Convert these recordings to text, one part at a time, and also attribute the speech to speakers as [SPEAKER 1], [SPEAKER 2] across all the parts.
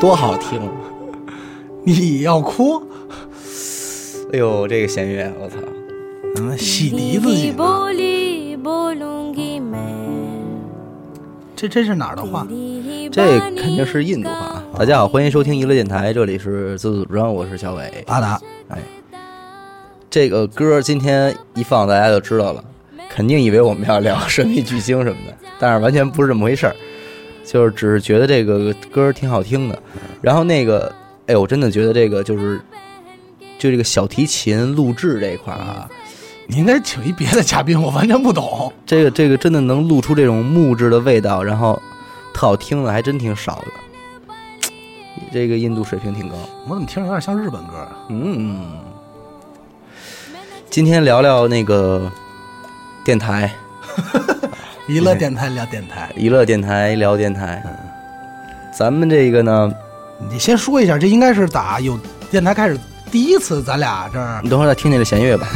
[SPEAKER 1] 多好听！啊你要哭？
[SPEAKER 2] 哎呦，这个弦乐，我操！
[SPEAKER 1] 嗯，洗涤自己呢。这这是哪儿的话？
[SPEAKER 2] 这肯定是印度话。啊大家好，欢迎收听娱乐电台，这里是自作主张，我是小伟。
[SPEAKER 1] 阿达，
[SPEAKER 2] 这个歌今天一放，大家就知道了，肯定以为我们要聊神秘巨星什么的，但是完全不是这么回事儿，就是只是觉得这个歌挺好听的。然后那个，哎，我真的觉得这个就是，就这个小提琴录制这一块儿啊，
[SPEAKER 1] 你应该请一别的嘉宾，我完全不懂。
[SPEAKER 2] 这个这个真的能录出这种木质的味道，然后特好听的还真挺少的。这个印度水平挺高，
[SPEAKER 1] 我怎么听着有点像日本歌啊？
[SPEAKER 2] 嗯。今天聊聊那个电台，
[SPEAKER 1] 娱乐电台聊电台，
[SPEAKER 2] 娱乐电台聊电台。咱们这个呢，
[SPEAKER 1] 你先说一下，这应该是打有电台开始第一次，咱俩这儿
[SPEAKER 2] 你等会儿再听听这弦乐吧。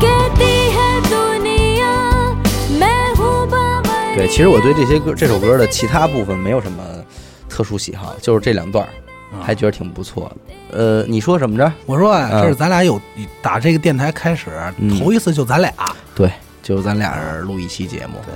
[SPEAKER 3] कहती है दुनिया मैं हूँ बाबर
[SPEAKER 2] 对，其实我对这些歌、这首歌的其他部分没有什么特殊喜好，就是这两段儿，还觉得挺不错的。啊呃，你说什么着？
[SPEAKER 1] 我说啊，
[SPEAKER 2] 嗯
[SPEAKER 1] 这是咱俩有打这个电台开始
[SPEAKER 2] 嗯
[SPEAKER 1] 头一次，就咱俩，
[SPEAKER 2] 对，就是咱俩人录一期节目。对，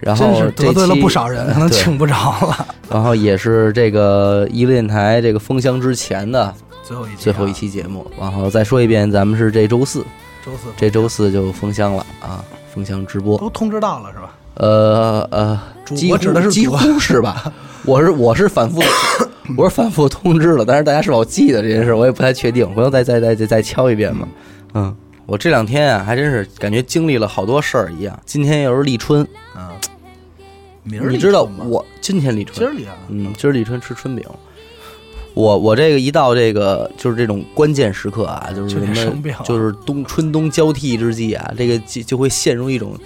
[SPEAKER 2] 然后
[SPEAKER 1] 真是得罪了
[SPEAKER 2] 这期
[SPEAKER 1] 不少人，可能
[SPEAKER 2] 对
[SPEAKER 1] 请不着了。
[SPEAKER 2] 然后也是这个一乐电台这个封箱之前的
[SPEAKER 1] 最后一期啊，
[SPEAKER 2] 最后一期节目。然后再说一遍，咱们是这周四，
[SPEAKER 1] 周四
[SPEAKER 2] 这周四就封箱了啊，封箱直播。
[SPEAKER 1] 都通知到了是吧？
[SPEAKER 2] 呃呃，
[SPEAKER 1] 主
[SPEAKER 2] 几
[SPEAKER 1] 播
[SPEAKER 2] 乎
[SPEAKER 1] 指的是
[SPEAKER 2] 几
[SPEAKER 1] 主播
[SPEAKER 2] 乎是 吧？我是我是反复 我是反复通知了，但是大家是否记得这件事，我也不太确定。回头再再再再再敲一遍吧。嗯，我这两天啊，还真是感觉经历了好多事儿一样。今天又是立春，
[SPEAKER 1] 嗯，明儿
[SPEAKER 2] 你知道
[SPEAKER 1] 立春吧
[SPEAKER 2] 我今天立
[SPEAKER 1] 今
[SPEAKER 2] 春
[SPEAKER 1] 儿，里啊，
[SPEAKER 2] 嗯，今儿立春吃春饼。我我这个一到这个就是这种关键时刻啊，就是
[SPEAKER 1] 就
[SPEAKER 2] 什
[SPEAKER 1] 得生
[SPEAKER 2] 么
[SPEAKER 1] 病，了
[SPEAKER 2] 就是冬春冬交替之际啊，这个就就会陷入一种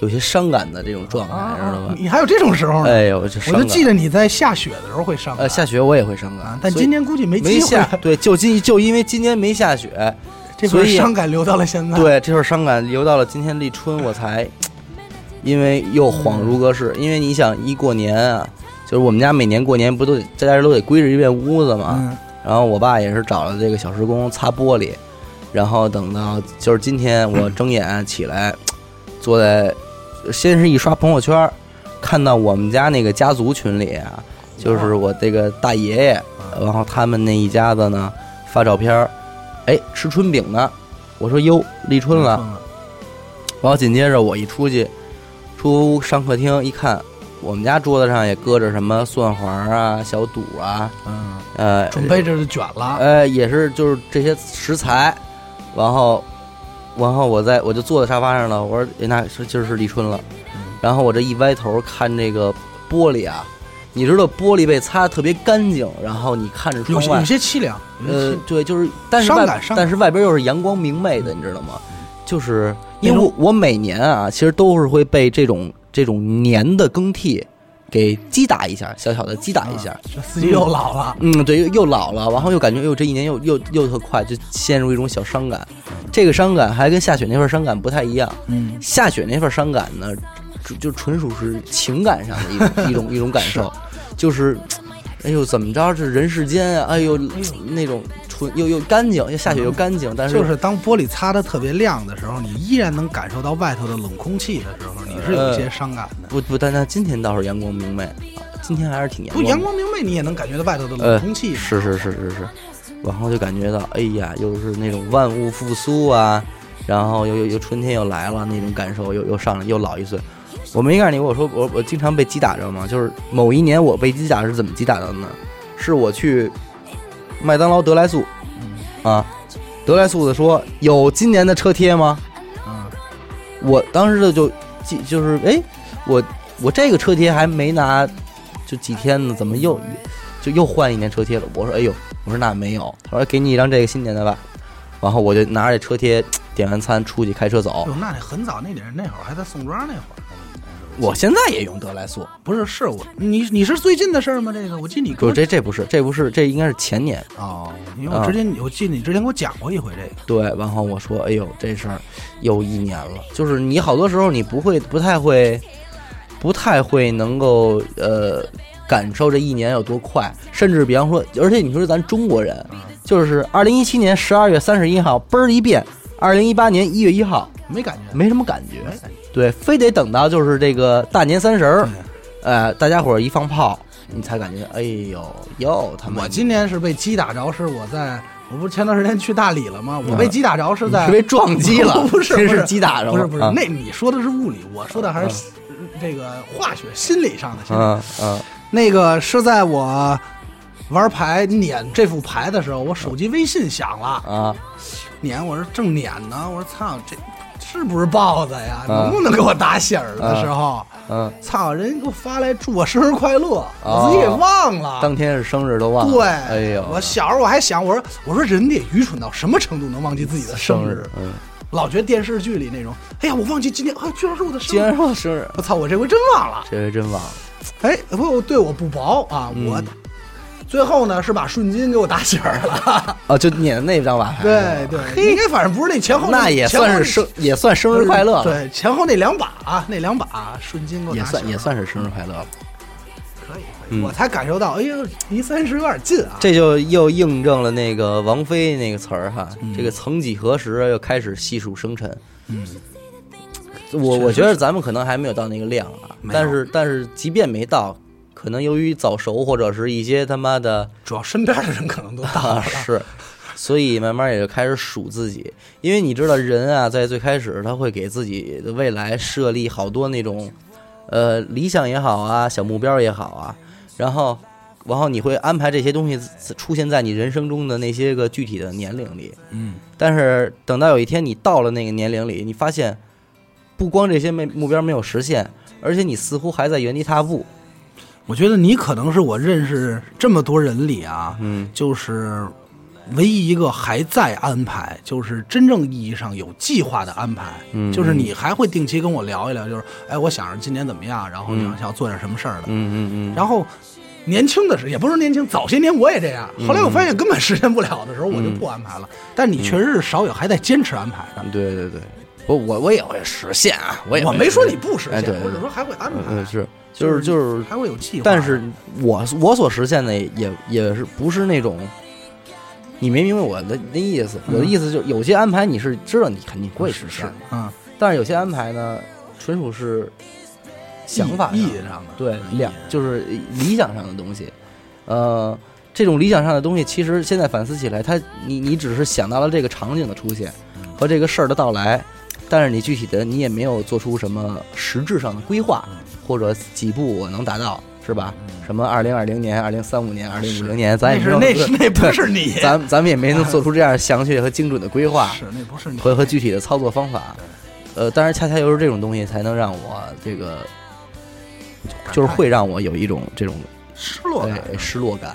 [SPEAKER 2] 有些伤感的这种状态，知道
[SPEAKER 1] 啊
[SPEAKER 2] 吧，？
[SPEAKER 1] 你还有这种时候呢？
[SPEAKER 2] 哎呦，这伤
[SPEAKER 1] 我
[SPEAKER 2] 感
[SPEAKER 1] 就记得你在下雪的时候会上班
[SPEAKER 2] 呃，下雪我也会伤感
[SPEAKER 1] 啊，，但今
[SPEAKER 2] 年
[SPEAKER 1] 年估计没
[SPEAKER 2] 没
[SPEAKER 1] 机会
[SPEAKER 2] 下
[SPEAKER 1] 了，，
[SPEAKER 2] 对，就今就因为今年没下雪，
[SPEAKER 1] 这
[SPEAKER 2] 所
[SPEAKER 1] 份
[SPEAKER 2] 以
[SPEAKER 1] 伤感留到了现在。，
[SPEAKER 2] 对，这份伤感留到了今天立春，我才因为又恍如隔世，因为你想一过年啊，就是我们家每年过年不都得大家都得归置一遍屋子嘛，
[SPEAKER 1] 嗯，
[SPEAKER 2] 然后我爸也是找了这个小时工擦玻璃，然后等到就是今天我睁眼起来，坐在先是一刷朋友圈，看到我们家那个家族群里
[SPEAKER 1] 嗯
[SPEAKER 2] 啊，就是我这个大爷爷，然后他们那一家子呢发照片儿，哎，吃春饼呢。我说哟，立春了，
[SPEAKER 1] 嗯
[SPEAKER 2] 然后紧接着我一出去，出屋上客厅一看，我们家桌子上也搁着什么蒜黄啊、小肚啊，
[SPEAKER 1] 嗯，
[SPEAKER 2] 呃，
[SPEAKER 1] 准备这就卷了。
[SPEAKER 2] 呃，也是就是这些食材，然后，然后我在我就坐在沙发上了，我说哎那是今儿是立春了，然后我这一歪头看这个玻璃啊，你知道玻璃被擦得特别干净，然后你看着
[SPEAKER 1] 有
[SPEAKER 2] 窗
[SPEAKER 1] 些
[SPEAKER 2] 外
[SPEAKER 1] 有，些凄凉，有些
[SPEAKER 2] 呃
[SPEAKER 1] 凄凉，
[SPEAKER 2] 对，就是但是
[SPEAKER 1] 伤
[SPEAKER 2] 外
[SPEAKER 1] 感伤感嗯
[SPEAKER 2] 但是外边又是阳光明媚的，你知道吗？就是因
[SPEAKER 1] 那
[SPEAKER 2] 为
[SPEAKER 1] 种
[SPEAKER 2] 我我每年啊，其实都是会被这种这种年的更替给击打一下，小小的击打一下。
[SPEAKER 1] 这司机又老了，
[SPEAKER 2] 嗯，对，又又老了，然后又感觉又这一年又又又特快，就陷入一种小伤感。这个伤感还跟下雪那份伤感不太一样，
[SPEAKER 1] 嗯，
[SPEAKER 2] 下雪那份伤感呢，就就纯属是情感上的一种一种一种感受， 就是，哎呦怎么着这人世间啊，哎呦那种纯又又干净，又下雪又干净，但是
[SPEAKER 1] 就是当玻璃擦的特别亮的时候，你依然能感受到外头的冷空气的时候，你是有一些伤感的。
[SPEAKER 2] 不不，但但今天倒是阳光明媚，啊今天还是挺阳
[SPEAKER 1] 不，
[SPEAKER 2] 光的。
[SPEAKER 1] 阳光明媚，你也能感觉到外头的冷空气。
[SPEAKER 2] 呃是是是是是，然后就感觉到，哎呀，又是那种万物复苏啊，然后又又又春天又来了，那种感受又又上来，又老一岁。我没告诉你，我说我我经常被击打着嘛，就是某一年我被击打是怎么击打的呢？是我去麦当劳德来速，啊，德来速的说有今年的车贴吗？啊
[SPEAKER 1] 嗯，
[SPEAKER 2] 我当时就记就是哎，我我这个车贴还没拿，就几天呢，怎么又就又换一年车贴了？我说哎呦，我说那没有，他说给你一张这个新年的吧，然后我就拿着这车贴点完餐出去开车走
[SPEAKER 1] 哦哟，，那得很早那点儿那会儿还在宋庄那会儿呢，应该是
[SPEAKER 2] 我现在也用德莱素，
[SPEAKER 1] 不是，是我你你是最近的事儿吗？这个我记得你跟
[SPEAKER 2] 不，
[SPEAKER 1] 我
[SPEAKER 2] 这这不是，这不是，这应该是前年。
[SPEAKER 1] 哦，因为我之前、
[SPEAKER 2] 嗯
[SPEAKER 1] 我记得你之前给我讲过一回这个，
[SPEAKER 2] 对，然后我说，哎呦，这事儿又一年了。就是你好多时候你不会，不太会，不太会能够呃感受这一年有多快，甚至比方说，而且你说咱中国人，
[SPEAKER 1] 嗯
[SPEAKER 2] 就是二零一七年十二月三十一号嘣儿一变，二零一八年一月一号
[SPEAKER 1] 没感觉，哎
[SPEAKER 2] 没什么感觉，
[SPEAKER 1] 没感觉，
[SPEAKER 2] 对，非得等到就是这个大年三十儿，呃，大家伙儿一放炮，你才感觉，哎呦，哟，他们
[SPEAKER 1] 我今年是被鸡打着，是我在我不是前段时间去大理了吗？我被鸡打着是在，
[SPEAKER 2] 嗯是被撞击了
[SPEAKER 1] 不是
[SPEAKER 2] 这
[SPEAKER 1] 不
[SPEAKER 2] 是
[SPEAKER 1] 是
[SPEAKER 2] 击打着了，
[SPEAKER 1] 不是不是
[SPEAKER 2] 啊，
[SPEAKER 1] 那你说的是物理，我说的还是嗯这个化学心理上的。心理
[SPEAKER 2] 嗯嗯
[SPEAKER 1] 那个是在我玩牌撵这副牌的时候，我手机微信响了，
[SPEAKER 2] 啊，
[SPEAKER 1] 撵我说正撵呢，我说操这。是不是豹子呀？
[SPEAKER 2] 嗯
[SPEAKER 1] 能不能给我打醒儿的时候，
[SPEAKER 2] 嗯，
[SPEAKER 1] 操、人给我发来祝我生日快乐，我自己给忘了。
[SPEAKER 2] 当天是生日都忘了，
[SPEAKER 1] 对，
[SPEAKER 2] 哦哎呦，
[SPEAKER 1] 我小时候我还想，我说我说人得愚蠢到什么程度能忘记自己的生
[SPEAKER 2] 日，嗯，
[SPEAKER 1] 老觉得电视剧里那种，哎呀，我忘记今天，啊，居然是我的
[SPEAKER 2] 竟
[SPEAKER 1] 生
[SPEAKER 2] 然
[SPEAKER 1] 日，
[SPEAKER 2] 是我生日，
[SPEAKER 1] 我操，我这回真忘了。
[SPEAKER 2] 这回真忘了，
[SPEAKER 1] 哎，不，对我不薄啊，
[SPEAKER 2] 嗯
[SPEAKER 1] 我最后呢是把顺金给我打醒儿了。
[SPEAKER 2] 哦，就你的那张瓦牌，
[SPEAKER 1] 对对，应该反正不是那前后
[SPEAKER 2] 那也算是生，也算生
[SPEAKER 1] 前后那
[SPEAKER 2] 日快乐了，
[SPEAKER 1] 对，前后那两把啊，那两把顺金给我
[SPEAKER 2] 也
[SPEAKER 1] 打醒儿
[SPEAKER 2] 算
[SPEAKER 1] 了
[SPEAKER 2] 也算是生日快乐了，
[SPEAKER 1] 可以可
[SPEAKER 2] 嗯
[SPEAKER 1] 以，我才感受到，哎呦，离三十有点近啊。
[SPEAKER 2] 这就又印证了那个王菲那个词儿哈，这个曾几何时又开始细数生辰。嗯，我我觉得咱们可能还没有到那个量啊，
[SPEAKER 1] 没有
[SPEAKER 2] 但是但是即便没到，可能由于早熟或者是一些他妈的
[SPEAKER 1] 主要身边的人可能都到
[SPEAKER 2] 啊
[SPEAKER 1] 了，
[SPEAKER 2] 是，所以慢慢也就开始数自己，因为你知道人啊，在最开始他会给自己的未来设立好多那种，呃，理想也好啊，小目标也好啊，然后，然后你会安排这些东西自出现在你人生中的那些个具体的年龄里，
[SPEAKER 1] 嗯，
[SPEAKER 2] 但是等到有一天你到了那个年龄里，你发现，不光这些目目标没有实现，而且你似乎还在原地踏步，
[SPEAKER 1] 我觉得你可能是我认识这么多人里啊，
[SPEAKER 2] 嗯，
[SPEAKER 1] 就是唯一一个还在安排，就是真正意义上有计划的安排，
[SPEAKER 2] 嗯
[SPEAKER 1] 就是你还会定期跟我聊一聊，就是哎，我想着今年怎么样，然后
[SPEAKER 2] 嗯
[SPEAKER 1] 想想做点什么事儿的，
[SPEAKER 2] 嗯嗯
[SPEAKER 1] 然后。年轻的时候也不是年轻，早些年我也这样。
[SPEAKER 2] 嗯
[SPEAKER 1] 后来我发现根本实现不了的时候，我就不安排了。但你确实是少有还在坚持安排的。
[SPEAKER 2] 嗯，对对对。我我我也会实现啊！我也
[SPEAKER 1] 我
[SPEAKER 2] 会
[SPEAKER 1] 没
[SPEAKER 2] 实
[SPEAKER 1] 说
[SPEAKER 2] 现
[SPEAKER 1] 你不实
[SPEAKER 2] 哎
[SPEAKER 1] 现，
[SPEAKER 2] 对对
[SPEAKER 1] 我只说还会安排
[SPEAKER 2] 嗯，。是，就是就是，
[SPEAKER 1] 还会有计划。
[SPEAKER 2] 但是我我所实现的也也是不是那种，你没明白我的那意思。我的意思就是，有些安排你是知道你肯定不会实现的，
[SPEAKER 1] 嗯，
[SPEAKER 2] 但是有些安排呢，纯属是想法
[SPEAKER 1] 意
[SPEAKER 2] 上
[SPEAKER 1] 义上的
[SPEAKER 2] 对
[SPEAKER 1] 嗯
[SPEAKER 2] 两就是理想上的东西，呃。这种理想上的东西，其实现在反思起来，它你你只是想到了这个场景的出现
[SPEAKER 1] 嗯
[SPEAKER 2] 和这个事儿的到来，但是你具体的你也没有做出什么实质上的规划，
[SPEAKER 1] 嗯
[SPEAKER 2] 或者几步我能达到，是吧？什么二零二零年、二零三五年、二零五零年，咱也
[SPEAKER 1] 那
[SPEAKER 2] 没
[SPEAKER 1] 嗯是那
[SPEAKER 2] 有
[SPEAKER 1] 是那不
[SPEAKER 2] 对
[SPEAKER 1] 是你，
[SPEAKER 2] 咱咱们也没能做出这样详确和精准的规 划
[SPEAKER 1] 是那不是你
[SPEAKER 2] 和和具体的操作方法。呃，但是恰恰又是这种东西，才能让我这个就是会让我有一种这种
[SPEAKER 1] 失落感。
[SPEAKER 2] 哎失落感，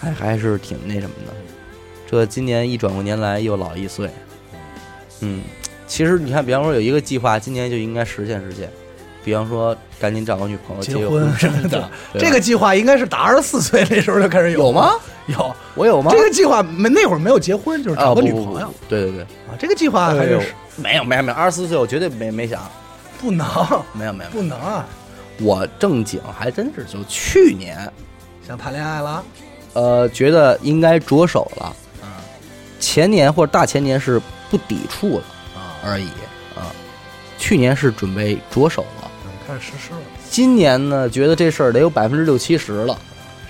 [SPEAKER 2] 还还是挺那什么的。这今年一转过年来又老一岁，嗯，其实你看，比方说有一个计划，今年就应该实现实现，比方说赶紧找个女朋友
[SPEAKER 1] 结
[SPEAKER 2] 结
[SPEAKER 1] 婚
[SPEAKER 2] 什
[SPEAKER 1] 对
[SPEAKER 2] 么的，对吧
[SPEAKER 1] 这个计划应该是打二十四岁那时候就开始
[SPEAKER 2] 有吗
[SPEAKER 1] 吗？？有
[SPEAKER 2] 我有吗？
[SPEAKER 1] 这个计划没那会儿没有结婚，就是
[SPEAKER 2] 啊，
[SPEAKER 1] 找个
[SPEAKER 2] 不
[SPEAKER 1] 女
[SPEAKER 2] 不不
[SPEAKER 1] 朋友
[SPEAKER 2] 对对对，哎
[SPEAKER 1] 啊。这个计划还是
[SPEAKER 2] 没有没有没有，二十四岁我绝对没没想，
[SPEAKER 1] 不能
[SPEAKER 2] 没有没有，没
[SPEAKER 1] 不能啊，
[SPEAKER 2] 有我正经还真是就去年，
[SPEAKER 1] 想谈恋爱了，
[SPEAKER 2] 呃，觉得应该着手了，
[SPEAKER 1] 嗯
[SPEAKER 2] 前年或者大前年是不抵触了。
[SPEAKER 1] 啊，
[SPEAKER 2] 而已啊。去年是准备着手了，
[SPEAKER 1] 嗯开始实施了。
[SPEAKER 2] 今年呢，觉得这事儿得有百分之六七十了，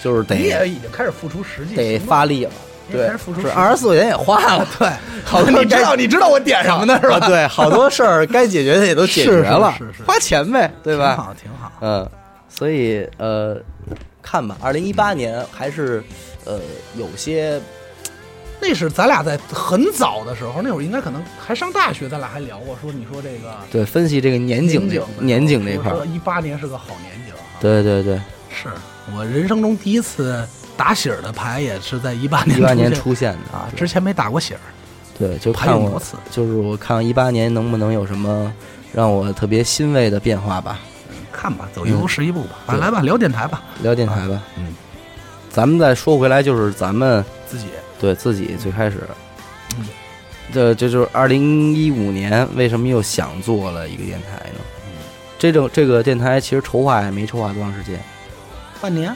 [SPEAKER 2] 就是
[SPEAKER 1] 你
[SPEAKER 2] 得
[SPEAKER 1] 也已经开始付出实际
[SPEAKER 2] 得
[SPEAKER 1] 行动
[SPEAKER 2] 发，力了。
[SPEAKER 1] 你也
[SPEAKER 2] 对
[SPEAKER 1] 开始付，出
[SPEAKER 2] 是
[SPEAKER 1] 实
[SPEAKER 2] 二十
[SPEAKER 1] 际
[SPEAKER 2] 四块钱也花了， 对，好多
[SPEAKER 1] 你知道你知道我点什么的是吧？
[SPEAKER 2] 啊 对，好多事儿该解决的也都解决了，
[SPEAKER 1] 是是是是
[SPEAKER 2] 花钱呗，对
[SPEAKER 1] 挺
[SPEAKER 2] 吧？
[SPEAKER 1] 好挺好。
[SPEAKER 2] 嗯，所以呃，看吧，二零一八年还是呃有些
[SPEAKER 1] 那是咱俩在很早的时候，那会儿应该可能还上大学，咱俩还聊过，说你说这个
[SPEAKER 2] 对分析这个年景哦这年景这块儿，
[SPEAKER 1] 一八年是个好年景啊。
[SPEAKER 2] 对对对，
[SPEAKER 1] 是我人生中第一次打喜儿的牌，也是在一八年
[SPEAKER 2] 一八年
[SPEAKER 1] 出
[SPEAKER 2] 出现的
[SPEAKER 1] 现啊，之前没打过喜儿。
[SPEAKER 2] 对，就
[SPEAKER 1] 还
[SPEAKER 2] 看
[SPEAKER 1] 有
[SPEAKER 2] 我
[SPEAKER 1] 挪死，
[SPEAKER 2] 就是我看一八年能不能有什么让我特别欣慰的变化吧。
[SPEAKER 1] 看吧，走一
[SPEAKER 2] 嗯
[SPEAKER 1] 步是一步吧，啊来吧，聊电台吧，
[SPEAKER 2] 聊电台吧。
[SPEAKER 1] 嗯，
[SPEAKER 2] 咱们再说回来，就是咱们
[SPEAKER 1] 自己
[SPEAKER 2] 对自己最开始
[SPEAKER 1] 嗯，
[SPEAKER 2] 这这就是二零一五年为什么又想做了一个电台呢？这种这个电台其实筹划也没筹划多长时间，
[SPEAKER 1] 半年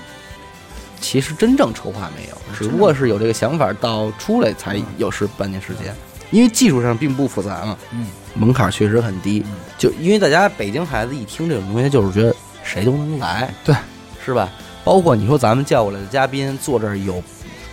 [SPEAKER 2] 其实真正筹划没有，只不过是有这个想法到出来才有时半年时间，因为技术上并不复杂嘛，
[SPEAKER 1] 嗯，
[SPEAKER 2] 门槛确实很低，就因为大家北京孩子一听这种东西，就是觉得谁都能来，
[SPEAKER 1] 对，
[SPEAKER 2] 是吧？包括你说咱们叫过来的嘉宾坐这儿有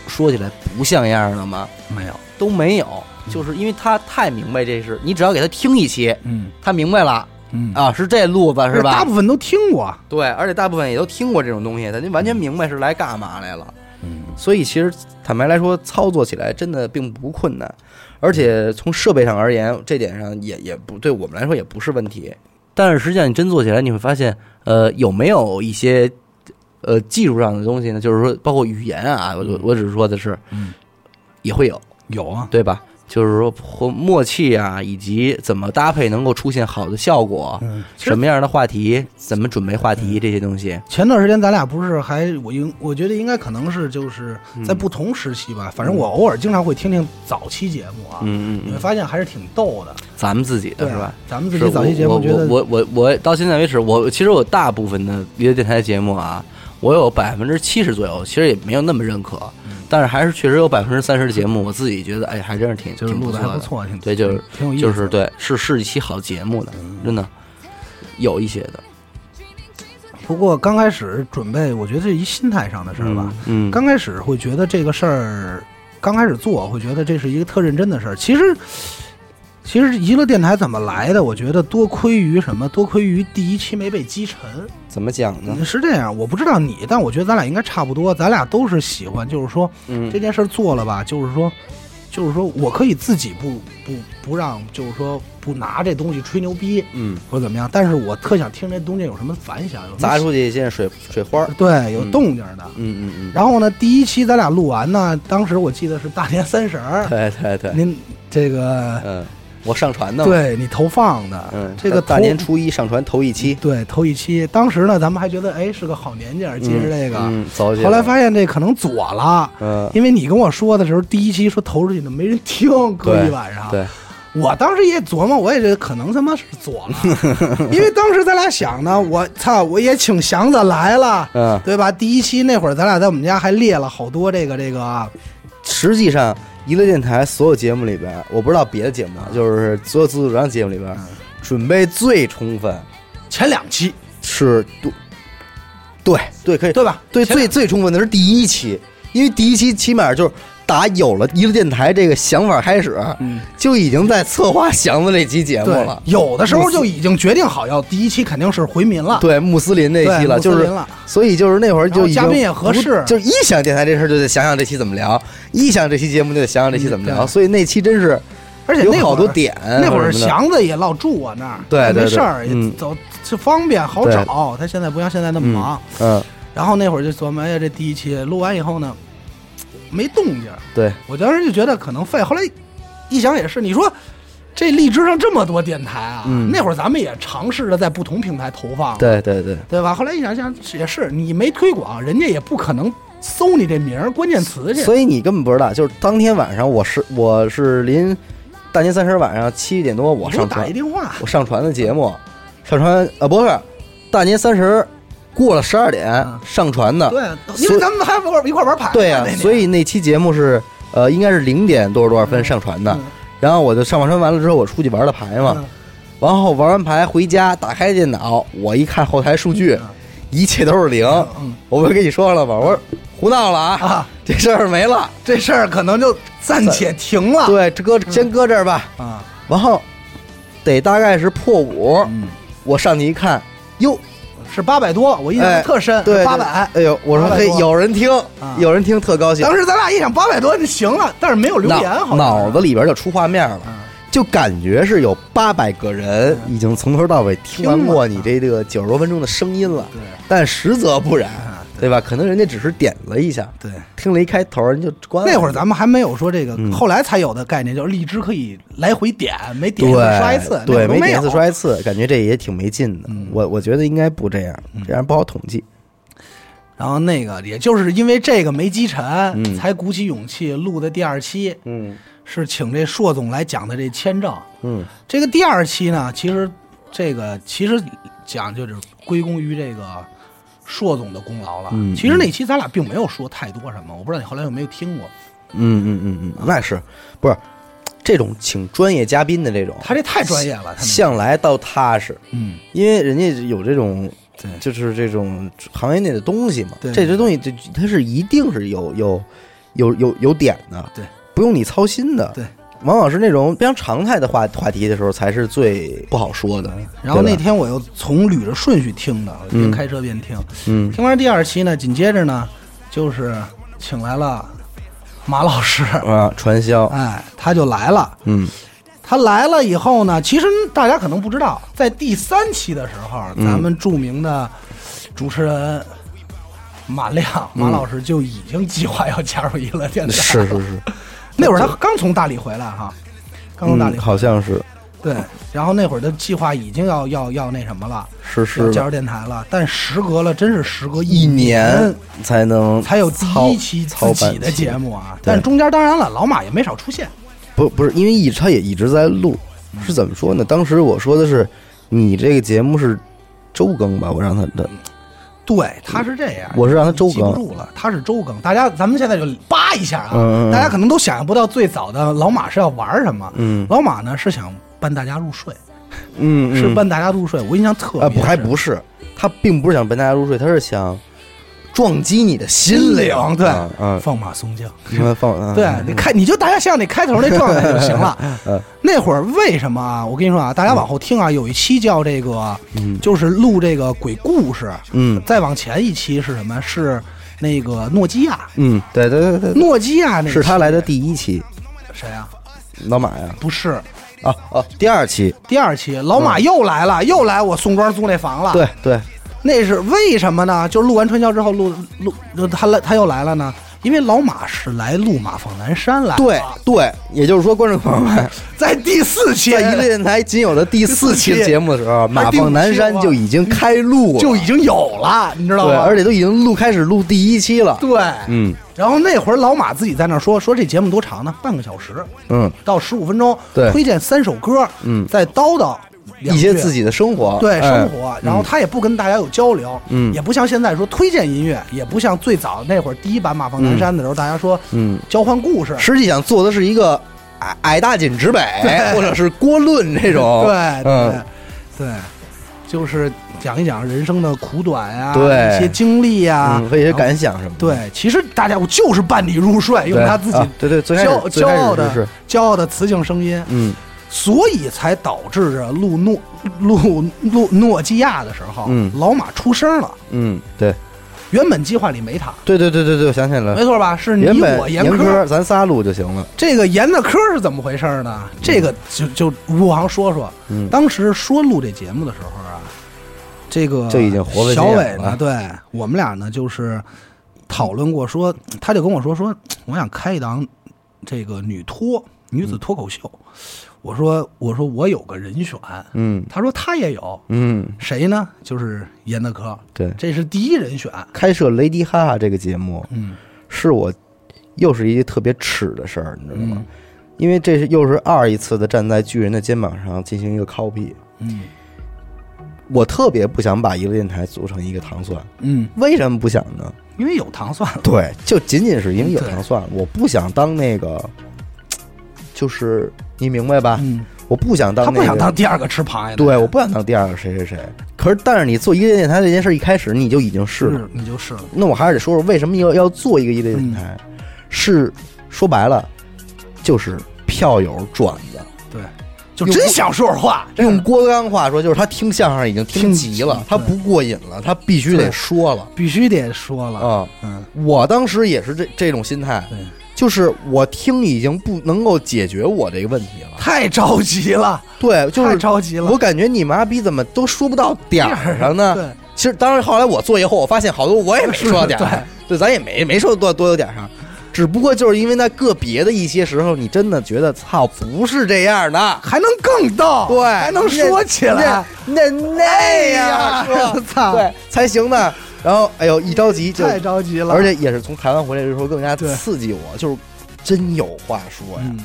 [SPEAKER 2] 说起来不像样的吗？
[SPEAKER 1] 没有，
[SPEAKER 2] 都没有，就是因为他太明白这是，你只要给他听一期，
[SPEAKER 1] 嗯
[SPEAKER 2] 他明白了
[SPEAKER 1] 嗯，
[SPEAKER 2] 啊，是这路子是
[SPEAKER 1] 大
[SPEAKER 2] 吧？
[SPEAKER 1] 部分都听过，
[SPEAKER 2] 对，而且大部分也都听过这种东西，他就完全明白是来干嘛来了。
[SPEAKER 1] 嗯，
[SPEAKER 2] 所以其实坦白来说，操作起来真的并不困难，而且从设备上而言，这点上也也不对我们来说也不是问题。但是实际上你真做起来，你会发现，呃，有没有一些呃技术上的东西呢？就是说，包括语言啊，我我我只是说的是，
[SPEAKER 1] 嗯
[SPEAKER 2] 也会有，
[SPEAKER 1] 有啊，
[SPEAKER 2] 对吧？就是说或默契啊，以及怎么搭配能够出现好的效果，
[SPEAKER 1] 嗯，其实嗯
[SPEAKER 2] 什么样的话题，怎么准备话题这些东西，
[SPEAKER 1] 前段时间咱俩不是还我应我觉得应该可能是就是
[SPEAKER 2] 嗯
[SPEAKER 1] 在不同时期吧，反正我偶尔经常会听听早期节目啊，
[SPEAKER 2] 嗯
[SPEAKER 1] 你会，发现还是挺逗的，
[SPEAKER 2] 咱们自己的
[SPEAKER 1] 对啊
[SPEAKER 2] 是吧？？
[SPEAKER 1] 咱们自
[SPEAKER 2] 是
[SPEAKER 1] 己早期节目
[SPEAKER 2] 我
[SPEAKER 1] 觉得
[SPEAKER 2] 我我我我到现在为止，我其实我大部分的娱乐电台节目啊，我有百分之七十左右，其实也没有那么认可，
[SPEAKER 1] 嗯
[SPEAKER 2] 但是还是确实有百分之三十的节目，我自己觉得哎，还真是挺
[SPEAKER 1] 就是
[SPEAKER 2] 挺
[SPEAKER 1] 录
[SPEAKER 2] 不
[SPEAKER 1] 的
[SPEAKER 2] 错
[SPEAKER 1] 还
[SPEAKER 2] 的，
[SPEAKER 1] 不错，挺
[SPEAKER 2] 对，就是
[SPEAKER 1] 挺有意思，嗯
[SPEAKER 2] 就是，对，是是一期好节目的，真的有一些的，
[SPEAKER 1] 不过刚开始准备，我觉得这一心态上的事儿吧，
[SPEAKER 2] 嗯？嗯，
[SPEAKER 1] 刚开始会觉得这个事儿，刚开始做会觉得这是一个特认真的事儿。其实，其实娱乐电台怎么来的？我觉得多亏于什么？多亏于第一期没被击沉。
[SPEAKER 2] 怎么讲呢？
[SPEAKER 1] 嗯是这样，我不知道你，但我觉得咱俩应该差不多，咱俩都是喜欢，就是说
[SPEAKER 2] 嗯
[SPEAKER 1] 这件事儿做了吧，就是说，就是说我可以自己不不不让，就是说不拿这东西吹牛逼
[SPEAKER 2] 嗯，
[SPEAKER 1] 或者怎么样，但是我特想听这东西有什么反响，有什么
[SPEAKER 2] 砸出去一件水水花儿，
[SPEAKER 1] 对有
[SPEAKER 2] 嗯
[SPEAKER 1] 动静儿的。
[SPEAKER 2] 嗯嗯嗯，
[SPEAKER 1] 然后呢，第一期咱俩录完呢，当时我记得是大年三十儿，
[SPEAKER 2] 对对对，
[SPEAKER 1] 您这个
[SPEAKER 2] 嗯，我上传的嘛，
[SPEAKER 1] 对你投放的，
[SPEAKER 2] 嗯，
[SPEAKER 1] 这个
[SPEAKER 2] 大
[SPEAKER 1] 投
[SPEAKER 2] 年初一上传头一期，
[SPEAKER 1] 对头一期，当时呢咱们还觉得哎是个好年景儿，接着这个，
[SPEAKER 2] 嗯，嗯走起
[SPEAKER 1] 后来发现这可能左了。
[SPEAKER 2] 嗯，
[SPEAKER 1] 因为你跟我说的时候，第一期说投出去的没人听，隔一晚上。
[SPEAKER 2] 对，
[SPEAKER 1] 我当时也琢磨，我也觉得可能他妈是左 了，因为当时咱俩想呢，我操，我也请祥子来了，
[SPEAKER 2] 嗯，
[SPEAKER 1] 对吧？第一期那会儿，咱俩在我们家还列了好多这个这个，
[SPEAKER 2] 实际上娱乐电台所有节目里边，我不知道别的节目，啊就是所有自主张节目里边，
[SPEAKER 1] 嗯
[SPEAKER 2] 准备最充分
[SPEAKER 1] 前两期
[SPEAKER 2] 是对，对对，可以
[SPEAKER 1] 对吧？
[SPEAKER 2] 对
[SPEAKER 1] 前两
[SPEAKER 2] 最最充分的是第一期，因为第一期起码就是打有了娱乐电台这个想法开始，
[SPEAKER 1] 嗯
[SPEAKER 2] 就已经在策划祥子这期节目
[SPEAKER 1] 对
[SPEAKER 2] 哎了，。
[SPEAKER 1] 有的时候就已经决定好要第一期肯定是回民了，
[SPEAKER 2] 对穆斯林那期了，
[SPEAKER 1] 对
[SPEAKER 2] 就
[SPEAKER 1] 穆斯
[SPEAKER 2] 是
[SPEAKER 1] 林了
[SPEAKER 2] 所以就是那会儿
[SPEAKER 1] 然
[SPEAKER 2] 就
[SPEAKER 1] 后
[SPEAKER 2] 已经
[SPEAKER 1] 嘉宾也合适
[SPEAKER 2] 不就是一想电台这事儿就得想想这期怎么聊，一想这期节目就得想想这期怎么聊，
[SPEAKER 1] 嗯对
[SPEAKER 2] 所以那期真是
[SPEAKER 1] 而且那
[SPEAKER 2] 有
[SPEAKER 1] 会儿
[SPEAKER 2] 好多点
[SPEAKER 1] 那会儿
[SPEAKER 2] 什么的
[SPEAKER 1] 祥子也老住我那儿，
[SPEAKER 2] 对
[SPEAKER 1] 也
[SPEAKER 2] 对
[SPEAKER 1] 没
[SPEAKER 2] 对
[SPEAKER 1] 事儿，也
[SPEAKER 2] 嗯
[SPEAKER 1] 走就方便好
[SPEAKER 2] 对
[SPEAKER 1] 找。他现在不像现在那么忙，
[SPEAKER 2] 嗯，
[SPEAKER 1] 然后那会儿就琢磨，哎呀，这第一期录完以后呢，没动静儿，
[SPEAKER 2] 对，
[SPEAKER 1] 我当时就觉得可能废。后来一想也是，你说。这荔枝上这么多电台啊，
[SPEAKER 2] 嗯
[SPEAKER 1] 那会儿咱们也尝试着在不同平台投放，
[SPEAKER 2] 对对对，
[SPEAKER 1] 对吧？后来一想想也是，你没推广，人家也不可能搜你这名儿、关键词去。
[SPEAKER 2] 所以你根本不知道，就是当天晚上我是我是临大年三十晚上七点多我
[SPEAKER 1] 你给我
[SPEAKER 2] 上啊
[SPEAKER 1] 打
[SPEAKER 2] 传
[SPEAKER 1] 一电话，
[SPEAKER 2] 我上传的节目，上传呃不是大年三十过了十二点
[SPEAKER 1] 嗯
[SPEAKER 2] 上传的，
[SPEAKER 1] 对，因
[SPEAKER 2] 所
[SPEAKER 1] 为
[SPEAKER 2] 以
[SPEAKER 1] 咱们还玩一块玩牌，
[SPEAKER 2] 对呀、
[SPEAKER 1] 那年
[SPEAKER 2] 所以那期节目是呃应该是零点多少多少分上传的，
[SPEAKER 1] 嗯
[SPEAKER 2] 然后我就上完传完了之后，我出去玩了牌嘛，
[SPEAKER 1] 嗯
[SPEAKER 2] 然后玩完牌回家打开电脑，我一看后台数据，一切都是零，
[SPEAKER 1] 嗯
[SPEAKER 2] 我不是跟你说了吗？我说胡闹了啊，
[SPEAKER 1] 啊
[SPEAKER 2] 这事儿没了，
[SPEAKER 1] 这事儿可能就暂且停了。
[SPEAKER 2] 对，这搁先搁这儿吧，
[SPEAKER 1] 啊，
[SPEAKER 2] 然后得大概是破五，
[SPEAKER 1] 嗯，
[SPEAKER 2] 我上去一看，哟，
[SPEAKER 1] 是八百多，我印象
[SPEAKER 2] 哎
[SPEAKER 1] 特深，
[SPEAKER 2] 对，
[SPEAKER 1] 八百。
[SPEAKER 2] 对哎呦，我说
[SPEAKER 1] 800
[SPEAKER 2] 嘿，
[SPEAKER 1] 多啊
[SPEAKER 2] 有人听，有人听，特高兴。
[SPEAKER 1] 当时咱俩一想八百多就行了，但是没有留言，
[SPEAKER 2] 脑
[SPEAKER 1] 好像
[SPEAKER 2] 脑子里边就出画面了，
[SPEAKER 1] 啊嗯
[SPEAKER 2] 就感觉是有八百个人已经从头到尾听完
[SPEAKER 1] 听了
[SPEAKER 2] 过你这这个九十多分钟的声音了，
[SPEAKER 1] 对
[SPEAKER 2] 但实则不然
[SPEAKER 1] 啊，
[SPEAKER 2] 对吧？可能人家只是点了一下，
[SPEAKER 1] 对，
[SPEAKER 2] 听了一开头人就关了。
[SPEAKER 1] 那会儿咱们还没有说这个，
[SPEAKER 2] 嗯
[SPEAKER 1] 后来才有的概念，就是荔枝可以来回点，每点
[SPEAKER 2] 对
[SPEAKER 1] 一次刷一次，那会儿
[SPEAKER 2] 对，每
[SPEAKER 1] 都没
[SPEAKER 2] 点一
[SPEAKER 1] 有嗯
[SPEAKER 2] 次刷一次，感觉这也挺没劲的。我我觉得应该不这样，这样不好统计。
[SPEAKER 1] 然后那个，也就是因为这个没击沉，
[SPEAKER 2] 嗯
[SPEAKER 1] 才鼓起勇气录的第二期，
[SPEAKER 2] 嗯
[SPEAKER 1] 是请这硕总来讲的这签证。
[SPEAKER 2] 嗯
[SPEAKER 1] 这个第二期呢，其实这个其实讲就是归功于这个硕总的功劳了。
[SPEAKER 2] 嗯
[SPEAKER 1] 其实那期咱俩并没有说太多什么，我不知道你后来有没有听过。
[SPEAKER 2] 嗯嗯嗯嗯，那是不是这种请专业嘉宾的这种，
[SPEAKER 1] 他这太专业了，他那
[SPEAKER 2] 向来倒踏实，
[SPEAKER 1] 嗯，
[SPEAKER 2] 因为人家有这种
[SPEAKER 1] 对
[SPEAKER 2] 就是这种行业内的东西嘛。
[SPEAKER 1] 对
[SPEAKER 2] 这些东西这它是一定是有有有有有点的，
[SPEAKER 1] 对，
[SPEAKER 2] 不用你操心的。
[SPEAKER 1] 对，
[SPEAKER 2] 往往是那种非常常态的话话题的时候，才是最不好说的。
[SPEAKER 1] 然后
[SPEAKER 2] 对
[SPEAKER 1] 那
[SPEAKER 2] 吧
[SPEAKER 1] 天我又从捋着顺序听的，我边开车边听。
[SPEAKER 2] 嗯
[SPEAKER 1] 听完第二期呢，紧接着呢，就是请来了马老 师，
[SPEAKER 2] 啊，传销，
[SPEAKER 1] 哎，他就来了。
[SPEAKER 2] 嗯
[SPEAKER 1] 他来了以后呢，其实大家可能不知道，在第三期的时候，
[SPEAKER 2] 嗯
[SPEAKER 1] 咱们著名的主持人马亮马老师就已经计划要加入娱乐电台。
[SPEAKER 2] 嗯是 是，是，
[SPEAKER 1] 那会儿他刚从大理回来哈，刚从大理回
[SPEAKER 2] 嗯，
[SPEAKER 1] 来、
[SPEAKER 2] 好像是
[SPEAKER 1] 对，然后那会儿的计划已经要要要那什么了，
[SPEAKER 2] 实
[SPEAKER 1] 要
[SPEAKER 2] 施
[SPEAKER 1] 加入
[SPEAKER 2] 了
[SPEAKER 1] 电台了，但时隔了真是时隔
[SPEAKER 2] 一
[SPEAKER 1] 年
[SPEAKER 2] 年才能
[SPEAKER 1] 嗯才有第
[SPEAKER 2] 操
[SPEAKER 1] 一期自己的节，
[SPEAKER 2] 操办
[SPEAKER 1] 目啊。
[SPEAKER 2] 对嗯
[SPEAKER 1] 但中间当然了，老马也没少出现。
[SPEAKER 2] 不不是因为一直他也一直在录，是怎么说呢？当时我说的是，你这个节目是周更吧？我让他的，
[SPEAKER 1] 对，他是这样，
[SPEAKER 2] 我是让他周
[SPEAKER 1] 记不
[SPEAKER 2] 更，
[SPEAKER 1] 住了，他是周更。大家，咱们现在就扒一下啊，
[SPEAKER 2] 嗯嗯嗯
[SPEAKER 1] 大家可能都想象不到最早的老马是要玩什么。
[SPEAKER 2] 嗯
[SPEAKER 1] 老马呢是想伴大家入睡，
[SPEAKER 2] 嗯
[SPEAKER 1] 是
[SPEAKER 2] 啊
[SPEAKER 1] 伴大家入睡。我印象特别、
[SPEAKER 2] 不还不
[SPEAKER 1] 是
[SPEAKER 2] 是，他并不是想陪大家入睡，他是想撞击你的心灵，
[SPEAKER 1] 对，
[SPEAKER 2] 啊啊，
[SPEAKER 1] 放马松将。
[SPEAKER 2] 你们放啊
[SPEAKER 1] 对，你看，你就大家想想那开头那状态就行
[SPEAKER 2] 嗯
[SPEAKER 1] 了。那会儿为什么啊？我跟你说啊，大家往后听啊，有一期叫这个，就是录这个鬼故事。
[SPEAKER 2] 嗯
[SPEAKER 1] 再往前一期是什么？是那个诺基亚，
[SPEAKER 2] 嗯，对对对对，
[SPEAKER 1] 诺基亚那期
[SPEAKER 2] 是他来的第一期，
[SPEAKER 1] 谁啊？
[SPEAKER 2] 老马呀，
[SPEAKER 1] 不是，
[SPEAKER 2] 啊啊，第二期，
[SPEAKER 1] 第二期老马又来了，又来我宋庄租那房了。
[SPEAKER 2] 嗯对，对，
[SPEAKER 1] 那是为什么呢？就录完传销之后，录录就他来他又来了呢？因为老马是来录马放南山来了。
[SPEAKER 2] 对对，也就是说，观众朋友 们，
[SPEAKER 1] 在第四期
[SPEAKER 2] 在一个电台仅有的第四期的节目的 时候，马放南山就已经开录了，
[SPEAKER 1] 就已经有了，你知道
[SPEAKER 2] 对，
[SPEAKER 1] 吗？
[SPEAKER 2] 而且都已经录开始录第一期了。
[SPEAKER 1] 对，
[SPEAKER 2] 嗯
[SPEAKER 1] 然后那会儿老马自己在那儿说说这节目多长呢？半个小时
[SPEAKER 2] 嗯，
[SPEAKER 1] 到十五分钟，
[SPEAKER 2] 对
[SPEAKER 1] 推荐三首歌，
[SPEAKER 2] 嗯
[SPEAKER 1] 再叨叨两
[SPEAKER 2] 一些
[SPEAKER 1] 句
[SPEAKER 2] 自己的生活，
[SPEAKER 1] 对
[SPEAKER 2] 哎
[SPEAKER 1] 生活，啊然后他也不跟大家有交流，
[SPEAKER 2] 嗯
[SPEAKER 1] 也不像现在说推荐音乐，也不像最早那会儿第一版《马放南山》的时候，大家说
[SPEAKER 2] 嗯，
[SPEAKER 1] 交换故事，
[SPEAKER 2] 实际想做的是一个矮矮大紧直北，或者是郭论这种，
[SPEAKER 1] 对对啊
[SPEAKER 2] 嗯
[SPEAKER 1] 对，就是讲一讲人生的苦短呀，
[SPEAKER 2] 对
[SPEAKER 1] 一些经历啊呀
[SPEAKER 2] 嗯，和一些
[SPEAKER 1] 然后
[SPEAKER 2] 感想什么的。
[SPEAKER 1] 对，其实大家我就是伴你入睡，用
[SPEAKER 2] 对
[SPEAKER 1] 他自己
[SPEAKER 2] 啊对对，最开
[SPEAKER 1] 骄
[SPEAKER 2] 始最
[SPEAKER 1] 骄
[SPEAKER 2] 开
[SPEAKER 1] 傲
[SPEAKER 2] 始
[SPEAKER 1] 的
[SPEAKER 2] 就是
[SPEAKER 1] 骄傲的磁性声音，
[SPEAKER 2] 嗯
[SPEAKER 1] 所以才导致着录诺录录诺基亚的时候，
[SPEAKER 2] 嗯
[SPEAKER 1] 老马出声了。
[SPEAKER 2] 嗯，对
[SPEAKER 1] 原本计划里没他，
[SPEAKER 2] 对对对对对，我想起来了
[SPEAKER 1] 没，错吧？哎是你
[SPEAKER 2] 原本
[SPEAKER 1] 我
[SPEAKER 2] 严
[SPEAKER 1] 严科，
[SPEAKER 2] 咱仨录就行了。
[SPEAKER 1] 这个严的科是怎么回事呢？这个就就吴航说说，
[SPEAKER 2] 嗯
[SPEAKER 1] 当时说录这节目的时候啊，这个
[SPEAKER 2] 就已经活蹦
[SPEAKER 1] 小
[SPEAKER 2] 乱
[SPEAKER 1] 伟
[SPEAKER 2] 了
[SPEAKER 1] 呢，对我们俩呢就是讨论过说，他就跟我说说，我想开一档这个女脱女子脱口秀，我说我说我有个人选，
[SPEAKER 2] 嗯
[SPEAKER 1] 他说他也有，
[SPEAKER 2] 嗯，
[SPEAKER 1] 谁呢？就是严德科，
[SPEAKER 2] 对，
[SPEAKER 1] 这是第一人选，
[SPEAKER 2] 开设《雷迪哈哈》这个节目，
[SPEAKER 1] 嗯
[SPEAKER 2] 是我又是一个特别耻的事儿，你知道吗？
[SPEAKER 1] 嗯
[SPEAKER 2] 因为这是又是二一次的站在巨人的肩膀上进行一个 copy。
[SPEAKER 1] 嗯
[SPEAKER 2] 我特别不想把一个电台组成一个糖蒜，
[SPEAKER 1] 嗯，
[SPEAKER 2] 为什么不想呢？
[SPEAKER 1] 因为有糖蒜了，
[SPEAKER 2] 对，就仅仅是因为有
[SPEAKER 1] 嗯对
[SPEAKER 2] 糖蒜，我不想当那个，就是你明白吧？
[SPEAKER 1] 嗯，
[SPEAKER 2] 我不想当、
[SPEAKER 1] 他
[SPEAKER 2] 那个，
[SPEAKER 1] 不想当第二个吃螃蟹的，
[SPEAKER 2] 对，我不想当第二个谁谁谁。可是，但是你做一个电台这件事一开始你就已经是了，
[SPEAKER 1] 是你就是了，
[SPEAKER 2] 那我还是得说说为什么要要做一个一类电台，
[SPEAKER 1] 嗯
[SPEAKER 2] 是说白了就是票友转的。
[SPEAKER 1] 对，就真想说说话，真
[SPEAKER 2] 用
[SPEAKER 1] 是
[SPEAKER 2] 郭德纲话说，就是他听相声已经听
[SPEAKER 1] 听
[SPEAKER 2] 急了
[SPEAKER 1] 急，
[SPEAKER 2] 他不过瘾了，他必须得
[SPEAKER 1] 对
[SPEAKER 2] 说了
[SPEAKER 1] 必须得说了，
[SPEAKER 2] 啊、
[SPEAKER 1] 嗯，
[SPEAKER 2] 我当时也是这这种心态，
[SPEAKER 1] 对，
[SPEAKER 2] 就是我听已经不能够解决我这个问题了。
[SPEAKER 1] 太着急了，
[SPEAKER 2] 对，就
[SPEAKER 1] 太
[SPEAKER 2] 是
[SPEAKER 1] 着急了，
[SPEAKER 2] 我感觉你妈逼怎么都说不到点儿上 呢？
[SPEAKER 1] 对，
[SPEAKER 2] 其实当然后来我做以后，我发现好多我也没说到点 儿上，对，咱也没没说多多有点儿上，只不过就是因为在个别的一些时候，你真的觉得操不是这样的，
[SPEAKER 1] 还能更逗，
[SPEAKER 2] 对，
[SPEAKER 1] 还能说起来，哎
[SPEAKER 2] 那，那那样说，
[SPEAKER 1] 操
[SPEAKER 2] 对，才行呢。然后哎呦，一着急就，
[SPEAKER 1] 太着急了，
[SPEAKER 2] 而且也是从台湾回来的时候更加
[SPEAKER 1] 对
[SPEAKER 2] 刺激我，就是真有话说呀，
[SPEAKER 1] 嗯，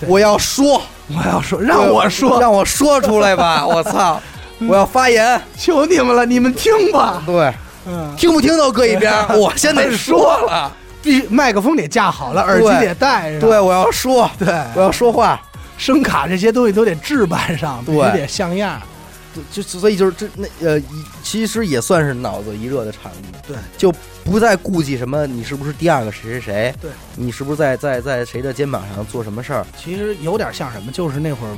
[SPEAKER 1] 对
[SPEAKER 2] 我要说，
[SPEAKER 1] 我要说，让我说，嗯
[SPEAKER 2] 让我说出 来吧，我操，我要发言，
[SPEAKER 1] 求你们了，你们听吧，
[SPEAKER 2] 对。
[SPEAKER 1] 嗯，
[SPEAKER 2] 听不听都搁一边儿，我先得说 了。
[SPEAKER 1] 必麦克风得架好了，耳机
[SPEAKER 2] 对
[SPEAKER 1] 得戴上，
[SPEAKER 2] 对，我要说，
[SPEAKER 1] 对，
[SPEAKER 2] 我要说话，
[SPEAKER 1] 声卡这些东西都得置办上，必须
[SPEAKER 2] 对
[SPEAKER 1] 得像样，
[SPEAKER 2] 就就所以就是这那呃，一其实也算是脑子一热的产物。
[SPEAKER 1] 对，
[SPEAKER 2] 就不再顾忌什么你是不是第二个谁谁谁，
[SPEAKER 1] 对，
[SPEAKER 2] 你是不是在在在谁的肩膀上做什么事儿，
[SPEAKER 1] 其实有点像什么，就是那会儿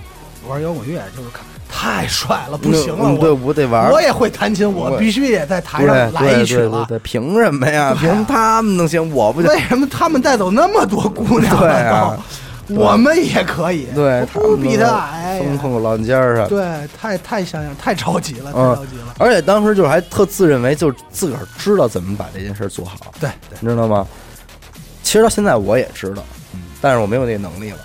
[SPEAKER 1] 玩摇滚乐，就是看太帅了，不行了，
[SPEAKER 2] 嗯对，
[SPEAKER 1] 我
[SPEAKER 2] 我得玩儿。
[SPEAKER 1] 我也会弹琴，我
[SPEAKER 2] 我
[SPEAKER 1] 必须也在台
[SPEAKER 2] 对
[SPEAKER 1] 上来
[SPEAKER 2] 对
[SPEAKER 1] 一曲
[SPEAKER 2] 对对
[SPEAKER 1] 了。
[SPEAKER 2] 对，凭什么呀？凭
[SPEAKER 1] 对啊
[SPEAKER 2] 什么他们能行，我不行？
[SPEAKER 1] 为什么他们带走那么多姑娘
[SPEAKER 2] 对
[SPEAKER 1] 了
[SPEAKER 2] 啊
[SPEAKER 1] 都？
[SPEAKER 2] 对
[SPEAKER 1] 我们也可以，
[SPEAKER 2] 对，
[SPEAKER 1] 我不比他
[SPEAKER 2] 们
[SPEAKER 1] 矮呀。
[SPEAKER 2] 风控老尖儿上。
[SPEAKER 1] 对，太太像样，太着急了，太
[SPEAKER 2] 嗯
[SPEAKER 1] 着急了。
[SPEAKER 2] 而且当时就是还特自认为就是自个儿知道怎么把这件事儿做好，
[SPEAKER 1] 对
[SPEAKER 2] 你知道吗？其实到现在我也知道，
[SPEAKER 1] 嗯
[SPEAKER 2] 但是我没有那个能力了。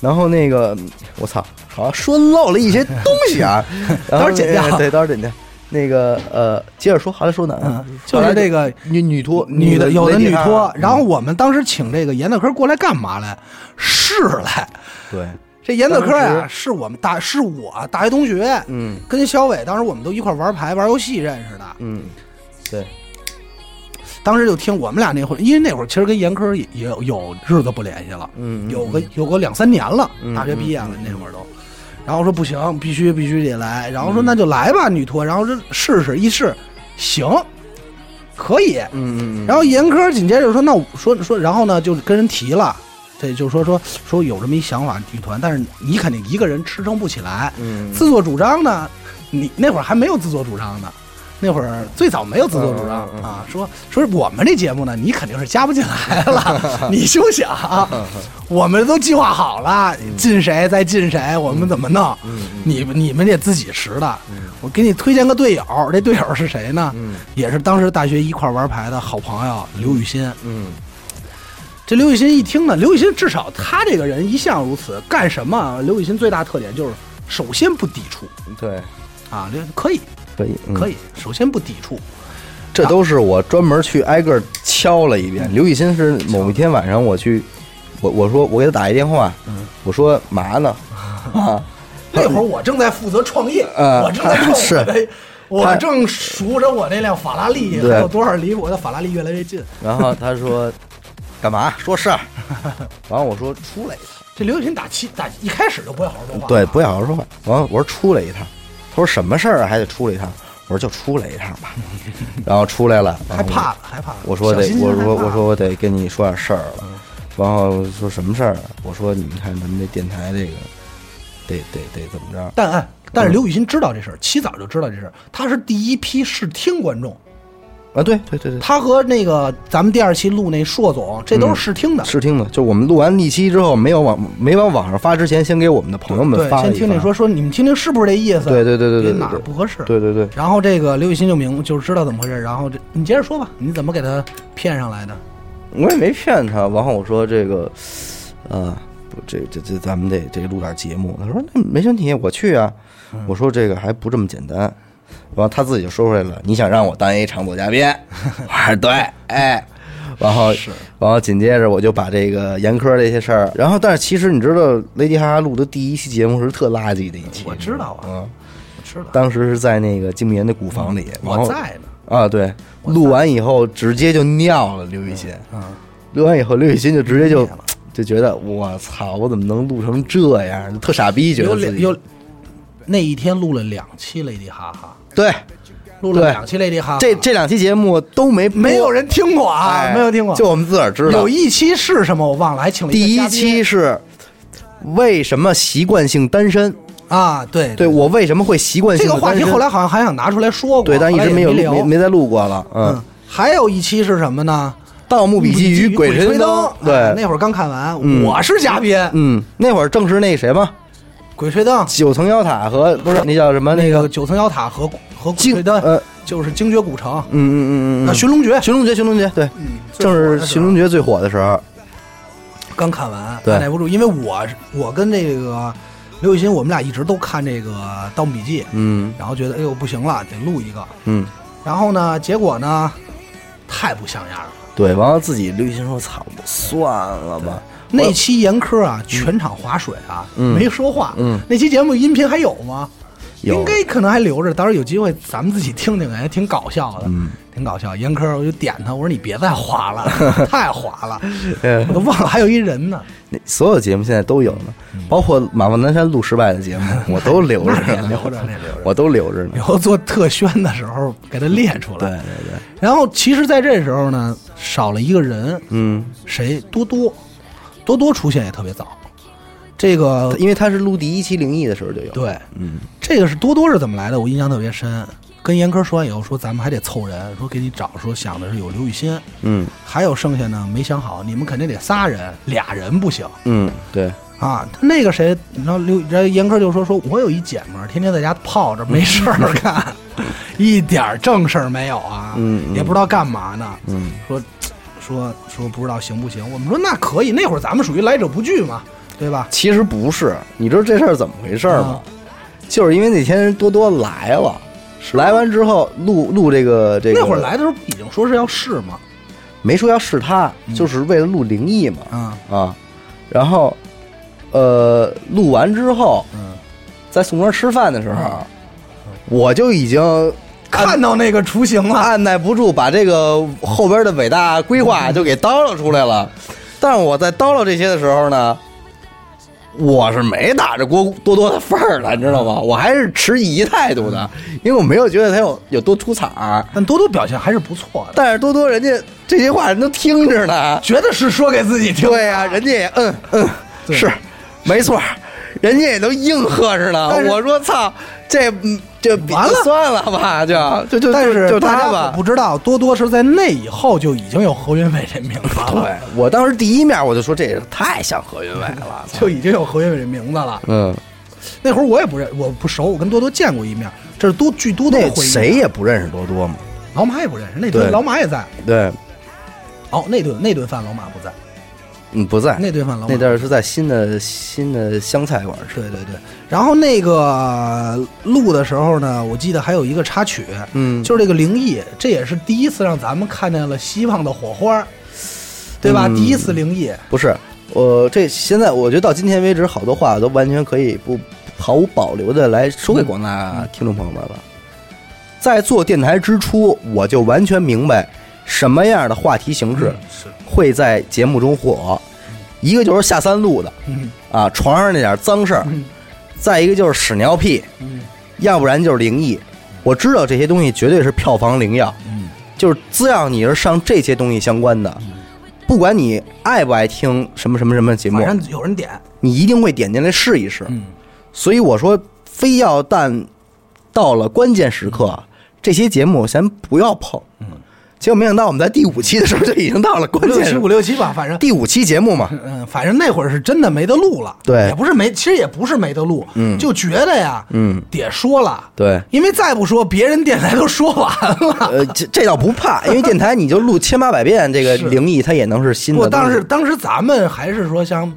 [SPEAKER 2] 然后那个嗯我操，好像说漏了一些东 西啊，然
[SPEAKER 1] 到
[SPEAKER 2] 后
[SPEAKER 1] 时候剪掉
[SPEAKER 2] 对，到时候剪掉。那个呃，接着说，还在说哪儿啊？
[SPEAKER 1] 嗯，就是这个
[SPEAKER 2] 女女托，
[SPEAKER 1] 女的，有的啊
[SPEAKER 2] 雷
[SPEAKER 1] 女
[SPEAKER 2] 迪哈
[SPEAKER 1] 托。然后
[SPEAKER 2] 嗯
[SPEAKER 1] 我们当时请这个严德科过来干嘛来？是来。
[SPEAKER 2] 嗯对，
[SPEAKER 1] 这严德科呀、
[SPEAKER 2] 当时
[SPEAKER 1] 是我们大是我大学同学，
[SPEAKER 2] 嗯
[SPEAKER 1] 跟小伟当时我们都一块玩牌、玩游戏认识的。
[SPEAKER 2] 嗯，对，
[SPEAKER 1] 当时就听我们俩那会儿，因为那会儿其实跟严科也也有有日子不联系了，
[SPEAKER 2] 嗯，
[SPEAKER 1] 有个有个两三年了，
[SPEAKER 2] 嗯
[SPEAKER 1] 大学毕业了那会儿都。然后说不行，必须必须得来。然后
[SPEAKER 2] 嗯
[SPEAKER 1] 说那就来吧，女托。然后说试试一试，行，可以。
[SPEAKER 2] 嗯嗯嗯，
[SPEAKER 1] 然后严科紧接着就说：“那我说说，然后呢，就跟人提了，对，就说说说有这么一想法，女团，但是你肯定一个人支撑不起来，
[SPEAKER 2] 嗯
[SPEAKER 1] 自作主张呢，你那会儿还没有自作主张呢，那会儿最早没有自作主张
[SPEAKER 2] 嗯嗯嗯
[SPEAKER 1] 啊，说说我们这节目呢，你肯定是加不进来 了，你休想，我们都计划好了，
[SPEAKER 2] 嗯
[SPEAKER 1] 进谁再进谁，我们怎么弄？你们你们得自己拾的。
[SPEAKER 2] 嗯
[SPEAKER 1] 我给你推荐个队友，这队友是谁呢？也是当时大学一块儿玩牌的好朋友刘雨欣。
[SPEAKER 2] 嗯
[SPEAKER 1] 这刘雨欣一听呢，刘雨欣至少他这个人一向如此，干什么啊？刘雨欣最大特点就是首先不抵触
[SPEAKER 2] 嗯对，
[SPEAKER 1] 啊，这可以
[SPEAKER 2] 可以以。嗯嗯
[SPEAKER 1] 可以，首先不抵触。
[SPEAKER 2] 这都是我专门去挨个敲了一遍。刘雨欣是某一天晚上我去，我我说我给他打一电话，我说嘛呢？啊，
[SPEAKER 1] 那会儿我正在负责创业，
[SPEAKER 2] 呃
[SPEAKER 1] 我正在用我的
[SPEAKER 2] 是，
[SPEAKER 1] 我
[SPEAKER 2] 他
[SPEAKER 1] 正数着我那辆法拉利
[SPEAKER 2] 对
[SPEAKER 1] 还有多少离我的法拉利越来越近。
[SPEAKER 2] 然后他说 干嘛？说事 儿。完了我说出来一趟，
[SPEAKER 1] 这刘雨欣打气打一开始就不会好好说话，
[SPEAKER 2] 对，不要好好说话。完了我说出来一趟，他说什么事儿啊还得出来一趟？我说就出来一趟 吧。然后出来了，
[SPEAKER 1] 害
[SPEAKER 2] 然后
[SPEAKER 1] 怕了，害怕了。
[SPEAKER 2] 我说
[SPEAKER 1] 小
[SPEAKER 2] 得
[SPEAKER 1] 心，心
[SPEAKER 2] 我
[SPEAKER 1] 害
[SPEAKER 2] 说
[SPEAKER 1] 怕嗯
[SPEAKER 2] 我说我得跟你说点事儿了。然后说什么事儿啊？我说你们看咱们这电台这个，得得得怎么着？
[SPEAKER 1] 但哎，但
[SPEAKER 2] 嗯
[SPEAKER 1] 是刘雨欣知道这事儿，起早就知道这事儿，她是第一批试听观众，
[SPEAKER 2] 啊，对对对对，
[SPEAKER 1] 她和那个咱们第二期录那硕总，这
[SPEAKER 2] 嗯
[SPEAKER 1] 都是试听的，
[SPEAKER 2] 试听的，就我们录完一期之后，没有往没往网上发之前，先给我们的朋友们
[SPEAKER 1] 对，
[SPEAKER 2] 发了
[SPEAKER 1] 先
[SPEAKER 2] 一
[SPEAKER 1] 听听
[SPEAKER 2] 发
[SPEAKER 1] 说，说，你们听听是不是这意思？
[SPEAKER 2] 对对对对对
[SPEAKER 1] 别
[SPEAKER 2] 对
[SPEAKER 1] 哪儿
[SPEAKER 2] 对
[SPEAKER 1] 不合适？
[SPEAKER 2] 对对对，
[SPEAKER 1] 然后这个刘雨欣就明就知道怎么回事，然后这你接着说吧，你怎么给他骗上来的？
[SPEAKER 2] 我也没骗他。然后我说这个，呃，不，这这这咱们得得录点节目。他说那没问题，我去啊。
[SPEAKER 1] 嗯
[SPEAKER 2] 我说这个还不这么简单。然后他自己就说出来了，你想让我当一场所嘉宾？ 我说对，哎。然后，然后紧接着我就把这个严苛这些事儿，然后但是其实你知道，雷迪哈哈录的第一期节目是特垃圾的一期，
[SPEAKER 1] 我知道啊
[SPEAKER 2] 嗯，
[SPEAKER 1] 我知道，
[SPEAKER 2] 当时是在那个静眠的古房里，然
[SPEAKER 1] 嗯我
[SPEAKER 2] 后
[SPEAKER 1] 在呢。
[SPEAKER 2] 啊，对，录完以后直接就尿了刘雨欣，
[SPEAKER 1] 嗯，
[SPEAKER 2] 录完以后刘雨欣就直接就
[SPEAKER 1] 了
[SPEAKER 2] 就觉得我操，我怎么能录成这样？就特傻逼，觉
[SPEAKER 1] 有
[SPEAKER 2] 得自己
[SPEAKER 1] 有那一天录了两期《雷迪哈哈
[SPEAKER 2] 对，》，
[SPEAKER 1] 啊录了
[SPEAKER 2] 对
[SPEAKER 1] 两期《雷迪哈哈》，
[SPEAKER 2] 这这两期节目都没播
[SPEAKER 1] 啊没有人听过啊，
[SPEAKER 2] 哎
[SPEAKER 1] 没有听过，
[SPEAKER 2] 就我们自个儿知道
[SPEAKER 1] 有。一期是什么我忘了，还请了
[SPEAKER 2] 第
[SPEAKER 1] 个
[SPEAKER 2] 一
[SPEAKER 1] 嘉宾
[SPEAKER 2] 期是为什么习惯性单身？
[SPEAKER 1] 啊，对
[SPEAKER 2] 对我为什么会习惯性
[SPEAKER 1] 这
[SPEAKER 2] 地
[SPEAKER 1] 个话题
[SPEAKER 2] 单身
[SPEAKER 1] 后来好像还想拿出来说过，
[SPEAKER 2] 对，但一
[SPEAKER 1] 后
[SPEAKER 2] 直
[SPEAKER 1] 来也
[SPEAKER 2] 没
[SPEAKER 1] 没
[SPEAKER 2] 有
[SPEAKER 1] 聊
[SPEAKER 2] 没没再录过了。
[SPEAKER 1] 嗯
[SPEAKER 2] 嗯，，
[SPEAKER 1] 还有一期是什么呢？
[SPEAKER 2] 《盗墓笔记与鬼
[SPEAKER 1] 吹
[SPEAKER 2] 吹灯》
[SPEAKER 1] 哎
[SPEAKER 2] 对，
[SPEAKER 1] 那会儿刚看完，
[SPEAKER 2] 嗯
[SPEAKER 1] 我是嘉宾，
[SPEAKER 2] 嗯，那会儿正是那谁嘛，
[SPEAKER 1] 鬼吹灯
[SPEAKER 2] 九层妖塔和不是那叫什么
[SPEAKER 1] 那
[SPEAKER 2] 那个
[SPEAKER 1] 个九层妖塔和和
[SPEAKER 2] 京
[SPEAKER 1] 对的，
[SPEAKER 2] 呃
[SPEAKER 1] 就是精绝古城
[SPEAKER 2] 嗯嗯嗯嗯
[SPEAKER 1] 啊，《
[SPEAKER 2] 嗯，
[SPEAKER 1] 寻龙诀》
[SPEAKER 2] 寻龙诀，寻龙诀，对，
[SPEAKER 1] 嗯，
[SPEAKER 2] 正是《寻龙
[SPEAKER 1] 诀
[SPEAKER 2] 诀》最火的时候。》
[SPEAKER 1] 刚看完，
[SPEAKER 2] 对
[SPEAKER 1] 按耐不住，因为我我跟这个刘雨欣，我们俩一直都看这个《盗墓笔记》，
[SPEAKER 2] 嗯
[SPEAKER 1] 然后觉得哎呦不行了，得录一个。
[SPEAKER 2] 嗯，
[SPEAKER 1] 然后呢，结果呢，太不像样了。
[SPEAKER 2] 对，完了自己刘雨欣说：“操，算了吧。
[SPEAKER 1] 那期严苛啊，全场划水啊，
[SPEAKER 2] 嗯
[SPEAKER 1] 没说话。
[SPEAKER 2] 嗯
[SPEAKER 1] 那期节目音频还有吗？
[SPEAKER 2] 有
[SPEAKER 1] 应该可能还留着，到时候有机会咱们自己听听，哎，挺搞笑的，
[SPEAKER 2] 嗯
[SPEAKER 1] 挺搞笑。严苛，我就点他，我说你别再划 了，太划了，
[SPEAKER 2] 呃
[SPEAKER 1] 我都忘了还有一人 呢，
[SPEAKER 2] 那所有节目现在都有呢，包括《马望南山》录失败的节 目，我都留着
[SPEAKER 1] 那也
[SPEAKER 2] 呢，
[SPEAKER 1] 留着，那也留着。
[SPEAKER 2] 我都留着
[SPEAKER 1] 以
[SPEAKER 2] 呢。
[SPEAKER 1] 后做特宣的时候给他列出
[SPEAKER 2] 对
[SPEAKER 1] 来。
[SPEAKER 2] 对对，
[SPEAKER 1] 然后其实，在这时候呢，少了一个人，
[SPEAKER 2] 嗯，
[SPEAKER 1] 谁？多多，多多出现也特别早。这个
[SPEAKER 2] 嗯因为他是录第一期灵异的时候就有。，
[SPEAKER 1] 对，
[SPEAKER 2] 嗯
[SPEAKER 1] 这个是多多是怎么来的？我印象特别深。跟严科说完以后，说咱们还得凑人，说给你找，说想的是有刘雨欣，
[SPEAKER 2] 嗯
[SPEAKER 1] 还有剩下呢没想好，你们肯定得仨人，俩人不行
[SPEAKER 2] 嗯，对，
[SPEAKER 1] 啊。他那个谁，你知道刘，然后严科就说说我有一姐们儿，天天在家泡着，没事儿干，一点儿正事儿没有啊，
[SPEAKER 2] 嗯嗯
[SPEAKER 1] 也不知道干嘛呢。
[SPEAKER 2] 嗯
[SPEAKER 1] 说说说不知道行不行？我们说那可以，那会儿咱们属于来者不拒嘛，对吧？
[SPEAKER 2] 其实不是，你知道这事儿怎么回事儿吗？就是因为那天人多多来了，来完之后录录这个这个，
[SPEAKER 1] 那会儿来的时候已经说是要试嘛，
[SPEAKER 2] 没说要试他，就是为了录灵异嘛
[SPEAKER 1] 嗯啊，
[SPEAKER 2] 啊。然后，呃，录完之后，
[SPEAKER 1] 嗯，啊
[SPEAKER 2] 在宋庄吃饭的时候，我就已经
[SPEAKER 1] 看到那个雏形了。
[SPEAKER 2] 按耐不住，把这个后边的伟大规划就给叨唠出来了。但是我在叨唠这些的时候呢，我是没打着郭多多的份儿的，你知道
[SPEAKER 1] 嗯
[SPEAKER 2] 吗？我还是持疑态度的，因为我没有觉得他有有多出彩儿。
[SPEAKER 1] 但多多表现还是不错的，
[SPEAKER 2] 但是多多人家这些话人都听着呢，
[SPEAKER 1] 觉得是说给自己听。
[SPEAKER 2] 对呀、人家也嗯嗯
[SPEAKER 1] 对
[SPEAKER 2] 是，没错儿，人家也都应和着呢
[SPEAKER 1] 但。是
[SPEAKER 2] 我说操，这嗯这比
[SPEAKER 1] 完了
[SPEAKER 2] 算了吧，就就就
[SPEAKER 1] 但是
[SPEAKER 2] 就就
[SPEAKER 1] 大
[SPEAKER 2] 他
[SPEAKER 1] 家
[SPEAKER 2] 吧
[SPEAKER 1] 可不。知道，多多是在那以后就已经有何云伟这名字了，
[SPEAKER 2] 对，我当时第一面我就说这也太像何云伟了，操
[SPEAKER 1] 就已经有何云伟这名字了。
[SPEAKER 2] 嗯，
[SPEAKER 1] 那会儿我也不认，我不熟，我跟多多见过一面，这是多据多多的
[SPEAKER 2] 那
[SPEAKER 1] 回忆。
[SPEAKER 2] 谁？也不认识多多嘛。
[SPEAKER 1] 老马也不认识，那顿
[SPEAKER 2] 对
[SPEAKER 1] 老马也在。
[SPEAKER 2] 对，
[SPEAKER 1] 哦，那顿那顿饭老马不在，
[SPEAKER 2] 嗯，不在
[SPEAKER 1] 那顿饭老马
[SPEAKER 2] 那地儿是在新的新的湘菜馆吃。
[SPEAKER 1] 对对对，然后那个呃录的时候呢，我记得还有一个插曲，
[SPEAKER 2] 嗯
[SPEAKER 1] 就是这个灵异，这也是第一次让咱们看见了希望的火花，对吧？
[SPEAKER 2] 嗯
[SPEAKER 1] 第一次灵异，
[SPEAKER 2] 不是，我这现在我觉得到今天为止，好多话都完全可以不毫无保留的来说给广
[SPEAKER 1] 嗯
[SPEAKER 2] 大听众朋友们了。在做电台之初，我就完全明白什么样的话题形式
[SPEAKER 1] 嗯是，
[SPEAKER 2] 会在节目中火，一个就是下三路的
[SPEAKER 1] 嗯
[SPEAKER 2] 啊，床上那点脏事儿，
[SPEAKER 1] 嗯
[SPEAKER 2] 再一个就是屎尿屁，
[SPEAKER 1] 嗯
[SPEAKER 2] 要不然就是灵异。我知道这些东西绝对是票房灵药，
[SPEAKER 1] 嗯，
[SPEAKER 2] 就是只要你是上这些东西相关的，不管你爱不爱听什么什么什么节目
[SPEAKER 1] 晚，上有人点，
[SPEAKER 2] 你一定会点进来试一试。
[SPEAKER 1] 嗯，
[SPEAKER 2] 所以我说，非要但到了关键时
[SPEAKER 1] 嗯
[SPEAKER 2] 刻，这些节目咱不要碰。结果没想到我们在第五期的时候就已经到了
[SPEAKER 1] 五
[SPEAKER 2] 关
[SPEAKER 1] 六
[SPEAKER 2] 键
[SPEAKER 1] 七
[SPEAKER 2] 时
[SPEAKER 1] 五六七吧，反正。
[SPEAKER 2] 第五期节目嘛，
[SPEAKER 1] 嗯，反正那会儿是真的没得录了，
[SPEAKER 2] 对
[SPEAKER 1] 也不是没，其实也不是没得录，
[SPEAKER 2] 嗯
[SPEAKER 1] 就觉得呀，
[SPEAKER 2] 嗯，
[SPEAKER 1] 得说了，
[SPEAKER 2] 对
[SPEAKER 1] 因为再不说，别人电台都说完了。
[SPEAKER 2] 呃，这这倒不怕，因为电台你就录千八百遍这个灵异，它也能是新的
[SPEAKER 1] 不，
[SPEAKER 2] 东西。
[SPEAKER 1] 当时当时咱们还是说想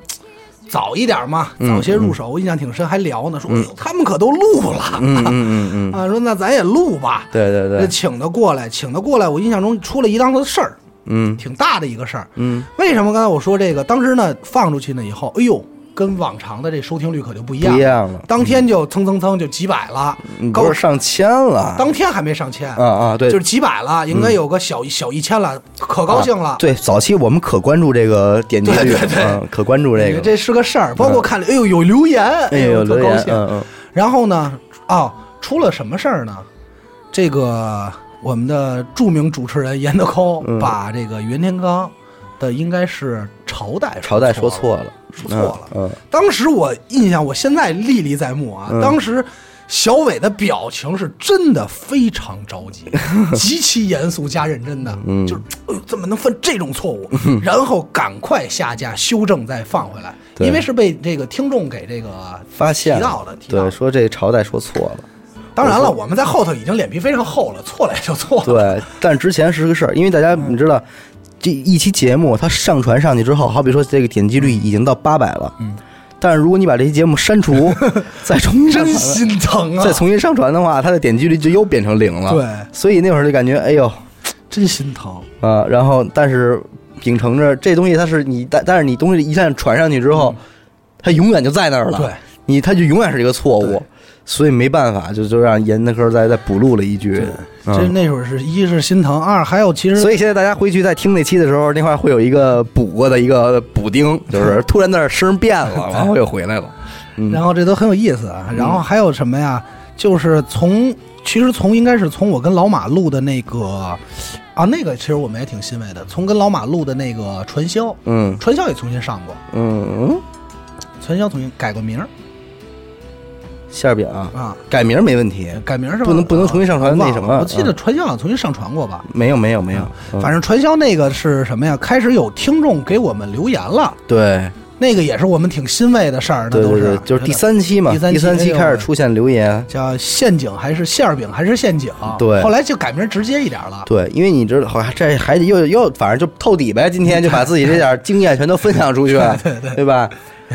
[SPEAKER 1] 早一点嘛，
[SPEAKER 2] 嗯
[SPEAKER 1] 早些入手，我印象挺深，还聊呢，说、哎呦他们可都录了，
[SPEAKER 2] 嗯嗯嗯嗯，
[SPEAKER 1] 啊，说那咱也录吧，
[SPEAKER 2] 对对
[SPEAKER 1] 那
[SPEAKER 2] 对，
[SPEAKER 1] 请他过来，请他过来，我印象中出了一档子事儿，
[SPEAKER 2] 嗯
[SPEAKER 1] 挺大的一个事儿。
[SPEAKER 2] 嗯，
[SPEAKER 1] 为什么刚才我说这个？当时呢放出去呢以后，哎呦，跟往常的这收听率可就不一样，
[SPEAKER 2] 不一样了
[SPEAKER 1] 当天就蹭蹭蹭就几百了，
[SPEAKER 2] 你
[SPEAKER 1] 高
[SPEAKER 2] 不是上千了？
[SPEAKER 1] 当天还没上千
[SPEAKER 2] 啊啊对，嗯
[SPEAKER 1] 就是几百了，应该有个小、小一千了，可高兴了。
[SPEAKER 2] 啊对，早期我们可关注这个点击率，
[SPEAKER 1] 对对对
[SPEAKER 2] 嗯可关注这
[SPEAKER 1] 这
[SPEAKER 2] 个，嗯
[SPEAKER 1] 这是个事儿。包括看了，哎呦，有留言，
[SPEAKER 2] 哎
[SPEAKER 1] 呦，
[SPEAKER 2] 呦，
[SPEAKER 1] 特
[SPEAKER 2] 留
[SPEAKER 1] 高
[SPEAKER 2] 言，
[SPEAKER 1] 兴。
[SPEAKER 2] 嗯嗯，
[SPEAKER 1] 然后呢，哦，出了什么事儿呢？这个我们的著名主持人严德抠
[SPEAKER 2] 嗯
[SPEAKER 1] 把这个袁天罡的应该是朝代
[SPEAKER 2] 朝代说
[SPEAKER 1] 说
[SPEAKER 2] 错
[SPEAKER 1] 了。
[SPEAKER 2] 了，
[SPEAKER 1] 说错了
[SPEAKER 2] 嗯，
[SPEAKER 1] 当时我印象，我现在历历在目啊。
[SPEAKER 2] 嗯
[SPEAKER 1] 当时小伟的表情是真的非常着 急，极其严肃加认真的，
[SPEAKER 2] 嗯
[SPEAKER 1] 就是哎呦，怎么能犯这种错误？然后赶快下架修正再放回来，
[SPEAKER 2] 对
[SPEAKER 1] 当然
[SPEAKER 2] 我
[SPEAKER 1] 了，
[SPEAKER 2] 说
[SPEAKER 1] 我们在后头已经脸皮非常厚了，错了也就错了。
[SPEAKER 2] 对，但之前是个事儿，因为大家你知道，这一期节目它上传上去之后，好比说这个点击率已经到八百了，嗯，但是如果你把这期节目删 除，再重新上
[SPEAKER 1] 真
[SPEAKER 2] 传，
[SPEAKER 1] 心疼啊
[SPEAKER 2] 再！重新上传的话，它的点击率就又变成零了。
[SPEAKER 1] 对，
[SPEAKER 2] 所以那会儿就感觉哎呦
[SPEAKER 1] 真心疼。
[SPEAKER 2] 啊，然后但是秉承着这东西它是你，但但是你东西一旦传上去之后，它永远就在那儿了，
[SPEAKER 1] 嗯对，
[SPEAKER 2] 你它就永远是一个错误。所以没办法，就就让严德科再再补录了一句，嗯
[SPEAKER 1] 这那会儿是一是心疼，二还有其实
[SPEAKER 2] 所以现在大家回去在听那期的时候，那块会有一个补过的一个补丁， 就是突然在那声变了，然后又回来了。嗯
[SPEAKER 1] 然后这都很有意思啊。然后还有什么呀？就是从其实从应该是从我跟老马录的那个啊，那个其实我们也挺欣慰的，从跟老马录的那个传销，
[SPEAKER 2] 嗯
[SPEAKER 1] 传销也重新上过，
[SPEAKER 2] 嗯，
[SPEAKER 1] 传销重新改过名儿
[SPEAKER 2] 馅饼啊，
[SPEAKER 1] 啊，
[SPEAKER 2] 改名没问题，
[SPEAKER 1] 改名儿是吧？
[SPEAKER 2] 不能不能重新上传
[SPEAKER 1] 啊
[SPEAKER 2] 那什么
[SPEAKER 1] 我记得传销好像重新上传过吧。
[SPEAKER 2] 没有没有没有，嗯
[SPEAKER 1] 反正传销那个是什么呀？开始有听众给我们留言了，
[SPEAKER 2] 对
[SPEAKER 1] 那个也是我们挺欣慰的事儿。那
[SPEAKER 2] 对
[SPEAKER 1] 都
[SPEAKER 2] 对
[SPEAKER 1] 是
[SPEAKER 2] 对，就是
[SPEAKER 1] 真
[SPEAKER 2] 第
[SPEAKER 1] 的
[SPEAKER 2] 三期嘛，
[SPEAKER 1] 第三期
[SPEAKER 2] 第三期
[SPEAKER 1] 哎呦
[SPEAKER 2] 开始出现留言。
[SPEAKER 1] 叫陷阱还是馅儿饼还是陷阱？
[SPEAKER 2] 对
[SPEAKER 1] 后来就改名直接一点了。
[SPEAKER 2] 对，因为你知道，好像这还得又又反正就透底呗，今天就把自己这点经验全都分享出去， 对吧？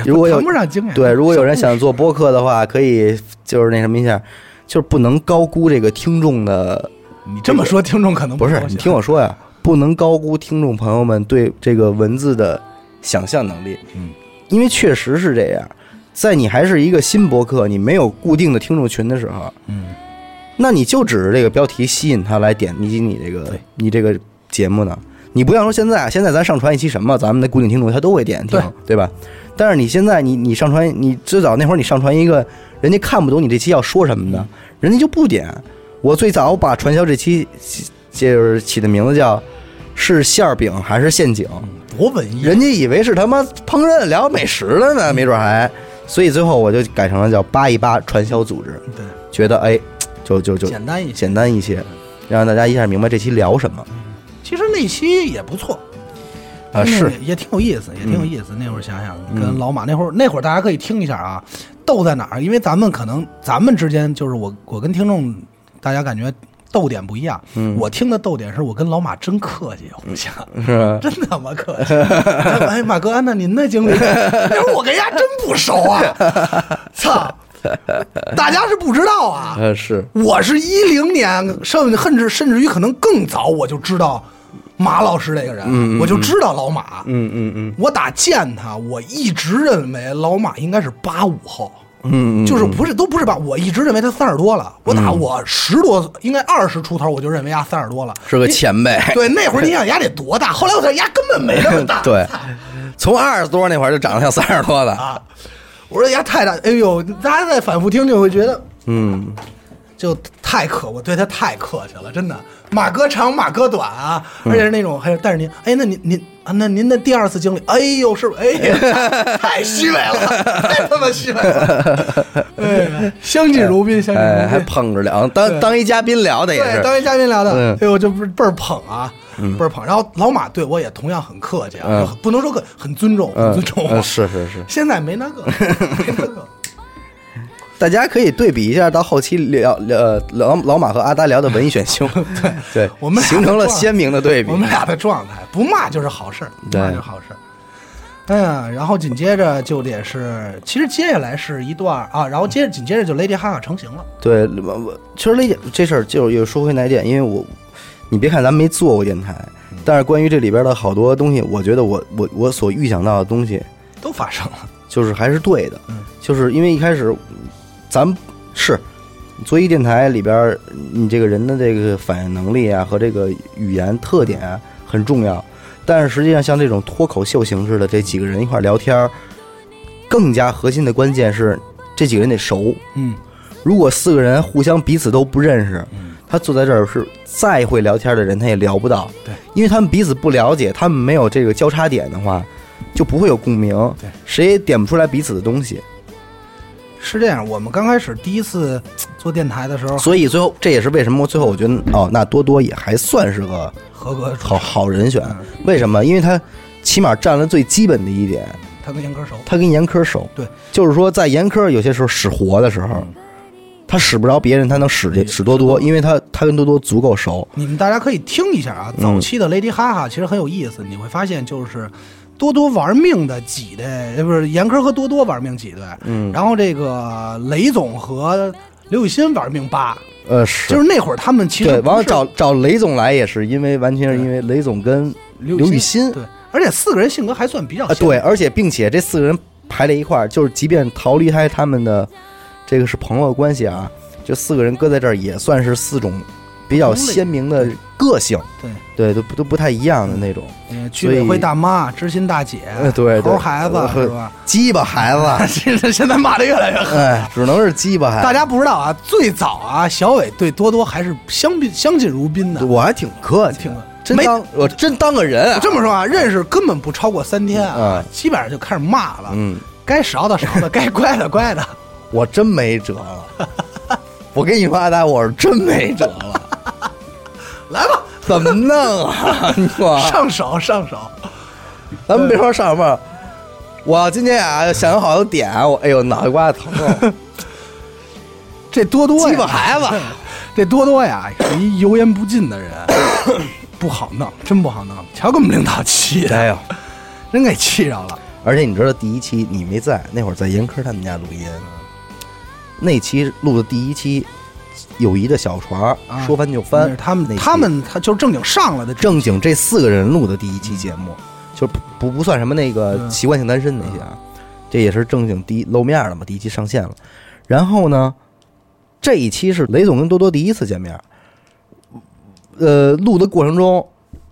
[SPEAKER 2] 如果有
[SPEAKER 1] 谈不上经验，
[SPEAKER 2] 对，如果有人想做播客的话，可以就是那什么一下，就是不能高估这个听众的，
[SPEAKER 1] 你这么说，听众可能
[SPEAKER 2] 不是
[SPEAKER 1] 高兴
[SPEAKER 2] 你听我说呀，不能高估听众朋友们对这个文字的想象能力，
[SPEAKER 1] 嗯，
[SPEAKER 2] 因为确实是这样，在你还是一个新播客，你没有固定的听众群的时候，
[SPEAKER 1] 嗯，
[SPEAKER 2] 那你就指着这个标题吸引他来点击你这个你这个节目呢。你不像说现在，现在咱上传一期什么，咱们的固定听众他都会点听，
[SPEAKER 1] 对
[SPEAKER 2] 对吧？但是你现在你你上传，你最早那会儿你上传一个，人家看不懂你这期要说什么
[SPEAKER 1] 嗯
[SPEAKER 2] 的，人家就不点。我最早把传销这期就是起的名字叫是馅儿饼还是陷阱，
[SPEAKER 1] 多文艺，
[SPEAKER 2] 人家以为是他妈烹饪聊美食了呢，
[SPEAKER 1] 嗯
[SPEAKER 2] 没准还。所以最后我就改成了叫八一八传销组织，
[SPEAKER 1] 对，
[SPEAKER 2] 觉得哎，就就就
[SPEAKER 1] 简单一些。
[SPEAKER 2] 简单一些，让大家一下明白这期聊什么
[SPEAKER 1] 其实那期也不错那
[SPEAKER 2] 啊？是，嗯
[SPEAKER 1] 也挺有意思，也挺有意思。那会儿想想，跟老马那会儿，那会儿大家可以听一下啊，逗在哪儿？因为咱们可能咱们之间就是我我跟听众，大家感觉。逗点不一样，
[SPEAKER 2] 嗯
[SPEAKER 1] 我听的逗点是我跟老马真客气，我想、
[SPEAKER 2] 是吧？
[SPEAKER 1] 真他妈客气！ 哎，马哥，那您的经历， 那会儿我跟人家真不熟啊，操！大家是不知道啊，
[SPEAKER 2] 呃，是，
[SPEAKER 1] 我是一零年，甚至甚至甚至于可能更早，我就知道马老师这个人，我就知道老马。
[SPEAKER 2] 嗯嗯嗯，
[SPEAKER 1] 我打见他，我一直认为老马应该是八五后，嗯，就是不是都不是八，我一直认为他三十多
[SPEAKER 2] 嗯
[SPEAKER 1] 了。我打我十多，应该二十出头，我就认为他三十多了。
[SPEAKER 2] 是个前 辈，
[SPEAKER 1] 对，那会儿你 想丫得多大？后来我才丫根本没那么大。
[SPEAKER 2] 对，从二十多那会儿就长得像三十多的，
[SPEAKER 1] 啊，我说丫太大，哎呦，大家再反复听就会觉得
[SPEAKER 2] 嗯，
[SPEAKER 1] 就太客，我对他太客气了，真的。马哥长，马哥短啊，
[SPEAKER 2] 嗯
[SPEAKER 1] 而且是那种还有，但是您，哎，那您您啊，那您的第二次经历，哎呦，是不是？哎呀，太虚伪了，太他妈虚伪了。哎，相敬如宾，相敬
[SPEAKER 2] 哎，还
[SPEAKER 1] 如宾。
[SPEAKER 2] 捧着聊，当当一嘉宾聊的也
[SPEAKER 1] 对，当
[SPEAKER 2] 是，
[SPEAKER 1] 一嘉宾聊的
[SPEAKER 2] 嗯，
[SPEAKER 1] 哎呦，这不是倍儿捧啊，倍儿捧。然后老马对我也同样很客气啊，
[SPEAKER 2] 嗯
[SPEAKER 1] 就很不能说客，很尊重，很
[SPEAKER 2] 嗯
[SPEAKER 1] 尊重我。
[SPEAKER 2] 嗯，是是是，
[SPEAKER 1] 现在没那个，没那个。
[SPEAKER 2] 大家可以对比一下，到后期聊呃老老马和阿呆聊的文艺 选秀，对对，
[SPEAKER 1] 我们俩
[SPEAKER 2] 形成了
[SPEAKER 1] 撞
[SPEAKER 2] 鲜明的对比
[SPEAKER 1] 我，们俩的状态，不骂就是好事儿，不
[SPEAKER 2] 对
[SPEAKER 1] 骂就是好事儿。哎呀，然后紧接着就得是，其实接下来是一段儿啊，然后接着紧接着就 Lady Gaga 成型了，
[SPEAKER 2] 对，我我其实理解这事儿，就又说回哪点，因为我，你别看咱没做过电台，
[SPEAKER 1] 嗯
[SPEAKER 2] 但是关于这里边的好多东西，我觉得我我我所预想到的东西，
[SPEAKER 1] 都发生了。
[SPEAKER 2] 就是还是对的，
[SPEAKER 1] 嗯
[SPEAKER 2] 就是因为一开始，咱们是做一电台里边儿，你这个人的这个反应能力啊和这个语言特点啊很重要，但是实际上像这种脱口秀形式的这几个人一块儿聊天儿，更加核心的关键是这几个人得熟，
[SPEAKER 1] 嗯，
[SPEAKER 2] 如果四个人互相彼此都不认识，他坐在这儿是再会聊天的人，他也聊不到。
[SPEAKER 1] 对，
[SPEAKER 2] 因为他们彼此不了解，他们没有这个交叉点的话，就不会有共鸣。
[SPEAKER 1] 对，
[SPEAKER 2] 谁也点不出来彼此的东西。
[SPEAKER 1] 是这样。我们刚开始第一次做电台的时候，
[SPEAKER 2] 所以最后，这也是为什么最后我觉得，哦，那多多也还算是个
[SPEAKER 1] 合格的主
[SPEAKER 2] 好好人选。为什么？因为他起码占了最基本的一点，
[SPEAKER 1] 他跟严歌熟，
[SPEAKER 2] 他跟严科熟。
[SPEAKER 1] 对，
[SPEAKER 2] 就是说在严科有些时候使活的时候，他使不着别人，他能使这使多多，因为他他跟多多足够熟。
[SPEAKER 1] 你们大家可以听一下啊，
[SPEAKER 2] 嗯
[SPEAKER 1] 早期的 Lady 哈哈其实很有意思，你会发现就是多多玩命的挤兑，呃不是严苛和多多玩命挤兑，
[SPEAKER 2] 嗯，
[SPEAKER 1] 然后这个雷总和刘雨欣玩命扒，
[SPEAKER 2] 呃，是
[SPEAKER 1] 就是那会儿他们其实
[SPEAKER 2] 对，完
[SPEAKER 1] 不
[SPEAKER 2] 了
[SPEAKER 1] 是
[SPEAKER 2] 找找雷总来也是因为完全是因为雷总跟
[SPEAKER 1] 刘
[SPEAKER 2] 刘雨
[SPEAKER 1] 欣，
[SPEAKER 2] 欣
[SPEAKER 1] 对，而且四个人性格还算比较
[SPEAKER 2] 啊，
[SPEAKER 1] 像
[SPEAKER 2] 对，而且并且这四个人排在一块儿，就是即便逃离开他们的这个是朋友关系啊，就四个人搁在这儿也算是四种比较鲜明的个性，
[SPEAKER 1] 对，
[SPEAKER 2] 对，都不都不太一样的那种
[SPEAKER 1] 呃居委会大妈、知心大姐
[SPEAKER 2] 呃、对对
[SPEAKER 1] 嗯猴孩子
[SPEAKER 2] 呃
[SPEAKER 1] 是吧？
[SPEAKER 2] 鸡巴孩子，
[SPEAKER 1] 现在现在骂的越来越狠。
[SPEAKER 2] 哎，只能是鸡巴孩子。
[SPEAKER 1] 大家不知道啊，最早啊，小伟对多多还是相宾相敬如宾的。
[SPEAKER 2] 我还挺客气
[SPEAKER 1] 挺
[SPEAKER 2] 的，真
[SPEAKER 1] 没
[SPEAKER 2] 当我真当个人
[SPEAKER 1] 我
[SPEAKER 2] 啊，
[SPEAKER 1] 这么说啊，认识根本不超过三天啊，
[SPEAKER 2] 嗯
[SPEAKER 1] 基本上就开始骂了，
[SPEAKER 2] 嗯，
[SPEAKER 1] 该勺的 勺的，该乖的乖的。
[SPEAKER 2] 我真没辙了。我跟你发呆，我是真没辙了，
[SPEAKER 1] 来吧，
[SPEAKER 2] 怎么弄啊？你说
[SPEAKER 1] 上手上手，
[SPEAKER 2] 咱们别说上班，我今天啊想了好多点，我哎呦脑袋瓜子 疼，啊
[SPEAKER 1] 这多多呀
[SPEAKER 2] 鸡巴孩子，
[SPEAKER 1] 这多多呀是一油盐不进的人， 不好弄，真不好弄。瞧给我们领导气的，
[SPEAKER 2] 哎呦！
[SPEAKER 1] 真给气着了。
[SPEAKER 2] 而且你知道第一期你没在，那会儿在严科他们家录音，那期录的第一期友谊的小船
[SPEAKER 1] 啊
[SPEAKER 2] 说翻就
[SPEAKER 1] 那
[SPEAKER 2] 翻
[SPEAKER 1] 是，他们
[SPEAKER 2] 那期
[SPEAKER 1] 他们他就是正经上了的，
[SPEAKER 2] 正经这四个人录的第一期节目，就不不不算什么那个
[SPEAKER 1] 嗯
[SPEAKER 2] 习惯性单身那些啊，这也是正经第一露面了嘛，第一期上线了。然后呢，这一期是雷总跟多多第一次见面，呃，录的过程中，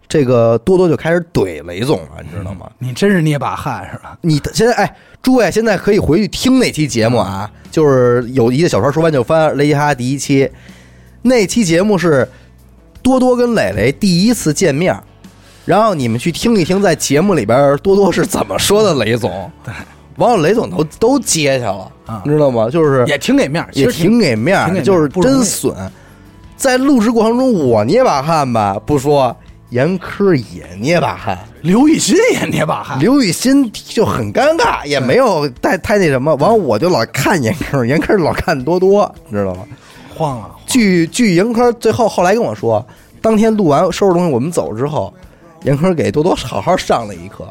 [SPEAKER 2] 这个多多就开始怼雷总了，你知道吗？
[SPEAKER 1] 你真是捏把汗是吧？
[SPEAKER 2] 你的现在哎，诸位现在可以回去听那期节目啊，就是有一个小船说翻就翻，雷哈第一期，那期节目是多多跟磊磊第一次见面，然后你们去听一听，在节目里边多多是怎么说的 雷总，完了雷总都都接下了
[SPEAKER 1] 啊，
[SPEAKER 2] 你知道吗？就是
[SPEAKER 1] 也挺给面儿，其
[SPEAKER 2] 也
[SPEAKER 1] 实
[SPEAKER 2] 挺给面儿
[SPEAKER 1] 挺给面
[SPEAKER 2] 的，
[SPEAKER 1] 儿
[SPEAKER 2] 就是
[SPEAKER 1] 不容易
[SPEAKER 2] 真损。在录制过程中，我捏把汗吧，不说，严科也捏把汗。
[SPEAKER 1] 刘雨欣也捏把汗，
[SPEAKER 2] 刘雨欣就很尴尬，也没有太太那什么。完，我就老看严科，严科老看多多，你知道吗？
[SPEAKER 1] 慌了。
[SPEAKER 2] 据据严科最后后来跟我说，当天录完收拾东西我们走之后，严科给多多好好上了一课，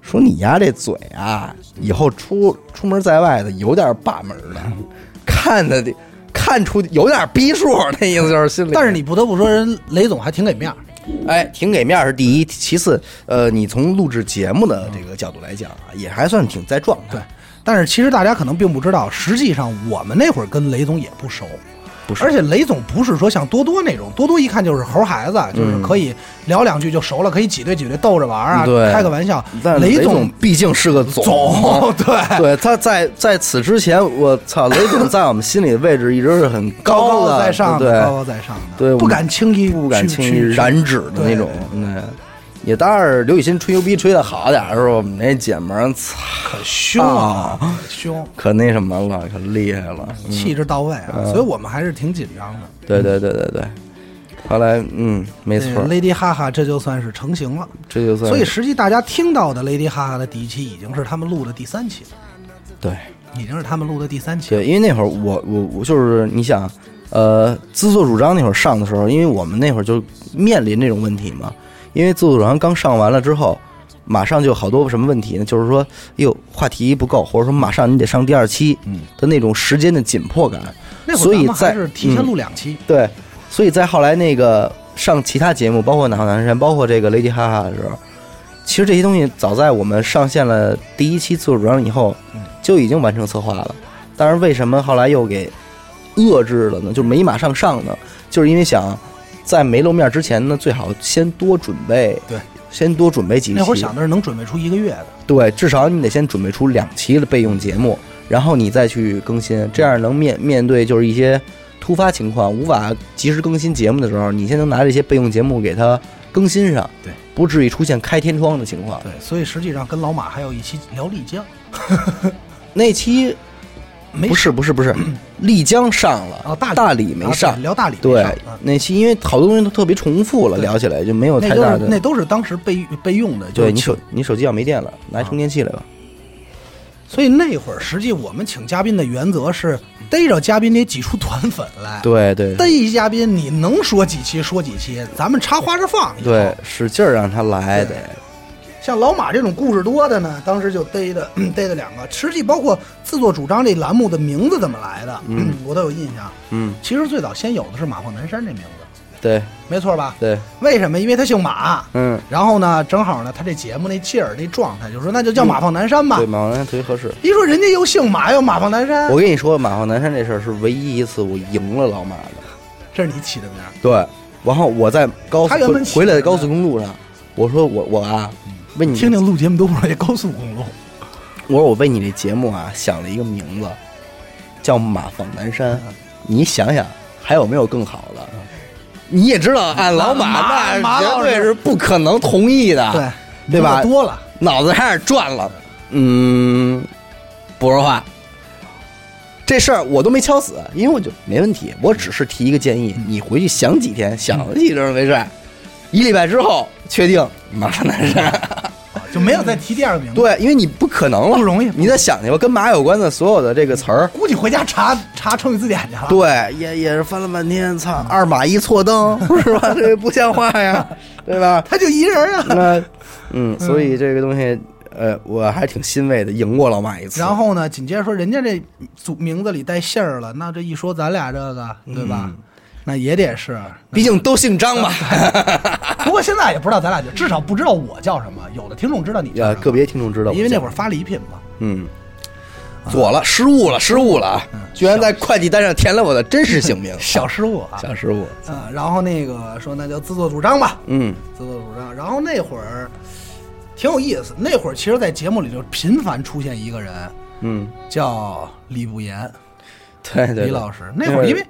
[SPEAKER 2] 说你丫这嘴啊，以后出出门在外的有点把门的， 看的得看出有点逼数，那意思就是心里。
[SPEAKER 1] 但是你不得不说，人雷总还挺给面儿。
[SPEAKER 2] 哎，挺给面儿是第一，其次，呃，你从录制节目的这个角度来讲啊，也还算挺在状态。
[SPEAKER 1] 对，但是其实大家可能并不知道，实际上我们那会儿跟雷总也不熟，
[SPEAKER 2] 不是
[SPEAKER 1] 而且雷总不是说像多多那种，多多一看就是猴孩子，
[SPEAKER 2] 嗯
[SPEAKER 1] 就是可以聊两句就熟了，可以挤兑挤兑逗着玩儿啊，
[SPEAKER 2] 对
[SPEAKER 1] 开个玩笑。
[SPEAKER 2] 但
[SPEAKER 1] 雷
[SPEAKER 2] 总
[SPEAKER 1] 总
[SPEAKER 2] 毕竟是个总，
[SPEAKER 1] 总 对
[SPEAKER 2] 对他在在此之前，我操，雷总在我们心里的位置一直是很
[SPEAKER 1] 高
[SPEAKER 2] 的，
[SPEAKER 1] 在上的，高
[SPEAKER 2] 对
[SPEAKER 1] 高在上的，
[SPEAKER 2] 对我们
[SPEAKER 1] 不敢轻易
[SPEAKER 2] 不敢
[SPEAKER 1] 去
[SPEAKER 2] 轻易
[SPEAKER 1] 去
[SPEAKER 2] 染指的那种
[SPEAKER 1] 对。
[SPEAKER 2] 嗯，也当然，刘雨欣吹牛逼吹的好点儿的时候，我们那姐们儿，操，
[SPEAKER 1] 可凶啊，可凶，
[SPEAKER 2] 可那什么了，可厉害了。嗯
[SPEAKER 1] 气质到位啊，所以我们还是挺紧张的。
[SPEAKER 2] 对对对对对，后来嗯，没错
[SPEAKER 1] 对，，Lady 呃哈哈，这就算是成型了。
[SPEAKER 2] 这就算
[SPEAKER 1] 所以实际大家听到的 Lady 哈哈的第一期，已经是他们录的第三期了。
[SPEAKER 2] 对
[SPEAKER 1] 已经是他们录的第三期了。
[SPEAKER 2] 对，因为那会儿我我我就是你想，呃，自作主张那会儿上的时候，因为我们那会儿就面临这种问题嘛，因为自作主张刚上完了之后，马上就好多什么问题呢？就是说，哟，话题不够，或者说马上你得上第二期，嗯，的那种时间的紧迫感，
[SPEAKER 1] 那会
[SPEAKER 2] 所
[SPEAKER 1] 儿咱
[SPEAKER 2] 以
[SPEAKER 1] 们还
[SPEAKER 2] 在嗯
[SPEAKER 1] 是提前录两期，
[SPEAKER 2] 对，所以在后来那个上其他节目，包括《哪号南山》，包括这个《Lady 哈哈》的时候，其实这些东西早在我们上线了第一期自主主张以后，
[SPEAKER 1] 嗯
[SPEAKER 2] 就已经完成策划了。但是为什么后来又给遏制了呢？就没马上上呢？就是因为想在没露面之前呢，最好先多准备，
[SPEAKER 1] 对，
[SPEAKER 2] 先多准备几期。
[SPEAKER 1] 那会儿想的是能准备出一个月的。
[SPEAKER 2] 对，至少你得先准备出两期的备用节目，然后你再去更新，这样能面面对就是一些突发情况无法及时更新节目的时候，你先能拿这些备用节目给它更新上，
[SPEAKER 1] 对，
[SPEAKER 2] 不至于出现开天窗的情况。
[SPEAKER 1] 对，所以实际上跟老马还有一期聊丽江，
[SPEAKER 2] 那期
[SPEAKER 1] 没
[SPEAKER 2] 不是不是不是，丽江上了，
[SPEAKER 1] 啊，大
[SPEAKER 2] 大理没
[SPEAKER 1] 啊
[SPEAKER 2] 上
[SPEAKER 1] 对，聊大理没
[SPEAKER 2] 对
[SPEAKER 1] 上啊，
[SPEAKER 2] 那期因为好多东西都特别重复了，
[SPEAKER 1] 对
[SPEAKER 2] 聊起来就没有
[SPEAKER 1] 那
[SPEAKER 2] 太
[SPEAKER 1] 都
[SPEAKER 2] 大
[SPEAKER 1] 是
[SPEAKER 2] 的。
[SPEAKER 1] 那都是当时备备用的，就
[SPEAKER 2] 对
[SPEAKER 1] 是
[SPEAKER 2] 你
[SPEAKER 1] 请
[SPEAKER 2] 手你手机要没电了，拿充电器来吧。
[SPEAKER 1] 所以那会儿，实际我们请嘉宾的原则是逮着嘉宾得挤出团粉来。
[SPEAKER 2] 对对
[SPEAKER 1] 逮一嘉宾，你能说几期说几期，咱们插花着放。以后
[SPEAKER 2] 对，，使劲儿让他来得
[SPEAKER 1] 对，像老马这种故事多的呢，当时就逮的 逮的两个。实际包括自作主张这栏目的名字怎么来的，嗯，我都有印象。
[SPEAKER 2] 嗯，
[SPEAKER 1] 其实最早先有的是马霍南山这名字，
[SPEAKER 2] 对
[SPEAKER 1] 没错吧？
[SPEAKER 2] 对，
[SPEAKER 1] 为什么？因为他姓马。
[SPEAKER 2] 嗯，
[SPEAKER 1] 然后呢，正好呢，他这节目那劲儿、那状态，就说那就叫马放南山吧
[SPEAKER 2] 嗯 对。马王南山特别合适。
[SPEAKER 1] 一说人家又姓马，又马放南山
[SPEAKER 2] 我，跟你说，马王南山这事儿是唯一一次我赢了老马的。
[SPEAKER 1] 这是你起的名儿。
[SPEAKER 2] 对，然后我在高速
[SPEAKER 1] 他原本
[SPEAKER 2] 回
[SPEAKER 1] 起
[SPEAKER 2] 回来
[SPEAKER 1] 的
[SPEAKER 2] 的
[SPEAKER 1] 呢嗯
[SPEAKER 2] 高速公路上，我说我我啊，为你
[SPEAKER 1] 听听录节目都不容易，高速公路。
[SPEAKER 2] 我说我为你这节目啊想了一个名字，叫《马放南山》， 你想想还有没有更好的？你也知道，按老
[SPEAKER 1] 嗯马
[SPEAKER 2] 马
[SPEAKER 1] 马
[SPEAKER 2] 那
[SPEAKER 1] 老
[SPEAKER 2] 绝
[SPEAKER 1] 师
[SPEAKER 2] 对是不可能同意的，
[SPEAKER 1] 对，
[SPEAKER 2] 啊对吧
[SPEAKER 1] 名字多了，
[SPEAKER 2] 脑子开始转了，嗯，不说话。这事儿我都没敲死，因为我就没问题，我只是提一个建
[SPEAKER 1] 嗯
[SPEAKER 2] 议，你回去想几天，想了几阵没事儿，一礼拜之后确定马上南山。
[SPEAKER 1] 啊就没有再提第二个名字。，
[SPEAKER 2] 对，因为你不可能了，
[SPEAKER 1] 不容易
[SPEAKER 2] 你再想去吧，跟马有关的所有的这个词儿，
[SPEAKER 1] 估计回家查查成语字典去了。
[SPEAKER 2] 对，也也是翻了半天，操，二马一 错蹬，是吧？这不像话呀，对吧？
[SPEAKER 1] 他就一人啊。
[SPEAKER 2] 那，嗯，所以这个东西，呃，我还挺欣慰的，赢过老马一次。
[SPEAKER 1] 然后呢，紧接着说人家这组名字里带姓儿了，那这一说咱俩这个，
[SPEAKER 2] 嗯
[SPEAKER 1] 对吧？那也得 是。
[SPEAKER 2] 毕竟都姓张 嘛。
[SPEAKER 1] 不过现在也不知道咱俩就至少不知道我叫什么，有的听众知道你叫
[SPEAKER 2] 呃，
[SPEAKER 1] 什么
[SPEAKER 2] 个别听众知道，
[SPEAKER 1] 因为那
[SPEAKER 2] 儿，
[SPEAKER 1] 会儿发礼品嘛。，
[SPEAKER 2] 嗯，左了，失误了，失误了啊！居然在快递单上填了我的真实姓 名
[SPEAKER 1] 小失误啊，
[SPEAKER 2] 小失误。
[SPEAKER 1] 啊，然后那个说那就自作主张吧，
[SPEAKER 2] 嗯，
[SPEAKER 1] 自作主张。然后那会儿挺有意思，那会儿其实，在节目里就频繁出现一个人，
[SPEAKER 2] 嗯，
[SPEAKER 1] 叫李不言，
[SPEAKER 2] 对对对，
[SPEAKER 1] 李老师。那会儿因为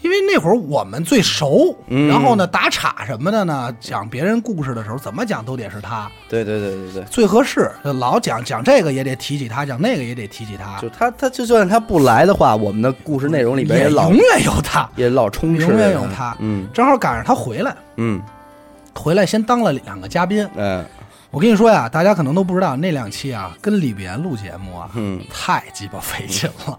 [SPEAKER 1] 因为那会儿我们最熟，
[SPEAKER 2] 嗯
[SPEAKER 1] 然后呢打岔什么的呢，讲别人故事的时候怎么讲都得是他
[SPEAKER 2] 对对对对对，
[SPEAKER 1] 最合适，就老讲讲这个也得提起他，讲那个也得提起他
[SPEAKER 2] 就，他他就算他不来的话，我们的故事内容里边
[SPEAKER 1] 也
[SPEAKER 2] 老
[SPEAKER 1] 永远有他，
[SPEAKER 2] 也老充斥着
[SPEAKER 1] 永远有他。
[SPEAKER 2] 嗯
[SPEAKER 1] 正好赶上他回来，
[SPEAKER 2] 嗯
[SPEAKER 1] 回来先当了两个嘉宾。
[SPEAKER 2] 嗯
[SPEAKER 1] 我跟你说呀，大家可能都不知道，那两期啊，跟李岩录节目啊，
[SPEAKER 2] 嗯
[SPEAKER 1] 太鸡巴费劲了，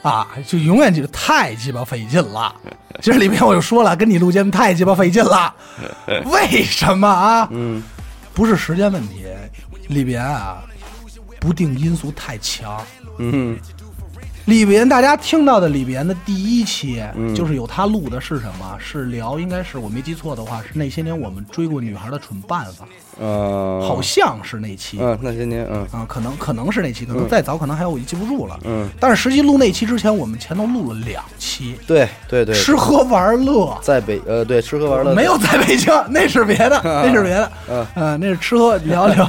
[SPEAKER 1] 啊，就永远就太鸡巴费劲了。其实里面我就说了，跟你录节目太鸡巴费劲了，为什么啊？
[SPEAKER 2] 嗯，
[SPEAKER 1] 不是时间问题，里边啊，不定因素太强。
[SPEAKER 2] 嗯
[SPEAKER 1] 里边大家听到的里边的第一期，就是有他录的是什么？是聊，应该是我没记错的话，是那些年我们追过女孩的蠢办法，
[SPEAKER 2] 呃，
[SPEAKER 1] 好像是那期。
[SPEAKER 2] 嗯，那些年嗯
[SPEAKER 1] 啊，可能可能是那期，可能再早，可能还有我就记不住了。
[SPEAKER 2] 嗯，
[SPEAKER 1] 但是实际录那期之前，我们前头录了两期，
[SPEAKER 2] 对对对，
[SPEAKER 1] 吃喝玩乐，
[SPEAKER 2] 在北呃对吃喝玩乐
[SPEAKER 1] 没有在北京，那是别的，那是别的，
[SPEAKER 2] 嗯
[SPEAKER 1] 嗯，那是吃喝聊聊。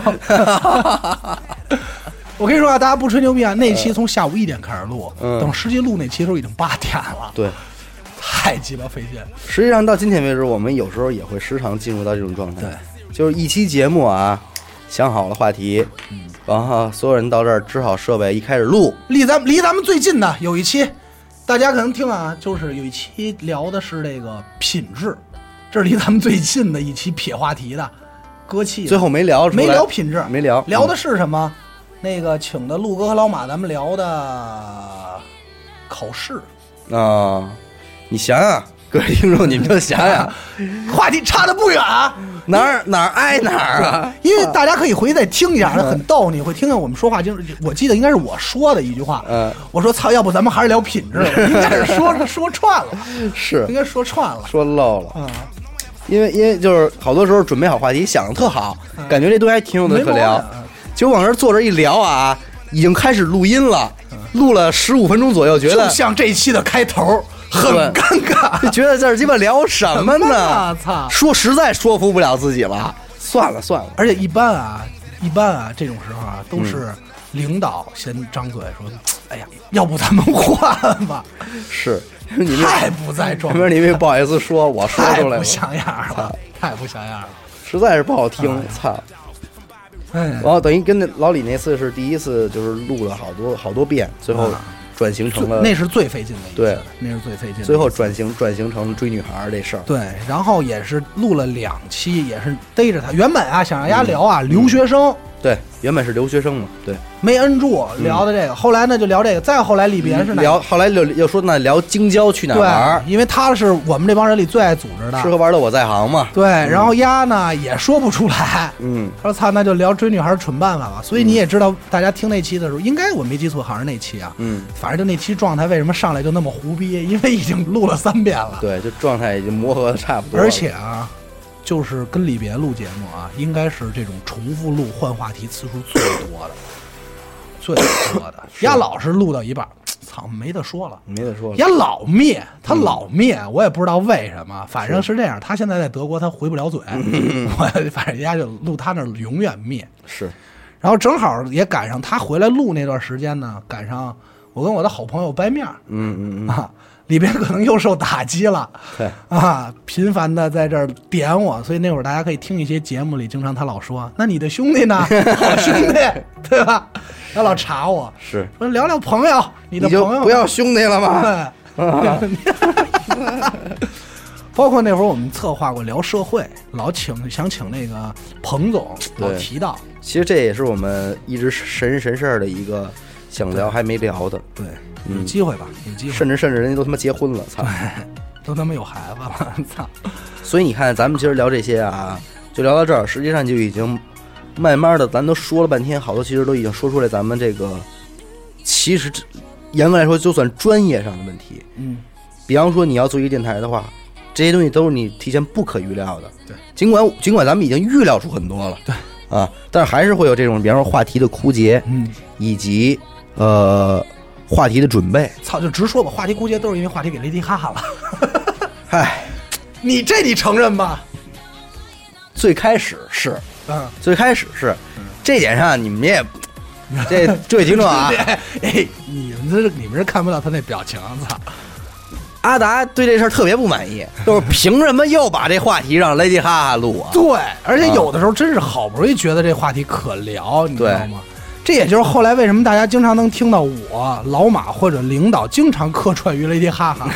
[SPEAKER 1] 我跟你说啊，大家不吹牛逼啊，那期从下午一点开始录，
[SPEAKER 2] 嗯
[SPEAKER 1] 等实际录那期的时候已经八点了，
[SPEAKER 2] 对。
[SPEAKER 1] 太鸡巴费劲。
[SPEAKER 2] 实际上到今天为止，我们有时候也会时常进入到这种状态。
[SPEAKER 1] 对，
[SPEAKER 2] 就是一期节目啊，想好了话题，
[SPEAKER 1] 嗯
[SPEAKER 2] 然后所有人到这儿支好设备，一开始录。
[SPEAKER 1] 离咱们离咱们最近的有一期，大家可能听啊，就是有一期聊的是这个品质，这是离咱们最近的一期撇话题的，歌气的
[SPEAKER 2] 最后没聊出来，
[SPEAKER 1] 没聊品质，
[SPEAKER 2] 没聊嗯
[SPEAKER 1] 聊的是什么？那个请的陆哥和老马，咱们聊的考试
[SPEAKER 2] 嗯啊、你想想，各位听众，你们就想 想
[SPEAKER 1] 话题差的不远啊，
[SPEAKER 2] 哪儿哪儿挨哪儿啊？ 嗯
[SPEAKER 1] 因为大家可以回去再听一下，很逗，你会听见我们说话，就是我记得应该是我说的一句话，
[SPEAKER 2] 嗯
[SPEAKER 1] 我说操，要不咱们还是聊品 质吧，应该是说说串了，
[SPEAKER 2] 是
[SPEAKER 1] 应该说串了。
[SPEAKER 2] 说漏了，
[SPEAKER 1] 啊，
[SPEAKER 2] 因为因为就是好多时候准备好话题，想的特好，感觉这东西还挺有的可
[SPEAKER 1] 嗯没毛
[SPEAKER 2] 聊
[SPEAKER 1] 病啊，
[SPEAKER 2] 结果往这儿坐着一聊啊，已经开始录音了，录了十五分钟左右，觉
[SPEAKER 1] 嗯就
[SPEAKER 2] 得
[SPEAKER 1] 像这期的开头，很
[SPEAKER 2] 对
[SPEAKER 1] 尴尬。
[SPEAKER 2] 就觉得这儿鸡巴聊什么
[SPEAKER 1] 什么
[SPEAKER 2] 呢
[SPEAKER 1] 呢？操
[SPEAKER 2] 说实在说服不了自己了，算了算了。
[SPEAKER 1] 而且一般啊，一般啊，这种时候啊，都是领导先张嘴说：“哎呀，要不咱们换吧
[SPEAKER 2] 是，你？”
[SPEAKER 1] 太
[SPEAKER 2] 们
[SPEAKER 1] 不在状
[SPEAKER 2] 你们
[SPEAKER 1] 态，
[SPEAKER 2] 你们不好意思说，我说
[SPEAKER 1] 太
[SPEAKER 2] 出来
[SPEAKER 1] 不
[SPEAKER 2] 了，
[SPEAKER 1] 像样 了，太不像样了。
[SPEAKER 2] 实在是不好
[SPEAKER 1] 嗯
[SPEAKER 2] 听，操！
[SPEAKER 1] 哎
[SPEAKER 2] 然，后等于跟那老李那次是第一次，就是录了好多好多遍，最后转型
[SPEAKER 1] 最
[SPEAKER 2] 成了
[SPEAKER 1] 嗯那是最费劲的一次，
[SPEAKER 2] 对，
[SPEAKER 1] 那是最费劲的一次。
[SPEAKER 2] 最后转型转型成追女孩儿这事儿。
[SPEAKER 1] 对，然后也是录了两
[SPEAKER 2] 嗯
[SPEAKER 1] 期，也是逮着他。原本啊，想让大家聊啊，留学生
[SPEAKER 2] 对，原本是留学生嘛，对，
[SPEAKER 1] 没摁住，聊的这个。后来呢，就聊这个，再后来李别是哪？
[SPEAKER 2] 聊，后来又又说那聊京郊去哪儿玩
[SPEAKER 1] 对
[SPEAKER 2] 儿，，
[SPEAKER 1] 因为他是我们这帮人里最爱组织的
[SPEAKER 2] 吃。喝玩乐我在行嘛。
[SPEAKER 1] 对，然后丫呢也说不出来，
[SPEAKER 2] 嗯，
[SPEAKER 1] 他说：“操，那就聊追女孩儿蠢办法吧。”所以你也知道，大家听那期的时候，应该我没记错，好像是那期啊。
[SPEAKER 2] 嗯，
[SPEAKER 1] 反正就那期状态为什么上来就那么胡逼，因为已经录了三遍了。
[SPEAKER 2] 对，就状态已经磨合的差不多了。
[SPEAKER 1] 而且啊，就是跟李别录节目啊，应该是这种重复录换话题次数最多的，最多的。丫老是录到一半儿，操，没得说了。
[SPEAKER 2] 没得说了，
[SPEAKER 1] 也老灭，他老灭，我也不知道为什么，反正是这样。他现在在德国，他回不了 嘴，我反正人家就录他那儿永远灭。
[SPEAKER 2] 是
[SPEAKER 1] 然后正好也赶上他回来录那段时间呢，赶上我跟我的好朋友掰面儿，嗯嗯啊，里边可能又受打击了，
[SPEAKER 2] 对
[SPEAKER 1] 啊，频繁的在这儿点我，所以那会儿大家可以听一些节目里，经常他老说，那你的兄弟 呢？好兄弟，对吧？他老查我，
[SPEAKER 2] 是，
[SPEAKER 1] 说聊聊朋友，你的
[SPEAKER 2] 你
[SPEAKER 1] 朋
[SPEAKER 2] 就
[SPEAKER 1] 友
[SPEAKER 2] 不要兄弟了嘛。
[SPEAKER 1] 对， 包括那会儿我们策划过聊社会，老请想请那个彭总老
[SPEAKER 2] 对
[SPEAKER 1] 提到，
[SPEAKER 2] 其实这也是我们一直神人神事儿的一个想聊还没聊的，
[SPEAKER 1] 对，
[SPEAKER 2] 嗯
[SPEAKER 1] 有机会吧，有机会，
[SPEAKER 2] 甚至甚至人家都他妈结婚了，操！
[SPEAKER 1] 都他妈有孩子了， 操！
[SPEAKER 2] 所以你看，咱们其实聊这些啊，就聊到这儿，实际上就已经慢慢的，咱都说了半天，好多其实都已经说出来咱们这个，其实这严格来说，就算专业上的问题，
[SPEAKER 1] 嗯，
[SPEAKER 2] 比方说你要做一个电台的话，这些东西都是你提前不可预料的。
[SPEAKER 1] 对，
[SPEAKER 2] 尽管尽管咱们已经预料出很多了，对啊，但是还是会有这种，比方说话题的枯竭，
[SPEAKER 1] 嗯，
[SPEAKER 2] 以及呃话题的准备。
[SPEAKER 1] 操，就直说吧，话题估计都是因为话题给雷迪哈哈了，
[SPEAKER 2] 唉，
[SPEAKER 1] 你这你承认吧？
[SPEAKER 2] 最开始是
[SPEAKER 1] 嗯，
[SPEAKER 2] 最开始是，这点上你们也这这位听众啊，
[SPEAKER 1] 哎，你们这你们是看不到他那表情，操！
[SPEAKER 2] 阿达对这事儿特别不满意，就是凭什么又把这话题让雷迪哈哈录啊？
[SPEAKER 1] 对，而且有的时候真是好不容易觉得这话题可聊，你知道
[SPEAKER 2] 对
[SPEAKER 1] 吗？这也就是后来为什么大家经常能听到我、老马或者领导经常客串于雷迪哈 哈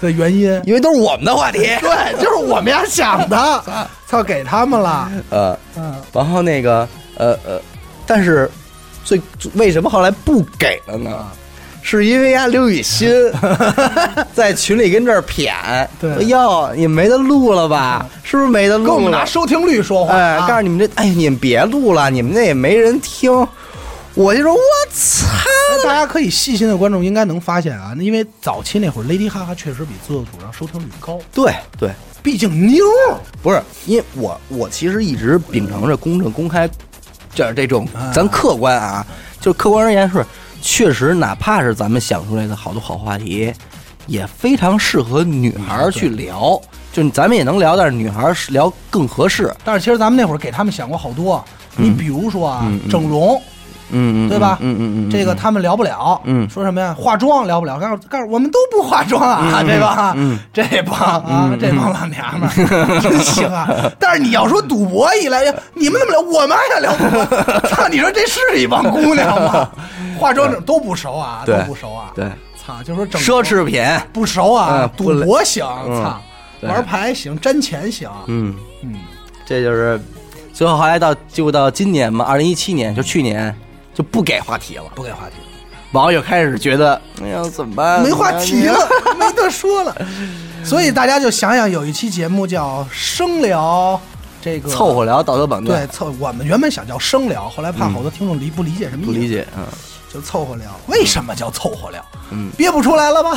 [SPEAKER 1] 的原因。
[SPEAKER 2] 因为都是我们的话题。
[SPEAKER 1] 对，就是我们家想的，操，给他们了。
[SPEAKER 2] 呃，
[SPEAKER 1] 嗯，
[SPEAKER 2] 然后那个呃呃，但是最最为什么后来不给了呢？是因为呀，刘雨欣在群里跟这儿谝，
[SPEAKER 1] 对
[SPEAKER 2] 哎呦，你没得录了吧？是不是没得录了？
[SPEAKER 1] 跟我们拿收听率说话
[SPEAKER 2] 哎，
[SPEAKER 1] 啊。
[SPEAKER 2] 告诉你们这，哎，你们别录了，你们那也没人听。我就说，我操！
[SPEAKER 1] 大家可以细心的观众应该能发现啊，因为早期那会儿雷迪哈哈确实比自由主张收听率高，
[SPEAKER 2] 对对，
[SPEAKER 1] 毕竟妞儿
[SPEAKER 2] 不是，因为我我其实一直秉承着公正公开，这这种
[SPEAKER 1] 啊
[SPEAKER 2] 咱客观啊，就是客观而言是，确实哪怕是咱们想出来的好多好话题，也非常适合女孩儿去聊。
[SPEAKER 1] 嗯
[SPEAKER 2] 就咱们也能聊，但是女孩儿是聊更合适。
[SPEAKER 1] 但是其实咱们那会儿给他们想过好多，你比如说啊，整容，
[SPEAKER 2] 嗯
[SPEAKER 1] 对吧？
[SPEAKER 2] 嗯嗯嗯，
[SPEAKER 1] 这个他们聊不了，
[SPEAKER 2] 嗯
[SPEAKER 1] 说什么呀？化妆聊不了，告诉告诉我们都不化妆
[SPEAKER 2] 嗯
[SPEAKER 1] 啊，这帮这帮啊，这帮老娘们 儿真行啊！但是你要说赌博一来，你们怎么聊？我们还想聊赌 博？操，你说这是一帮姑娘吗？化妆都不熟啊，都
[SPEAKER 2] 对
[SPEAKER 1] 不熟啊，
[SPEAKER 2] 对，
[SPEAKER 1] 操，就说整
[SPEAKER 2] 奢侈品，
[SPEAKER 1] 不熟啊
[SPEAKER 2] 嗯，
[SPEAKER 1] 赌
[SPEAKER 2] 不
[SPEAKER 1] 博行，
[SPEAKER 2] 嗯
[SPEAKER 1] 操，
[SPEAKER 2] 对
[SPEAKER 1] 玩牌行，沾钱行，
[SPEAKER 2] 嗯，
[SPEAKER 1] 嗯，
[SPEAKER 2] 这就是最后后来到就到今年嘛，二零一七年就去年就不给话题了，
[SPEAKER 1] 不给话题了。
[SPEAKER 2] 网友开始觉得，哎呀，怎么办？
[SPEAKER 1] 没话题了，没得说了。所以大家就想想，有一期节目叫“生聊”，这个
[SPEAKER 2] 凑合聊道德绑架。
[SPEAKER 1] 对凑。我们原本想叫“生聊”，后来怕好多听众理不理解什么意思，
[SPEAKER 2] 不理解，嗯，
[SPEAKER 1] 就凑合聊。为什么叫凑合聊？嗯，憋不出来了吧？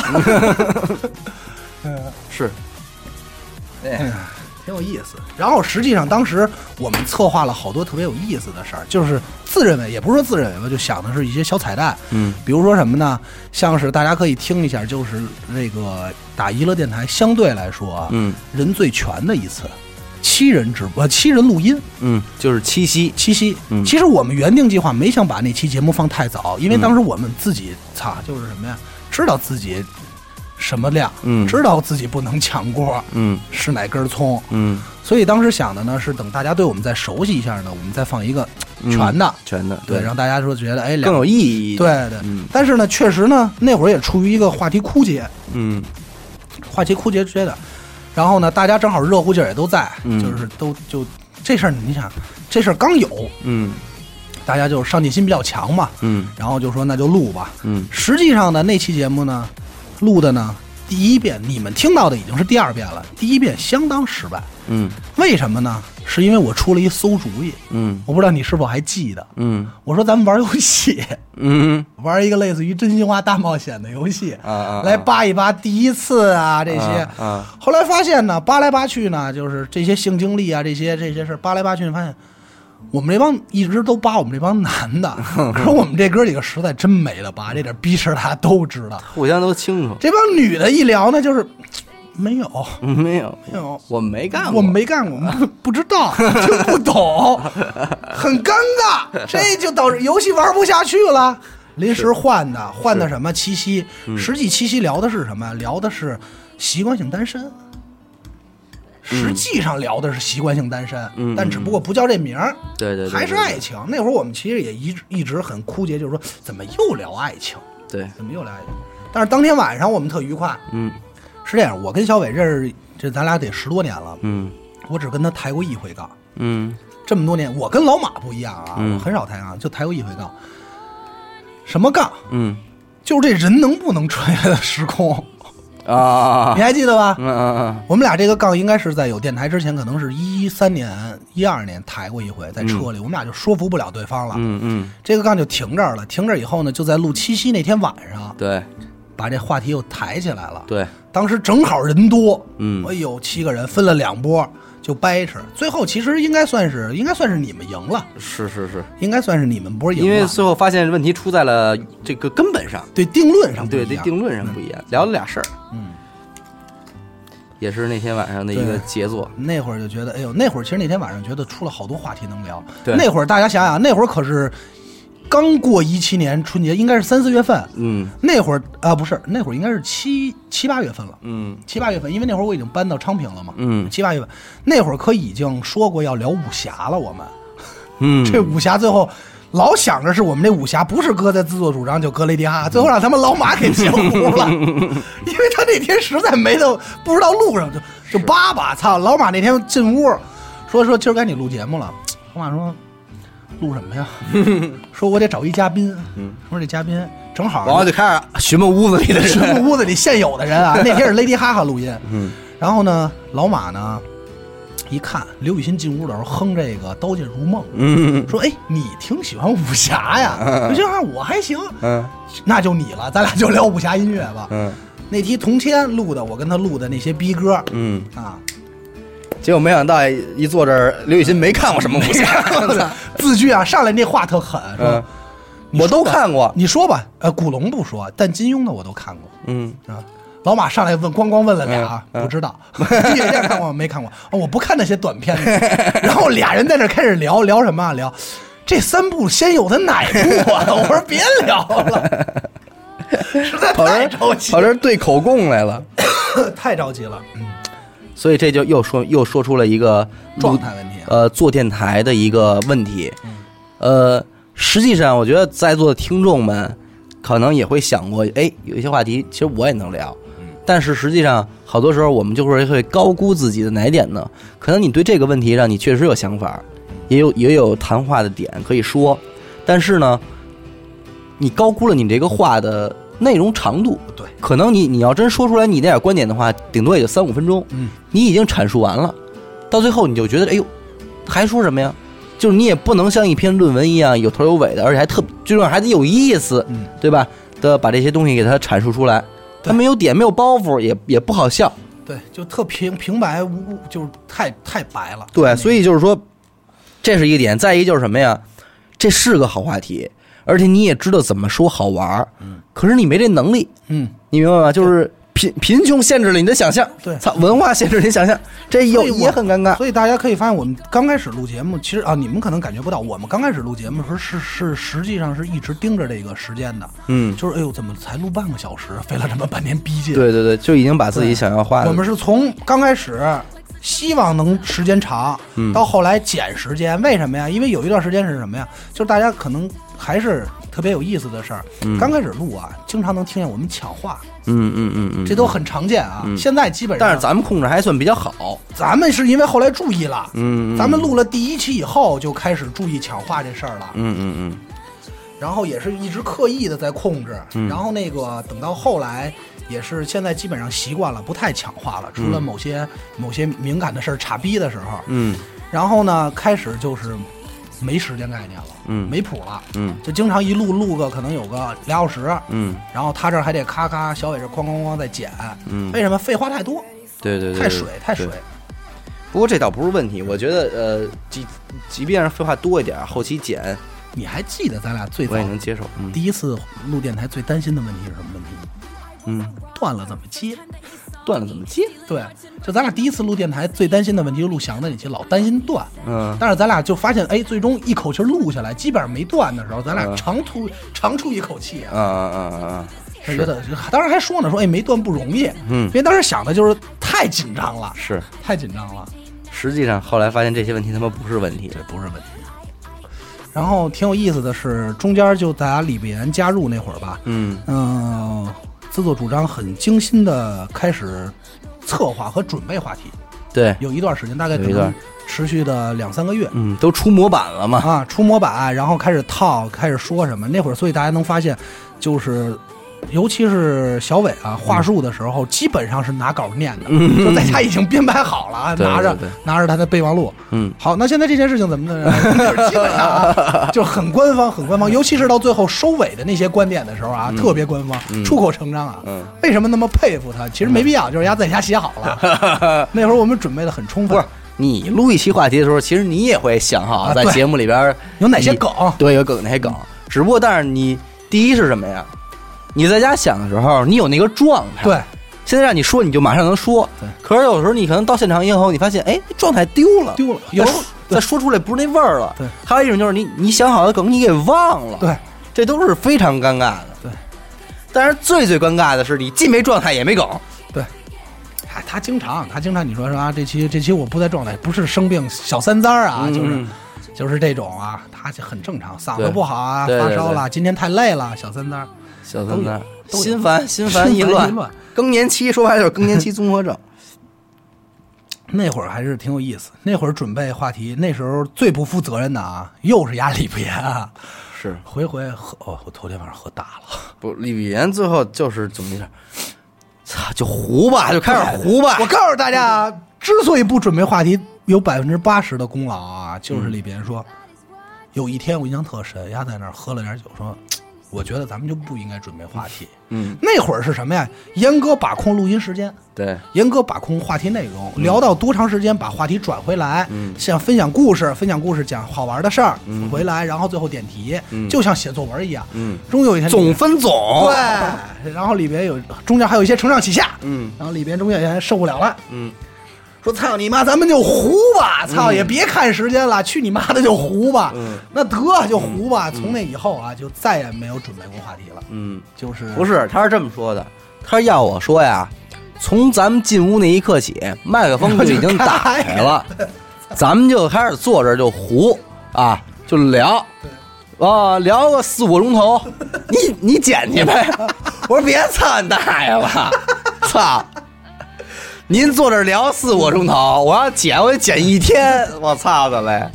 [SPEAKER 1] 嗯，
[SPEAKER 2] 是，哎，
[SPEAKER 1] 挺有意思。然后实际上当时我们策划了好多特别有意思的事儿，就是自认为也不是说自认为吧，就想的是一些小彩蛋。
[SPEAKER 2] 嗯，
[SPEAKER 1] 比如说什么呢？像是大家可以听一下，就是那个打娱乐电台相对来说啊，
[SPEAKER 2] 嗯
[SPEAKER 1] 人最全的一次，七人直播，呃七人录音。
[SPEAKER 2] 嗯，就是七夕，
[SPEAKER 1] 七夕，
[SPEAKER 2] 嗯
[SPEAKER 1] 其实我们原定计划没想把那期节目放太早，因为
[SPEAKER 2] 嗯
[SPEAKER 1] 当时我们自己擦就是什么呀，知道自己什么量，
[SPEAKER 2] 嗯
[SPEAKER 1] 知道自己不能抢锅，
[SPEAKER 2] 嗯
[SPEAKER 1] 是哪根葱，
[SPEAKER 2] 嗯，
[SPEAKER 1] 所以当时想的呢是等大家对我们再熟悉一下呢，我们再放一个全的，
[SPEAKER 2] 全的，
[SPEAKER 1] 对，让大家说觉得哎两
[SPEAKER 2] 更有意义，，
[SPEAKER 1] 对对，
[SPEAKER 2] 嗯
[SPEAKER 1] 但是呢，确实呢，那会儿也处于一个话题枯竭，
[SPEAKER 2] 嗯
[SPEAKER 1] 话题枯竭之类的。然后呢，大家正好热乎劲儿也都在，
[SPEAKER 2] 嗯
[SPEAKER 1] 就是都就这事儿，你想这事儿刚有，
[SPEAKER 2] 嗯
[SPEAKER 1] 大家就是上进心比较强嘛，
[SPEAKER 2] 嗯
[SPEAKER 1] 然后就说那就录吧。
[SPEAKER 2] 嗯
[SPEAKER 1] 实际上呢，那期节目呢，录的呢，第一遍你们听到的已经是第二遍了，第一遍相当失败。
[SPEAKER 2] 嗯
[SPEAKER 1] 为什么呢？是因为我出了一馊主意，
[SPEAKER 2] 嗯
[SPEAKER 1] 我不知道你是否还记得。
[SPEAKER 2] 嗯
[SPEAKER 1] 我说咱们玩游戏，
[SPEAKER 2] 嗯
[SPEAKER 1] 玩一个类似于真心话大冒险的游戏，
[SPEAKER 2] 啊啊
[SPEAKER 1] 来扒一扒第一次啊这些。
[SPEAKER 2] 啊啊
[SPEAKER 1] 后来发现呢，扒来扒去呢，就是这些性经历啊，这些这些事儿扒来扒去，发现我们这帮一直都扒我们这帮男 的，可是我们这哥几个实在真没得扒，这点逼事儿大家都知道。
[SPEAKER 2] 互相都清楚，
[SPEAKER 1] 这帮女的一聊呢，就是没有，
[SPEAKER 2] 没有
[SPEAKER 1] 没有
[SPEAKER 2] 我没干过，
[SPEAKER 1] 我没干 过，不不知道，听不懂，很尴 尬，这就导致游戏玩不下去了。临时换的，换的什么七夕？
[SPEAKER 2] 嗯
[SPEAKER 1] 实际七夕聊的是什么？聊的是习惯性单身。实际上聊的是习惯性单身，
[SPEAKER 2] 嗯
[SPEAKER 1] 但只不过不叫这名儿，
[SPEAKER 2] 对对对
[SPEAKER 1] 还是
[SPEAKER 2] 对对
[SPEAKER 1] 爱情。那会儿我们其实也一直一直很枯竭，就是说怎么又聊爱情，
[SPEAKER 2] 对，
[SPEAKER 1] 怎么又聊爱情？但是当天晚上我们特愉快，
[SPEAKER 2] 嗯
[SPEAKER 1] 是这样，我跟小伟认识，这咱俩得十多年了，
[SPEAKER 2] 嗯
[SPEAKER 1] 我只跟他抬过一回杠。
[SPEAKER 2] 嗯
[SPEAKER 1] 这么多年，我跟老马不一样啊，
[SPEAKER 2] 嗯
[SPEAKER 1] 我很少抬杠，就抬过一回杠。什么杠？
[SPEAKER 2] 嗯
[SPEAKER 1] 就是这人能不能穿越时 空？
[SPEAKER 2] 啊
[SPEAKER 1] 你还记得吧？
[SPEAKER 2] 嗯嗯
[SPEAKER 1] 我们俩这个杠应该是在有电台之前，可能是一三年、一二年抬过一回，在车里，我们俩就说服不了对方了。
[SPEAKER 2] 嗯嗯，
[SPEAKER 1] 这个杠就停这儿了，停这儿以后呢，就在录七夕那天晚上，
[SPEAKER 2] 对
[SPEAKER 1] 把这话题又抬起来了。
[SPEAKER 2] 对，
[SPEAKER 1] 当时正好人多，
[SPEAKER 2] 嗯
[SPEAKER 1] 哎呦，七个人分了两波，就掰扯。最后其实应该算是，应该算是你们赢了，
[SPEAKER 2] 是是是，
[SPEAKER 1] 应该算是你们波赢了。
[SPEAKER 2] 因为最后发现问题出在了这个根本上，
[SPEAKER 1] 对定论上不一
[SPEAKER 2] 对
[SPEAKER 1] 样
[SPEAKER 2] 对，定论上不一样，聊了俩事儿，
[SPEAKER 1] 嗯，
[SPEAKER 2] 也是那天晚上的一个
[SPEAKER 1] 对
[SPEAKER 2] 杰作，
[SPEAKER 1] 那会儿就觉得，哎呦，那会儿其实那天晚上觉得出了好多话题能聊。
[SPEAKER 2] 对
[SPEAKER 1] 那会儿大家想想，那会儿可是刚过一七年春节，应该是三四月份。
[SPEAKER 2] 嗯
[SPEAKER 1] 那会儿啊，不是，那会儿应该是七七八月份了，
[SPEAKER 2] 嗯
[SPEAKER 1] 七八月份，因为那会儿我已经搬到昌平了嘛。
[SPEAKER 2] 嗯
[SPEAKER 1] 七八月份那会儿可已经说过要聊武侠了，我们。
[SPEAKER 2] 嗯，
[SPEAKER 1] 这武侠最后老想着是我们这武侠不是哥在自作主张就哥雷迪
[SPEAKER 2] 嗯
[SPEAKER 1] 哈，最后让他们老马给截胡 了，因为他那天实在没得不知道路上就就叭叭操，老马那天进屋说说今儿该你录节目了，
[SPEAKER 2] 嗯
[SPEAKER 1] 老马说录什么 呀？说我得找一嘉宾，
[SPEAKER 2] 嗯
[SPEAKER 1] 说这嘉宾正好
[SPEAKER 2] 然 后就开始询问屋子里的
[SPEAKER 1] 是
[SPEAKER 2] 人，
[SPEAKER 1] 屋子里现有的人 啊，那天是 Lady 哈哈录音，
[SPEAKER 2] 嗯，
[SPEAKER 1] 然后呢，老马呢一看刘雨欣进屋的时候哼这个《刀剑如梦》，
[SPEAKER 2] 嗯
[SPEAKER 1] 说：“哎，你挺喜欢武侠呀？”我就说：“我还行，
[SPEAKER 2] 嗯
[SPEAKER 1] 那就你了，咱俩就聊武侠音乐吧。
[SPEAKER 2] 嗯
[SPEAKER 1] 那期同天录的，我跟他录的那些逼歌
[SPEAKER 2] 嗯，
[SPEAKER 1] 啊，
[SPEAKER 2] 结果没想到一坐这儿，刘雨欣没看过什么武侠，
[SPEAKER 1] 自居啊，上来那话特狠，说
[SPEAKER 2] 嗯，我都看过，
[SPEAKER 1] 你说吧，呃，古龙不说，但金庸的我都看过。
[SPEAKER 2] 嗯
[SPEAKER 1] 啊，老马上来问，咣咣问了俩，啊
[SPEAKER 2] 嗯嗯
[SPEAKER 1] 不知道， 你也看过吗没看过、哦？我不看那些短片 的。然后俩人在那儿开始聊聊什么、啊？聊这三部先有的哪部啊？ 我说别聊了，实在
[SPEAKER 2] 跑这
[SPEAKER 1] 太
[SPEAKER 2] 儿
[SPEAKER 1] 着急
[SPEAKER 2] 跑，这儿对口供来了，
[SPEAKER 1] 太着急了。嗯
[SPEAKER 2] 所以这就又说又说出了一个录
[SPEAKER 1] 状态问题啊
[SPEAKER 2] 呃，做电台的一个问题。呃，实际上我觉得在座的听众们可能也会想过，哎，有一些话题其实我也能聊，但是实际上好多时候我们就会会高估自己的哪一点呢？可能你对这个问题让你确实有想法，也有也有谈话的点可以说，但是呢，你高估了你这个话的内容长度。
[SPEAKER 1] 对，
[SPEAKER 2] 可能你你要真说出来你那点观点的话，顶多也就三五分钟，
[SPEAKER 1] 嗯，
[SPEAKER 2] 你已经阐述完了，到最后你就觉得，哎呦，还说什么呀？就是你也不能像一篇论文一样有头有尾的，而且还特，最重要还得有意思，
[SPEAKER 1] 嗯，
[SPEAKER 2] 对吧？的把这些东西给它阐述出来，
[SPEAKER 1] 对
[SPEAKER 2] 它没有点，没有包袱，也也不好笑，
[SPEAKER 1] 嗯对，就特平平白无故，就是太太白了。
[SPEAKER 2] 对，所以就是说，这是一个点。再一个就是什么呀？这是个好话题，而且你也知道怎么说好玩儿，嗯，可是你没这能力，
[SPEAKER 1] 嗯，
[SPEAKER 2] 你明白吗？就是贫贫穷限制了你的想象，
[SPEAKER 1] 对
[SPEAKER 2] 操，文化限制了你的想象，这有
[SPEAKER 1] 所以我
[SPEAKER 2] 也很尴尬，
[SPEAKER 1] 所以大家可以发现，我们刚开始录节目，其实啊，你们可能感觉不到，我们刚开始录节目的时候是是实际上是一直盯着这个时间的，
[SPEAKER 2] 嗯
[SPEAKER 1] 就是哎呦，怎么才录半个小时，啊 费了这么半天逼劲。，
[SPEAKER 2] 对对对，就已经把自己想要画的，
[SPEAKER 1] 我们是从刚开始希望能时间长，
[SPEAKER 2] 嗯
[SPEAKER 1] 到后来减时间，为什么呀？因为有一段时间是什么呀？就是大家可能还是特别有意思的事儿，刚开始录啊，经常能听见我们抢话，
[SPEAKER 2] 嗯嗯嗯嗯，
[SPEAKER 1] 这都很常见啊。现在基本上，
[SPEAKER 2] 但是咱们控制还算比较好，
[SPEAKER 1] 咱们是因为后来注意了，
[SPEAKER 2] 嗯嗯
[SPEAKER 1] 咱们录了第一期以后就开始注意抢话这事儿了，
[SPEAKER 2] 嗯嗯
[SPEAKER 1] 然后也是一直刻意的在控制，
[SPEAKER 2] 嗯
[SPEAKER 1] 然后那个等到后来也是现在基本上习惯了，不太抢话了，除了某些、某些敏感的事儿傻逼的时候，
[SPEAKER 2] 嗯
[SPEAKER 1] 然后呢开始就是没时间概念了，
[SPEAKER 2] 嗯
[SPEAKER 1] 没谱了，
[SPEAKER 2] 嗯
[SPEAKER 1] 就经常一录录个可能有个俩小时，
[SPEAKER 2] 嗯
[SPEAKER 1] 然后他这儿还得咔咔，小伟这哐哐哐在剪，
[SPEAKER 2] 嗯
[SPEAKER 1] 为什么废话太多，
[SPEAKER 2] 对对对，
[SPEAKER 1] 太水太水
[SPEAKER 2] 对。不过这倒不是问题，我觉得呃，即即便是废话多一点，后期剪
[SPEAKER 1] 你还记得咱俩最早
[SPEAKER 2] 我也能接受。嗯
[SPEAKER 1] 第一次录电台最担心的问题是什么问题吗？
[SPEAKER 2] 嗯，
[SPEAKER 1] 断了怎么接？
[SPEAKER 2] 断了怎么接？
[SPEAKER 1] 对，就咱俩第一次录电台最担心的问题，就录翔的那期老担心断。
[SPEAKER 2] 嗯
[SPEAKER 1] 但是咱俩就发现，哎，最终一口气儿录下来，基本上没断的时候，咱俩
[SPEAKER 2] 嗯
[SPEAKER 1] 长吐长出一口气啊，
[SPEAKER 2] 啊啊啊啊！
[SPEAKER 1] 就觉得当时还说呢，说哎没断不容易，
[SPEAKER 2] 嗯
[SPEAKER 1] 因为当时想的就是太紧张了，
[SPEAKER 2] 是，
[SPEAKER 1] 太紧张了，
[SPEAKER 2] 实际上后来发现这些问题他妈不是问题。
[SPEAKER 1] 这不是问题。然后挺有意思的是，中间就咱李碧岩加入那会儿吧，
[SPEAKER 2] 嗯
[SPEAKER 1] 嗯，自作主张很精心的开始策划和准备话题，
[SPEAKER 2] 对，
[SPEAKER 1] 有一段时间，大概
[SPEAKER 2] 有
[SPEAKER 1] 可
[SPEAKER 2] 一段
[SPEAKER 1] 能持续的两三个月
[SPEAKER 2] 嗯，都出模板了嘛。
[SPEAKER 1] 啊，出模板，然后开始套，开始说什么。那会儿，所以大家能发现，就是尤其是小伟啊，话术的时候，基本上是拿稿念的，就在家已经编排好了啊，
[SPEAKER 2] 嗯 对
[SPEAKER 1] 拿着
[SPEAKER 2] 对对
[SPEAKER 1] 拿着他的备忘录。
[SPEAKER 2] 嗯，
[SPEAKER 1] 好，那现在这件事情怎么的呢？就是基本上啊，就是很官方，很
[SPEAKER 2] 嗯
[SPEAKER 1] 官方，尤其是到最后收尾的那些观点的时候啊，特别官方，出口成章啊。
[SPEAKER 2] 嗯
[SPEAKER 1] 为什么那么佩服他？其实没必要，就是人家在家写好了。 那会儿我们准备的很充
[SPEAKER 2] 不
[SPEAKER 1] 分
[SPEAKER 2] 是，你录一期话题的时候，其实你也会想好
[SPEAKER 1] 啊
[SPEAKER 2] 在
[SPEAKER 1] 对
[SPEAKER 2] 节目里边儿
[SPEAKER 1] 有哪些
[SPEAKER 2] 你
[SPEAKER 1] 梗嗯
[SPEAKER 2] 对，有梗哪些梗。只不过，但是你第一是什么呀？你在家想的时候，你有那个状态。
[SPEAKER 1] 对，
[SPEAKER 2] 现在让你说，你就马上能说。
[SPEAKER 1] 对
[SPEAKER 2] 可是有时候你可能到现场以后，你发现，哎，状态丢了，
[SPEAKER 1] 丢了
[SPEAKER 2] 有
[SPEAKER 1] 有
[SPEAKER 2] 时候再说出来不是那味儿了。
[SPEAKER 1] 对，
[SPEAKER 2] 还有一种就是你你想好的梗你给忘了。
[SPEAKER 1] 对，
[SPEAKER 2] 这都是非常尴尬的。
[SPEAKER 1] 对，
[SPEAKER 2] 但是最最尴尬的是你既没状态也没梗。
[SPEAKER 1] 他啊他经常，他经常你说说啊，这期这期我不在状态，不是生病小三灾儿啊，
[SPEAKER 2] 嗯
[SPEAKER 1] 就是
[SPEAKER 2] 嗯
[SPEAKER 1] 就是这种啊，他就很正常，嗓
[SPEAKER 2] 对
[SPEAKER 1] 子不好啊，
[SPEAKER 2] 对对
[SPEAKER 1] 发烧了，今天太累了，小三灾儿。
[SPEAKER 2] 小
[SPEAKER 1] 三
[SPEAKER 2] 三
[SPEAKER 1] 滥
[SPEAKER 2] 滥，
[SPEAKER 1] 都有
[SPEAKER 2] 心烦心
[SPEAKER 1] 心
[SPEAKER 2] 烦
[SPEAKER 1] 烦
[SPEAKER 2] 意
[SPEAKER 1] 意
[SPEAKER 2] 乱
[SPEAKER 1] 乱，
[SPEAKER 2] 更年期说白了就是更年期综合症。
[SPEAKER 1] 那会儿还是挺有意思，那会儿准备话题，那时候最不负责任的啊，又是压力不严啊，
[SPEAKER 2] 是
[SPEAKER 1] 回回喝，哦，我头天晚上喝大了，
[SPEAKER 2] 不？李碧岩最后就是怎么回事？操，就胡吧，就开始 胡吧。
[SPEAKER 1] 我告诉大家啊，之所以不准备话题，有百分之八十的功劳啊，
[SPEAKER 2] 嗯
[SPEAKER 1] 就是李别人说，有一天我印象特深，丫在那儿喝了点酒，说，我觉得咱们就不应该准备话题。
[SPEAKER 2] 嗯，
[SPEAKER 1] 那会儿是什么呀？严格把控录音时间，
[SPEAKER 2] 对，
[SPEAKER 1] 严格把控话题内容，
[SPEAKER 2] 嗯
[SPEAKER 1] 聊到多长时间把话题转回来，像分享故事，分享故事讲好玩的事儿，回来，然后最后点题，就像写作文一样。
[SPEAKER 2] 嗯，
[SPEAKER 1] 终有一天
[SPEAKER 2] 总分总。
[SPEAKER 1] 对，然后里边有中间还有一些承上启下，
[SPEAKER 2] 嗯
[SPEAKER 1] 然后里边中间有人受不了了，
[SPEAKER 2] 嗯，
[SPEAKER 1] 说操你妈，咱们就胡吧，操也别看时间了，去你妈的就胡吧，
[SPEAKER 2] 嗯
[SPEAKER 1] 那得就胡吧。从那以后啊，就再也没有准备过话题了，
[SPEAKER 2] 嗯，
[SPEAKER 1] 就是
[SPEAKER 2] 不是，他是这么说的，他要我说呀，从咱们进屋那一刻起，麦克风就已经打开了，咱们就开始坐这儿就胡啊，就聊，啊，聊个四五个钟头， 你你剪去呗。我说别操你大爷了， 操！您坐这儿聊四五个钟头，我要剪我得剪一天，我操的嘞，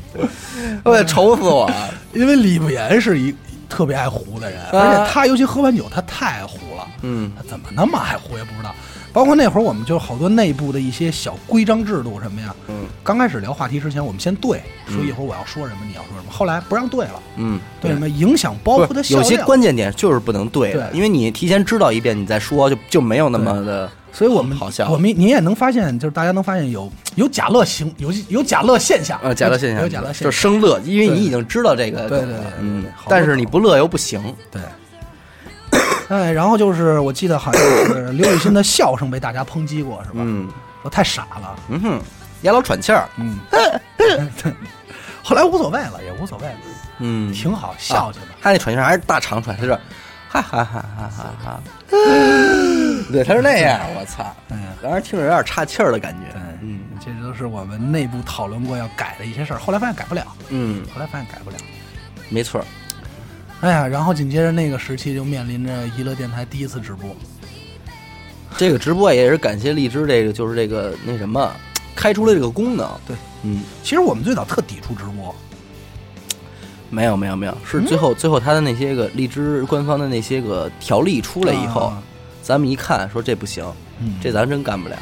[SPEAKER 2] 我得愁死我了。
[SPEAKER 1] 因为李不言是一特别爱胡的人，而且他尤其喝完酒，他太爱胡了。
[SPEAKER 2] 啊嗯，
[SPEAKER 1] 他怎么那么爱胡也不知道。包括那会儿，我们就好多内部的一些小规章制度什么呀。
[SPEAKER 2] 嗯，
[SPEAKER 1] 刚开始聊话题之前，我们先对，说一会儿我要说什么，你要说什么。后来不让对了，
[SPEAKER 2] 嗯，
[SPEAKER 1] 对什么影响包
[SPEAKER 2] 不
[SPEAKER 1] 袱
[SPEAKER 2] 是
[SPEAKER 1] 的效
[SPEAKER 2] 有
[SPEAKER 1] 量。
[SPEAKER 2] 些关键点就是不能对的，
[SPEAKER 1] 对
[SPEAKER 2] 因为你提前知道一遍，你再说就就没有那么的，
[SPEAKER 1] 所以我们
[SPEAKER 2] 好笑
[SPEAKER 1] 我们你也能发现，就是大家能发现有有假乐行，有有假乐现象
[SPEAKER 2] 呃，假乐现象
[SPEAKER 1] 有假乐现象，
[SPEAKER 2] 就是生乐，因为
[SPEAKER 1] 对
[SPEAKER 2] 你已经知道这个
[SPEAKER 1] 对对
[SPEAKER 2] 梗
[SPEAKER 1] 对
[SPEAKER 2] 了
[SPEAKER 1] 对，
[SPEAKER 2] 嗯
[SPEAKER 1] 对好，多
[SPEAKER 2] 但是你
[SPEAKER 1] 梗
[SPEAKER 2] 不乐又不行，
[SPEAKER 1] 对。 哎，然后就是我记得好像是刘雨欣的笑声被大家抨击过，是吧？
[SPEAKER 2] 嗯
[SPEAKER 1] 我太傻了，
[SPEAKER 2] 嗯哼，牙老喘气儿，
[SPEAKER 1] 嗯。后来无所谓了，也无所谓了，
[SPEAKER 2] 嗯，
[SPEAKER 1] 挺好，笑去吧。
[SPEAKER 2] 他那喘气儿还是大长喘，他是哈哈哈哈哈 哈，对，他是那样，我操，
[SPEAKER 1] 哎呀，
[SPEAKER 2] 当时听着有点岔气儿的感觉，嗯
[SPEAKER 1] 嗯，这都是我们内部讨论过要改的一些事儿，后来发现改不了，
[SPEAKER 2] 嗯，
[SPEAKER 1] 后来发现改不了。
[SPEAKER 2] 没错儿，
[SPEAKER 1] 哎呀，然后紧接着那个时期就面临着娱乐电台第一次直播，
[SPEAKER 2] 这个直播也是感谢荔枝，这个就是这个那什么，开出了这个功能。
[SPEAKER 1] 对，
[SPEAKER 2] 嗯，
[SPEAKER 1] 其实我们最早特抵触直播，
[SPEAKER 2] 没有没有没有，是最
[SPEAKER 1] 嗯
[SPEAKER 2] 后、最后他的那些个荔枝官方的那些个条例出来以后，
[SPEAKER 1] 啊
[SPEAKER 2] 咱们一看说这不行，
[SPEAKER 1] 嗯
[SPEAKER 2] 这咱真干不了。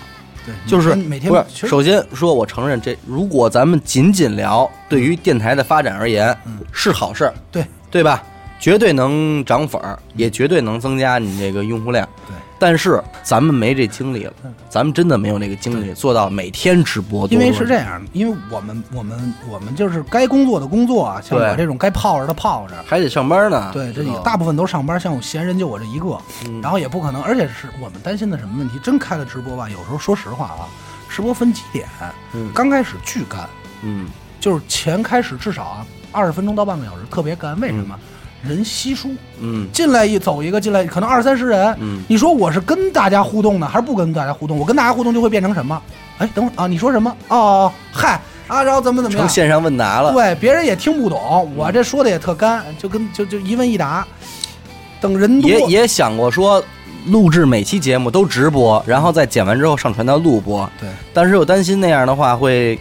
[SPEAKER 1] 对，
[SPEAKER 2] 就是
[SPEAKER 1] 每天
[SPEAKER 2] 不
[SPEAKER 1] 每
[SPEAKER 2] 是，
[SPEAKER 1] 天
[SPEAKER 2] 首先说，我承认这，如果咱们仅仅聊对于电台的发展而言，
[SPEAKER 1] 嗯
[SPEAKER 2] 是好事儿，
[SPEAKER 1] 对
[SPEAKER 2] 对吧？绝对能涨粉儿，
[SPEAKER 1] 嗯
[SPEAKER 2] 也绝对能增加你这个用户量。
[SPEAKER 1] 对，
[SPEAKER 2] 但是咱们没这精力了，咱们真的没有那个精力做到每天直播。
[SPEAKER 1] 嗯因为
[SPEAKER 2] 多多
[SPEAKER 1] 是这样，因为我们我们我们就是该工作的工作啊，像
[SPEAKER 2] 对啊
[SPEAKER 1] 我这种该泡着的泡着。
[SPEAKER 2] 还得上班呢。
[SPEAKER 1] 对，这
[SPEAKER 2] 是吧
[SPEAKER 1] 也大部分都上班，像我闲人就我这一个，
[SPEAKER 2] 嗯
[SPEAKER 1] 然后也不可能，而且是我们担心的什么问题？真开了直播吧，有时候说实话啊，直播分几点，
[SPEAKER 2] 嗯
[SPEAKER 1] 刚开始巨干，
[SPEAKER 2] 嗯
[SPEAKER 1] 就是前开始至少啊二十分钟到半个小时特别干，为什么？人稀疏，
[SPEAKER 2] 嗯
[SPEAKER 1] 进来一走一个进来，可能二三十人，
[SPEAKER 2] 嗯
[SPEAKER 1] 你说我是跟大家互动呢，还是不跟大家互动？我跟大家互动就会变成什么？哎，等会儿啊，你说什么？哦，嗨啊，然后怎么怎么样
[SPEAKER 2] 成？线上问答了。
[SPEAKER 1] 对，别人也听不懂，我这说的也特干，就跟就就一问一答。等人多
[SPEAKER 2] 也也想过说，录制每期节目都直播，然后再剪完之后上传到录播。
[SPEAKER 1] 对，
[SPEAKER 2] 但是又担心那样的话会嘖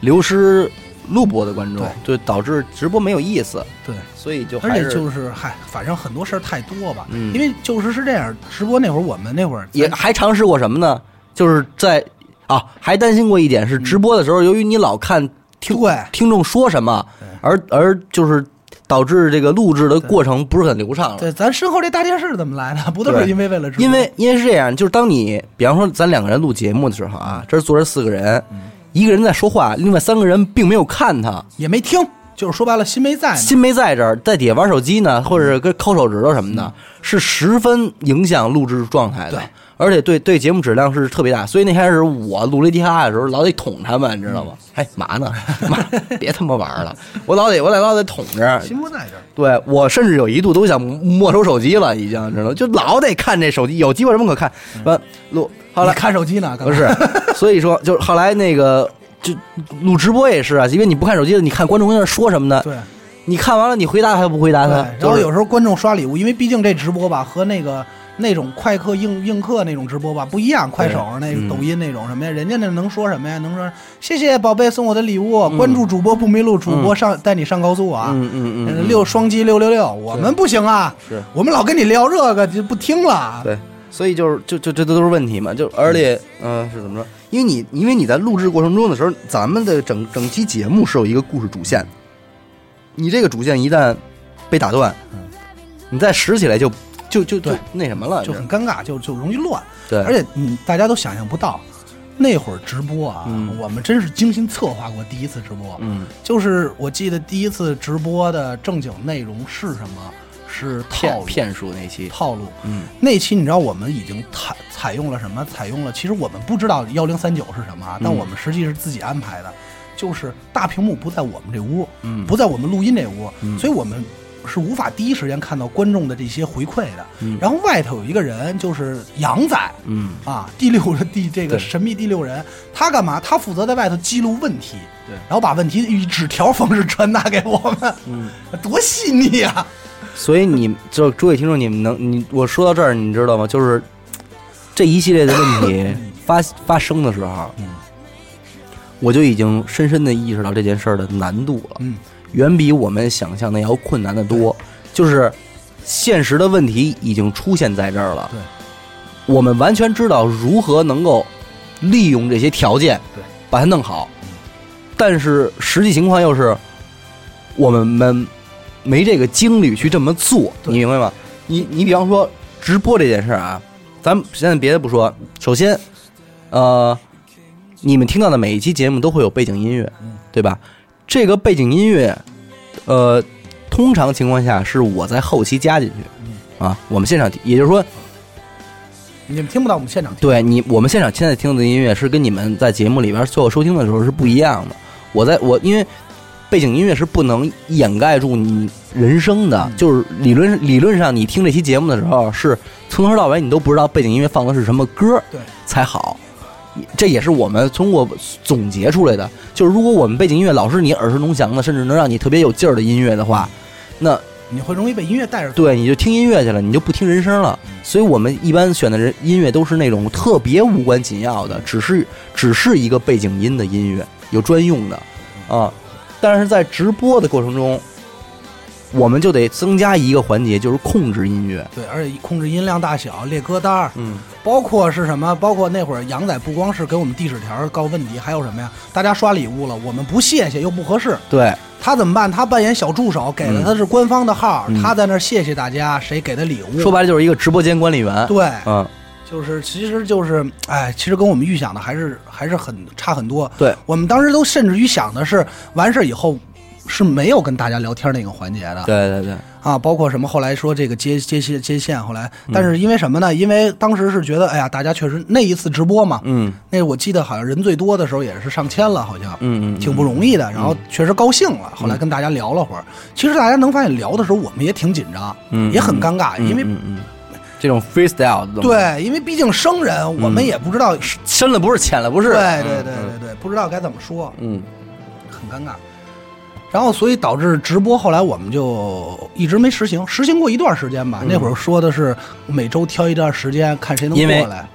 [SPEAKER 2] 流失录播的观众，就导致直播没有意思，
[SPEAKER 1] 对，
[SPEAKER 2] 所以就
[SPEAKER 1] 而
[SPEAKER 2] 还
[SPEAKER 1] 且
[SPEAKER 2] 是
[SPEAKER 1] 就是嗨，反正很多事儿太多吧。
[SPEAKER 2] 嗯
[SPEAKER 1] 因为就是是这样，直播那会儿我们那会儿
[SPEAKER 2] 也
[SPEAKER 1] 咱
[SPEAKER 2] 还尝试过什么呢？就是在啊，还担心过一点是直播的时候，由于你老看听
[SPEAKER 1] 对
[SPEAKER 2] 听众说什么，而而就是导致这个录制的过程不是很流畅了。
[SPEAKER 1] 对咱身后这大电视怎么来的？不都
[SPEAKER 2] 对
[SPEAKER 1] 是因为为了直播？
[SPEAKER 2] 因为因为是这样，就是当你比方说咱两个人录节目的时候啊，这儿坐着四个人，
[SPEAKER 1] 嗯
[SPEAKER 2] 一个人在说话，另外三个人并没有看他，
[SPEAKER 1] 也没听，就是说白了心没在呢。
[SPEAKER 2] 心没在这儿，在底下玩手机
[SPEAKER 1] 嗯
[SPEAKER 2] 呢，或者是跟抠手指头什么的，是十分影响录制状态的
[SPEAKER 1] 对。
[SPEAKER 2] 而且对对节目质量是特别大，所以那开始我录雷迪哈的时候，老得捅他们，你知道
[SPEAKER 1] 嗯
[SPEAKER 2] 吗？哎，嘛呢？妈，别他妈玩了！我老得我得老得捅着，
[SPEAKER 1] 心不在这儿。
[SPEAKER 2] 对我甚至有一度都想没收手机了，已经知道吗，就老得看这手机，有机会什么可看？完录后
[SPEAKER 1] 你
[SPEAKER 2] 来
[SPEAKER 1] 看手机呢，刚
[SPEAKER 2] 不
[SPEAKER 1] 才
[SPEAKER 2] 是，所以说就是后来那个就录直播也是啊，因为你不看手机了，你看观众在那说什么呢？
[SPEAKER 1] 对
[SPEAKER 2] 你看完了你回答他不回答
[SPEAKER 1] 对。
[SPEAKER 2] 他，
[SPEAKER 1] 然
[SPEAKER 2] 就
[SPEAKER 1] 后
[SPEAKER 2] 是
[SPEAKER 1] 有时候观众刷礼物，因为毕竟这直播吧和那个那种快客映映客那种直播吧不一样，快手那
[SPEAKER 2] 嗯
[SPEAKER 1] 抖音那种什么呀，人家那能说什么呀？能说谢谢宝贝送我的礼物，关注主播不迷路，主播上带你上高速啊。
[SPEAKER 2] 嗯嗯嗯嗯
[SPEAKER 1] 六双击六六六，我们不行啊，
[SPEAKER 2] 是
[SPEAKER 1] 我们老跟你聊这个就不听了。
[SPEAKER 2] 对，啊所以就是就就这都是问题嘛，就而且嗯、是怎么说？因为你因为你在录制过程中的时候，咱们的整整期节目是有一个故事主线的，你这个主线一旦被打断，你再拾起来就就就就
[SPEAKER 1] 嗯对
[SPEAKER 2] 那什么了，
[SPEAKER 1] 就
[SPEAKER 2] 你知
[SPEAKER 1] 很
[SPEAKER 2] 道
[SPEAKER 1] 尴尬，就就容易乱。
[SPEAKER 2] 对
[SPEAKER 1] 而且你大家都想象不到，那会儿直播啊，
[SPEAKER 2] 嗯
[SPEAKER 1] 我们真是精心策划过第一次直播。
[SPEAKER 2] 嗯，
[SPEAKER 1] 就是我记得第一次直播的正经内容是什么？是套
[SPEAKER 2] 骗
[SPEAKER 1] 路。
[SPEAKER 2] 骗术那期，
[SPEAKER 1] 套路，
[SPEAKER 2] 嗯，
[SPEAKER 1] 那期你知道我们已经采采用了什么？采用了，其实我们不知道幺零三九是什么啊，但
[SPEAKER 2] 嗯
[SPEAKER 1] 我们实际是自己安排的，就是大屏幕不在我们这屋，
[SPEAKER 2] 嗯
[SPEAKER 1] 不在我们录音这屋，
[SPEAKER 2] 嗯
[SPEAKER 1] 所以我们是无法第一时间看到观众的这些回馈的。然后外头有一个人，就是杨仔，
[SPEAKER 2] 嗯，
[SPEAKER 1] 啊，第六人 第这
[SPEAKER 2] 对
[SPEAKER 1] 个神秘第六人，他干嘛？他负责在外头记录问题，
[SPEAKER 2] 对
[SPEAKER 1] 然后把问题以纸条方式传达给我们，
[SPEAKER 2] 嗯，
[SPEAKER 1] 多细腻啊！
[SPEAKER 2] 所以你就诸位听众，你们能你我说到这儿，你知道吗？就是这一系列的问题发发生的时候，
[SPEAKER 1] 嗯
[SPEAKER 2] 我就已经深深的意识到这件事儿的难度了，
[SPEAKER 1] 嗯，
[SPEAKER 2] 远比我们想象的要困难的多。就是现实的问题已经出现在这儿了，
[SPEAKER 1] 对，
[SPEAKER 2] 我们完全知道如何能够利用这些条件，
[SPEAKER 1] 对，嗯
[SPEAKER 2] 把它弄好。但是实际情况又是，我们们没这个精力去这么做，
[SPEAKER 1] 对
[SPEAKER 2] 你明白吗？你你比方说直播这件事儿啊，咱们现在别的不说，首先，呃，你们听到的每一期节目都会有背景音乐，
[SPEAKER 1] 嗯
[SPEAKER 2] 对吧？这个背景音乐，呃，通常情况下是我在后期加进去啊。我们现场听，也就是说，
[SPEAKER 1] 嗯你们听不到我们现场听，
[SPEAKER 2] 对你，我们现场现在听的音乐是跟你们在节目里边最后收听的时候是不一样的。我在我因为背景音乐是不能掩盖住你人声的，就是理论理论上你听这期节目的时候是从头到尾你都不知道背景音乐放的是什么歌，
[SPEAKER 1] 对，
[SPEAKER 2] 才好。这也是我们通过总结出来的，就是如果我们背景音乐老是你耳熟能详的，甚至能让你特别有劲儿的音乐的话，那
[SPEAKER 1] 你会容易被音乐带着走。
[SPEAKER 2] 对，你就听音乐去了，你就不听人声了。
[SPEAKER 1] 嗯
[SPEAKER 2] 所以我们一般选的人音乐都是那种特别无关紧要的，只是只是一个背景音的音乐，有专用的
[SPEAKER 1] 嗯
[SPEAKER 2] 啊。但是在直播的过程中，我们就得增加一个环节，就是控制音乐。
[SPEAKER 1] 对，而且控制音量大小、列歌单儿，
[SPEAKER 2] 嗯，
[SPEAKER 1] 包括是什么？包括那会儿杨仔不光是给我们递纸条告问题，还有什么呀？大家刷礼物了，我们不谢谢又不合适，
[SPEAKER 2] 对，
[SPEAKER 1] 他怎么办？他扮演小助手，给了他是官方的号，
[SPEAKER 2] 嗯
[SPEAKER 1] 他在那儿谢谢大家，谁给的礼物？
[SPEAKER 2] 说白了就是一个直播间管理员。
[SPEAKER 1] 对，啊
[SPEAKER 2] 嗯，
[SPEAKER 1] 就是其实就是哎，其实跟我们预想的还是还是很差很多。
[SPEAKER 2] 对，
[SPEAKER 1] 我们当时都甚至于想的是完事儿以后。是没有跟大家聊天那个环节的，
[SPEAKER 2] 对对对，
[SPEAKER 1] 啊，包括什么后来说这个接接线接线，后来，
[SPEAKER 2] 嗯
[SPEAKER 1] 但是因为什么呢？因为当时是觉得，哎呀，大家确实那一次直播嘛，
[SPEAKER 2] 嗯
[SPEAKER 1] 那我记得好像人最多的时候也是上千了，好像，
[SPEAKER 2] 嗯嗯，嗯
[SPEAKER 1] 挺不容易的。然后确实高兴了，后来跟大家聊了会儿。其实大家能发现，聊的时候我们也挺紧张，
[SPEAKER 2] 嗯
[SPEAKER 1] 也很尴尬，
[SPEAKER 2] 嗯
[SPEAKER 1] 因为
[SPEAKER 2] 嗯嗯嗯这种 freestyle 的东西，
[SPEAKER 1] 对，因为毕竟生人，
[SPEAKER 2] 嗯
[SPEAKER 1] 我们也不知道，对
[SPEAKER 2] 深了不是浅了不是，
[SPEAKER 1] 对对对对，不知道该怎么说，
[SPEAKER 2] 嗯，
[SPEAKER 1] 很尴尬。然后，所以导致直播后来我们就一直没实行，实行过一段时间吧。那会儿说的是每周挑一段时间看谁能
[SPEAKER 2] 嗯因为
[SPEAKER 1] 过来。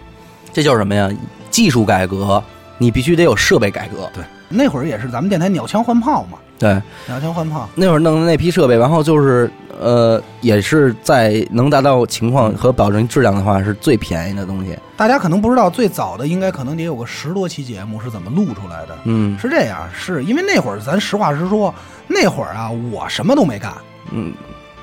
[SPEAKER 2] 这就是什么呀？技术改革，你必须得有设备改革。
[SPEAKER 1] 对，那会儿也是咱们电台鸟枪换炮嘛，
[SPEAKER 2] 对，
[SPEAKER 1] 鸟枪换炮。
[SPEAKER 2] 那会儿弄的那批设备，然后就是呃，也是在能达到情况和保证质量的话，是最便宜的东西。
[SPEAKER 1] 大家可能不知道，最早的应该可能得有个十多期节目是怎么录出来的。
[SPEAKER 2] 嗯
[SPEAKER 1] 是这样，是因为那会儿咱实话实说，那会儿啊，我什么都没干。
[SPEAKER 2] 嗯，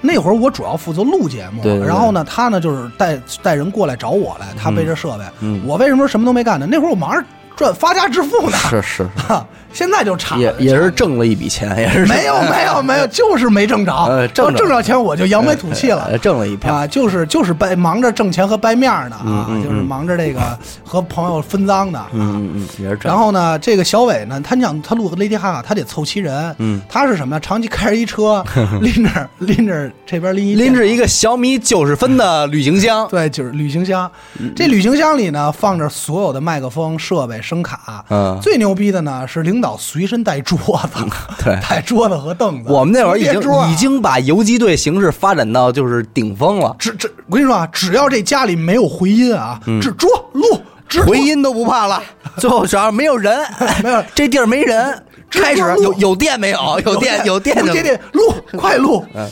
[SPEAKER 1] 那会儿我主要负责录节目，
[SPEAKER 2] 对对对
[SPEAKER 1] 然后呢，他呢就是带带人过来找我来，他背着设备。
[SPEAKER 2] 嗯
[SPEAKER 1] 我为什么什么都没干呢？那会儿我忙着赚发家致富呢，
[SPEAKER 2] 是是，
[SPEAKER 1] 现在就差
[SPEAKER 2] 也也是挣了一笔钱，也是
[SPEAKER 1] 没有没有 没有，就是没挣着，
[SPEAKER 2] 呃挣
[SPEAKER 1] 要
[SPEAKER 2] 着
[SPEAKER 1] 挣着钱我就扬眉吐气了。
[SPEAKER 2] 呃挣了一票。
[SPEAKER 1] 啊，就是就是掰忙着挣钱和掰面儿呢啊，
[SPEAKER 2] 嗯嗯嗯
[SPEAKER 1] 就是忙着这个和朋友分赃呢啊。
[SPEAKER 2] 嗯嗯嗯，也是挣。
[SPEAKER 1] 然后呢，这个小伟呢，他想他录个 Lady Gaga，他得凑齐人。
[SPEAKER 2] 嗯，
[SPEAKER 1] 他是什么呀？长期开着一 车，拎着拎着这边拎一
[SPEAKER 2] 拎着一个小米九十分的旅行箱，
[SPEAKER 1] 对，就是旅行箱。嗯这旅行箱里呢，放着所有的麦克风、设备、声卡。
[SPEAKER 2] 嗯
[SPEAKER 1] 最牛逼的呢是领导随身带桌子，
[SPEAKER 2] 对
[SPEAKER 1] 带桌子和凳子。
[SPEAKER 2] 我们那会儿已
[SPEAKER 1] 叠桌啊
[SPEAKER 2] 经已经把游击队形式发展到就是顶峰了，
[SPEAKER 1] 只只，我跟你说啊，只要这家里没有回音啊，只桌录直播
[SPEAKER 2] 嗯回音都不怕了。最后主要 是没有人，
[SPEAKER 1] 没有
[SPEAKER 2] 这地儿没人。
[SPEAKER 1] 直播
[SPEAKER 2] 开始啊
[SPEAKER 1] 录
[SPEAKER 2] 有有电没有？ 有电有电就
[SPEAKER 1] 接电 录，快录。
[SPEAKER 2] 嗯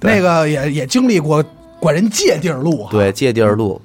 [SPEAKER 2] 对
[SPEAKER 1] 那个也也经历过管人借地儿录啊，
[SPEAKER 2] 对，借地儿录。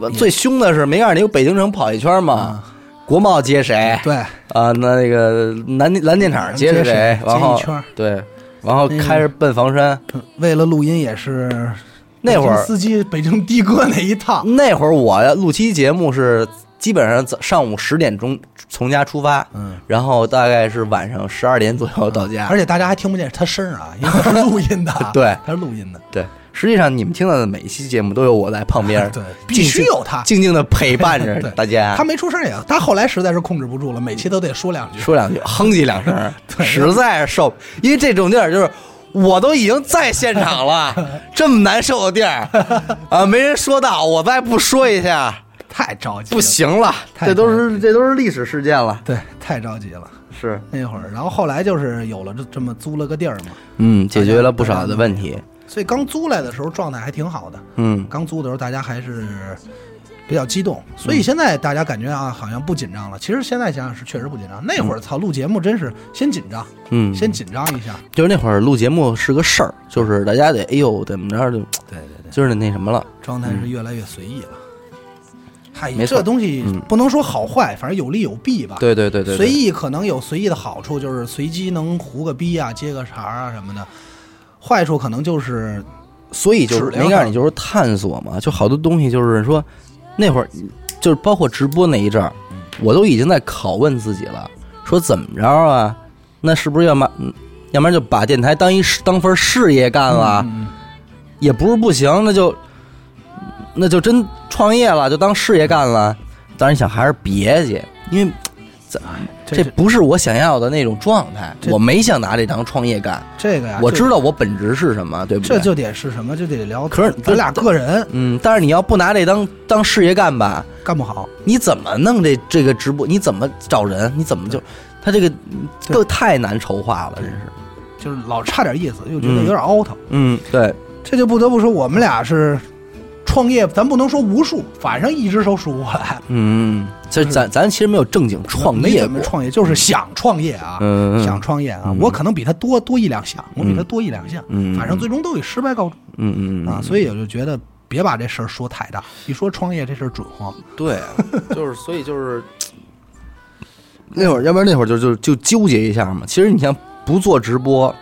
[SPEAKER 2] 我最凶的是，没告诉你，有北京城跑一圈嘛，国贸接谁？
[SPEAKER 1] 对
[SPEAKER 2] 啊，那那个南蓝电厂接
[SPEAKER 1] 接谁
[SPEAKER 2] 谁？
[SPEAKER 1] 接
[SPEAKER 2] 然后
[SPEAKER 1] 一圈儿
[SPEAKER 2] 对，然后开着奔房山。
[SPEAKER 1] 为了录音也是
[SPEAKER 2] 那会
[SPEAKER 1] 北
[SPEAKER 2] 儿嗯
[SPEAKER 1] 京司机北京的哥那一趟，
[SPEAKER 2] 那会儿我呀录期节目是基本上早上午十点钟从家出发，
[SPEAKER 1] 嗯，
[SPEAKER 2] 然后大概是晚上十二点左右到家。，
[SPEAKER 1] 而且大家还听不见他声儿啊，因为他是录音的啊
[SPEAKER 2] 对
[SPEAKER 1] 他是录音的。
[SPEAKER 2] 对，实际上你们听到的每一期节目都有我在旁边，
[SPEAKER 1] 对必
[SPEAKER 2] 静
[SPEAKER 1] 须
[SPEAKER 2] 静
[SPEAKER 1] 有他
[SPEAKER 2] 静静的陪伴着
[SPEAKER 1] 对
[SPEAKER 2] 大家。
[SPEAKER 1] 他没出声也，他后来实在是控制不住了，每期都得说两句。
[SPEAKER 2] 说两句，哼唧 两声，实在是受，因为这种地儿就是。我都已经在现场 了，这么难受的地儿，啊，没人说到，我再不说一下，
[SPEAKER 1] 太着急了，
[SPEAKER 2] 不，行了，
[SPEAKER 1] 太
[SPEAKER 2] 这都是这都是历史事件了，
[SPEAKER 1] 对，太着急了。
[SPEAKER 2] 是，
[SPEAKER 1] 那会儿，然后后来就是有了这这么租了个地儿嘛，
[SPEAKER 2] 嗯，解决了不少的问题，
[SPEAKER 1] 所以刚租来的时候状态还挺好的。
[SPEAKER 2] 嗯，
[SPEAKER 1] 刚租的时候大家还是比较激动，所
[SPEAKER 2] 嗯
[SPEAKER 1] 以现在大家感觉啊好像不紧张了。其实现在想想是确实不紧张，那会儿操录节目真是先紧张，
[SPEAKER 2] 嗯
[SPEAKER 1] 先紧张一下。
[SPEAKER 2] 就是那会儿录节目是个事儿，就是大家得，哎呦，怎么着就
[SPEAKER 1] 对对对，
[SPEAKER 2] 就是那什么了，
[SPEAKER 1] 状态是越来越随意了。嗨，
[SPEAKER 2] 嗯没错
[SPEAKER 1] 这东西
[SPEAKER 2] 嗯
[SPEAKER 1] 不能说好坏，反正有利有弊吧。
[SPEAKER 2] 对对对对，对
[SPEAKER 1] 随，意可能有随意的好处，就是随机能胡个逼啊、接个茬儿啊什么的。坏处可能就是
[SPEAKER 2] 所以就
[SPEAKER 1] 质
[SPEAKER 2] 是
[SPEAKER 1] 量
[SPEAKER 2] 没告诉
[SPEAKER 1] 上
[SPEAKER 2] 你就是探索嘛，就好多东西就是说，那会儿就是包括直播那一阵儿，我都已经在拷问自己了，说怎么着啊？那是不是要么，嗯要不然就把电台当一事当份事业干了？
[SPEAKER 1] 嗯
[SPEAKER 2] 也不是不行，那就那就真创业了，就当事业干了。但是你想还是别介，因为这
[SPEAKER 1] 这这
[SPEAKER 2] 不是我想要的那种状态，
[SPEAKER 1] 这啊
[SPEAKER 2] 我没想拿这当创业干。
[SPEAKER 1] 这个呀，
[SPEAKER 2] 我
[SPEAKER 1] 就
[SPEAKER 2] 知道我本质是什么，对不对？
[SPEAKER 1] 这就得是什么，就得聊。
[SPEAKER 2] 可是
[SPEAKER 1] 咱俩个人
[SPEAKER 2] 嗯，但是你要不拿这当当事业干吧，
[SPEAKER 1] 干不好，
[SPEAKER 2] 你怎么弄这这个直播？你怎么找人？你怎么就他这个
[SPEAKER 1] 对
[SPEAKER 2] 更太难筹划了，真是。
[SPEAKER 1] 就是老差点意思，又觉得
[SPEAKER 2] 嗯
[SPEAKER 1] 有点 out。
[SPEAKER 2] 嗯，对，
[SPEAKER 1] 这就不得不说我们俩是创业，咱不能说无数，反正一只手数不过来。
[SPEAKER 2] 嗯，这
[SPEAKER 1] 就是
[SPEAKER 2] 咱咱其实没有正经创
[SPEAKER 1] 你
[SPEAKER 2] 业
[SPEAKER 1] 怎么
[SPEAKER 2] 过，
[SPEAKER 1] 创业就是想创业啊，
[SPEAKER 2] 嗯，
[SPEAKER 1] 想创业啊，
[SPEAKER 2] 嗯
[SPEAKER 1] 我可能比他多多一两项，我比他多一两项，
[SPEAKER 2] 嗯
[SPEAKER 1] 反正最终都以失败告终
[SPEAKER 2] 嗯嗯嗯
[SPEAKER 1] 啊，
[SPEAKER 2] 以
[SPEAKER 1] 所以我就觉得别把这事儿说太大，一说创业这事儿准慌。
[SPEAKER 2] 对，就是所以就是那会儿，要不然那会儿就就就纠结一下嘛。其实你像不做直播，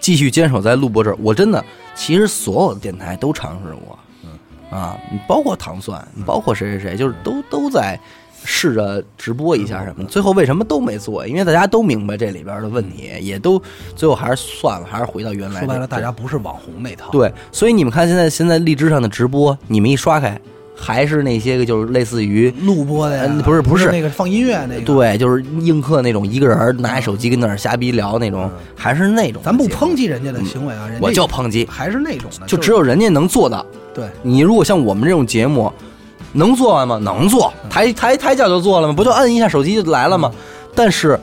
[SPEAKER 2] 继续坚守在录播这儿，我真的其实所有的电台都尝试过，嗯啊，你包括糖蒜，你包括谁谁谁，就是都都在。试着直播一下什么的，最后为什么都没做？因为大家都明白这里边的问题，也都最后还是算了，还是回到原来。
[SPEAKER 1] 说白了，大家不是网红那套，，
[SPEAKER 2] 对，所以你们看现在现在荔枝上的直播，你们一刷开，还是那些个就是类似于。
[SPEAKER 1] 录播的呀
[SPEAKER 2] 嗯，不是不是
[SPEAKER 1] 那个放音乐那个，，
[SPEAKER 2] 对，就是映客那种一个人儿拿一手机跟那儿瞎逼聊那种，还是那种。
[SPEAKER 1] 咱不抨，击人家的行为啊，人家
[SPEAKER 2] 我就抨击，
[SPEAKER 1] 还是那种的，
[SPEAKER 2] 就只
[SPEAKER 1] 有
[SPEAKER 2] 有人家能做到。
[SPEAKER 1] 对。
[SPEAKER 2] 你如果像我们这种节目，能做完吗？能做，
[SPEAKER 1] 嗯
[SPEAKER 2] 抬抬抬脚就做了吗？不就摁一下手机就来了吗？
[SPEAKER 1] 嗯
[SPEAKER 2] 但是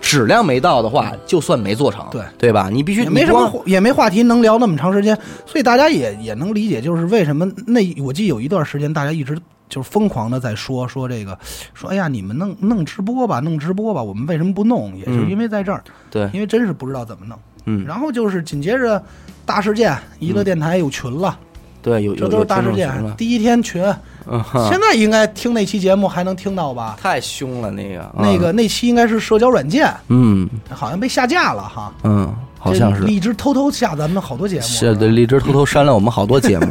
[SPEAKER 2] 质量没到的话，就算没做成，
[SPEAKER 1] 对
[SPEAKER 2] 对吧？你必须
[SPEAKER 1] 也没
[SPEAKER 2] 你
[SPEAKER 1] 什么
[SPEAKER 2] 光
[SPEAKER 1] 话也没话题能聊那么长时间，所以大家也也能理解，就是为什么那我记得有一段时间大家一直就是疯狂的在说说这个，说哎呀你们弄弄直播吧，弄直播吧，我们为什么不弄？也就是因为在这儿，
[SPEAKER 2] 嗯对，
[SPEAKER 1] 因为真是不知道怎么弄。
[SPEAKER 2] 嗯，
[SPEAKER 1] 然后就是紧接着大事件，娱乐电台有群了，
[SPEAKER 2] 对，有
[SPEAKER 1] 这
[SPEAKER 2] 有
[SPEAKER 1] 都
[SPEAKER 2] 有
[SPEAKER 1] 是大事
[SPEAKER 2] 听众
[SPEAKER 1] 件
[SPEAKER 2] 群了，
[SPEAKER 1] 第一天群，
[SPEAKER 2] 嗯 哈
[SPEAKER 1] 现在应该听那期节目还能听到吧？
[SPEAKER 2] 太凶了那个
[SPEAKER 1] 那个那期应该是社交软件，
[SPEAKER 2] 嗯
[SPEAKER 1] 好像被下架了哈。
[SPEAKER 2] 嗯，好像
[SPEAKER 1] 这
[SPEAKER 2] 是
[SPEAKER 1] 荔枝偷偷下咱们好多节目，
[SPEAKER 2] 是对荔枝偷偷删了我们好多节 目，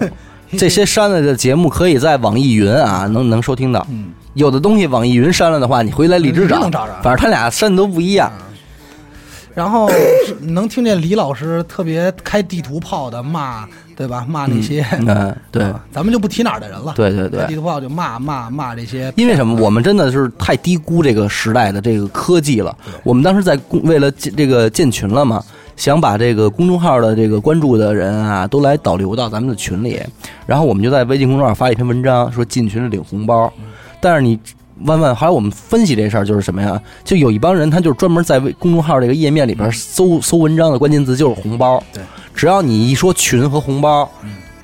[SPEAKER 2] 这些删了的节目可以在网易云啊能能收听到，
[SPEAKER 1] 嗯，
[SPEAKER 2] 有的东西网易云删了的话，你回来荔枝
[SPEAKER 1] 荔枝
[SPEAKER 2] 找，
[SPEAKER 1] 能找着
[SPEAKER 2] 反正他俩删的都不一样。
[SPEAKER 1] 然后是能听见李老师特别开地图炮的骂，对吧？骂那些，
[SPEAKER 2] 嗯，对
[SPEAKER 1] 啊咱们就不提哪儿的人了。
[SPEAKER 2] 对对对
[SPEAKER 1] 开地图炮就骂骂骂这些，
[SPEAKER 2] 因为什么？我们真的是太低估这个时代的这个科技了。我们当时在公为了建这个建群了嘛，想把这个公众号的这个关注的人啊，都来导流到咱们的群里。然后我们就在微信公众号发了一篇文章，说进群领红包。但是你万万，后来我们分析这事儿就是什么呀？就有一帮人，他就是专门在微公众号这个页面里边搜搜文章的关键词就是红包。
[SPEAKER 1] 对，
[SPEAKER 2] 只要你一说群和红包，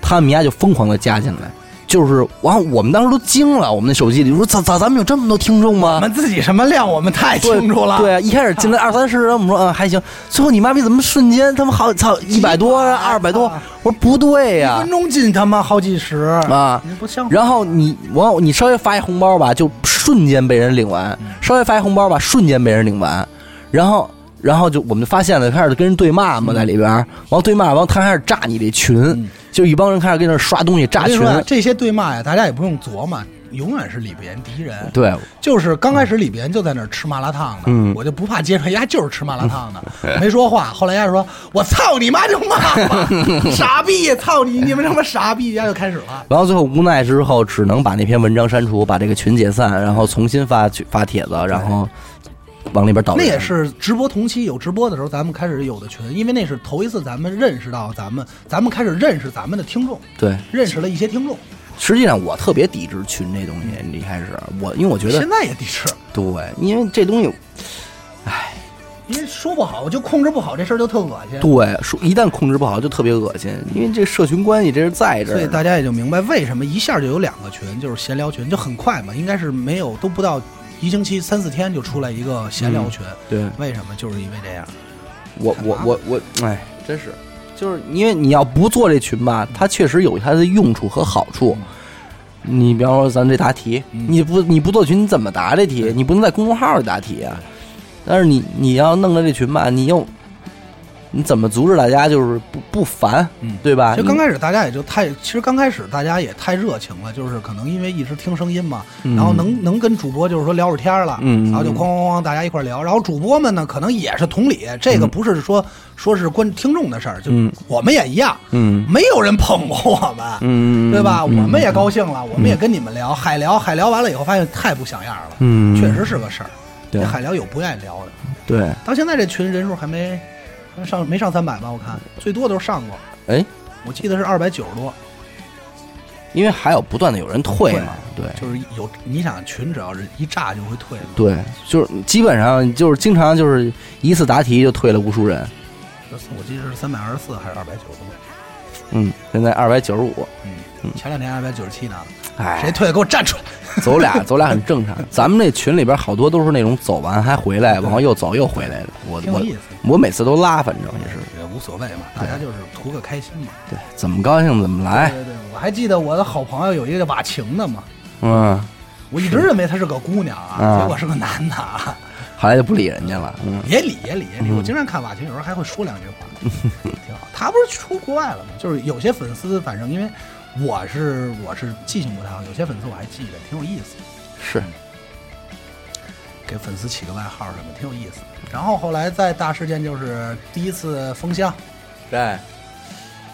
[SPEAKER 2] 他们家就疯狂的加进来。就是，完，我们当时都惊了，我们那手机里说咋咋咱们有这么多听众
[SPEAKER 1] 我
[SPEAKER 2] 吗？
[SPEAKER 1] 们自己什么量我们太清楚了。
[SPEAKER 2] 对，啊，一开始 进来二三十人，我们说嗯还行，最后你妈逼怎么瞬间他们好操一百多 啊二百多
[SPEAKER 1] 啊，
[SPEAKER 2] 我说不
[SPEAKER 1] 一
[SPEAKER 2] 对呀
[SPEAKER 1] 分钟进他妈好几十，
[SPEAKER 2] 啊，
[SPEAKER 1] 你不像
[SPEAKER 2] 然后你往你稍微发一红包吧，就瞬间被人领完；
[SPEAKER 1] 嗯
[SPEAKER 2] 稍微发一红包吧，瞬间被人领完。然后，然后就我们就发现了，开始跟人对骂
[SPEAKER 1] 嗯
[SPEAKER 2] 嘛，在里边儿，完对骂，完他开始炸你这群，就一帮人开始跟那儿刷东西
[SPEAKER 1] 我
[SPEAKER 2] 炸
[SPEAKER 1] 跟你
[SPEAKER 2] 群
[SPEAKER 1] 说。啊，这些对骂呀，大家也不用琢磨，永远是李别言敌人。
[SPEAKER 2] 对，
[SPEAKER 1] 就是刚开始李别就在那儿吃麻辣烫呢，
[SPEAKER 2] 嗯
[SPEAKER 1] 我就不怕揭穿，丫就是吃麻辣烫的， 没说话。后来丫就说：“我操你妈就骂 吧，傻逼，操你，你们他妈傻逼！”丫就开始了。
[SPEAKER 2] 然后最后无奈之后，只能把那篇文章删除，把这个群解散，然后重新发去发帖子，然后往里边导。
[SPEAKER 1] 那也，是直播同期有直播的时候，咱们开始有的群，因为那是头一次咱们认识到咱们，咱们开始认识咱们的听众，
[SPEAKER 2] 对。
[SPEAKER 1] 认识了一些听众，
[SPEAKER 2] 实际上我特别抵制群这东西，一开始我因为我觉得
[SPEAKER 1] 现在也抵制，
[SPEAKER 2] 对，因为这东西
[SPEAKER 1] 因为说不好，我就控制不好这事儿就特恶心。
[SPEAKER 2] 对，说一旦控制不好就特别恶心，因为这社群关系这是在这
[SPEAKER 1] 所以
[SPEAKER 2] 儿呢。
[SPEAKER 1] 大家也就明白为什么一下就有两个群，就是闲聊群，就很快嘛，应该是没有都不到一星期三四天就出来一个闲聊群，
[SPEAKER 2] 对
[SPEAKER 1] 为什么？就是因为这样，
[SPEAKER 2] 我我我我，哎，真是，就是因为你要不做这群吧，它确实有它的用处和好处。
[SPEAKER 1] 嗯
[SPEAKER 2] 你比方说咱这答题，你不你不做群，你怎么答这题？你不能在公众号里答题啊。但是你你要弄了这群吧，你又你怎么阻止大家就是不不烦，
[SPEAKER 1] 嗯
[SPEAKER 2] 对吧？
[SPEAKER 1] 就刚
[SPEAKER 2] 你
[SPEAKER 1] 开始大家也就太，其实刚开始大家也太热情了，就是可能因为一直听声音嘛，
[SPEAKER 2] 嗯
[SPEAKER 1] 然后能能跟主播就是说聊会儿天儿了，
[SPEAKER 2] 嗯
[SPEAKER 1] 然后就哐哐哐大家一块儿聊，然后主播们呢可能也是同理，这个不是说说是关听众的事儿，就
[SPEAKER 2] 嗯
[SPEAKER 1] 我们也一样，
[SPEAKER 2] 嗯
[SPEAKER 1] 没有人捧过我们，
[SPEAKER 2] 嗯
[SPEAKER 1] 对吧？
[SPEAKER 2] 嗯
[SPEAKER 1] 我们也高兴了，我们也跟你们聊海聊，海聊完了以后发现太不像样了，
[SPEAKER 2] 嗯
[SPEAKER 1] 确实是个事儿。
[SPEAKER 2] 对
[SPEAKER 1] 这海聊有不爱聊的，
[SPEAKER 2] 对，
[SPEAKER 1] 到现在这群人数还没还上没上三百吧？我看最多都是上过，
[SPEAKER 2] 哎，
[SPEAKER 1] 我记得是二百九十多，
[SPEAKER 2] 因为还有不断的有人退嘛，对
[SPEAKER 1] 就是有你想群只要是一炸就会退嘛，
[SPEAKER 2] 对，就是基本上就是经常就是一次答题就退了无数人，
[SPEAKER 1] 就是我记得是三百二十四还是二百九十五，
[SPEAKER 2] 嗯，现在二百九十五，
[SPEAKER 1] 嗯，前两天二百九十七呢，
[SPEAKER 2] 哎，
[SPEAKER 1] 谁退了给我站出来！
[SPEAKER 2] 走俩走俩很正常。咱们这群里边好多都是那种走完还回来，往后又走又回来的。我
[SPEAKER 1] 挺有意思
[SPEAKER 2] 我我每次都拉，反正也是，
[SPEAKER 1] 也无所谓嘛，大家就是图个开心嘛。
[SPEAKER 2] 对，怎么高兴怎么来。
[SPEAKER 1] 对对，我还记得我的好朋友有一个叫瓦晴的嘛，
[SPEAKER 2] 嗯，
[SPEAKER 1] 我一直认为她是个姑娘啊，
[SPEAKER 2] 啊
[SPEAKER 1] 结果是个男的 啊，
[SPEAKER 2] 后来就不理人家了。嗯，
[SPEAKER 1] 也理也理也理。我经常看瓦晴，有时候还会说两句话， 挺好。她不是出国外了吗？就是有些粉丝，反正因为我是我是记性不太好，有些粉丝我还记得，挺有意思。
[SPEAKER 2] 是，
[SPEAKER 1] 嗯给粉丝起个外号什么，挺有意思。然后后来在大事件就是第一次封箱，
[SPEAKER 2] 对，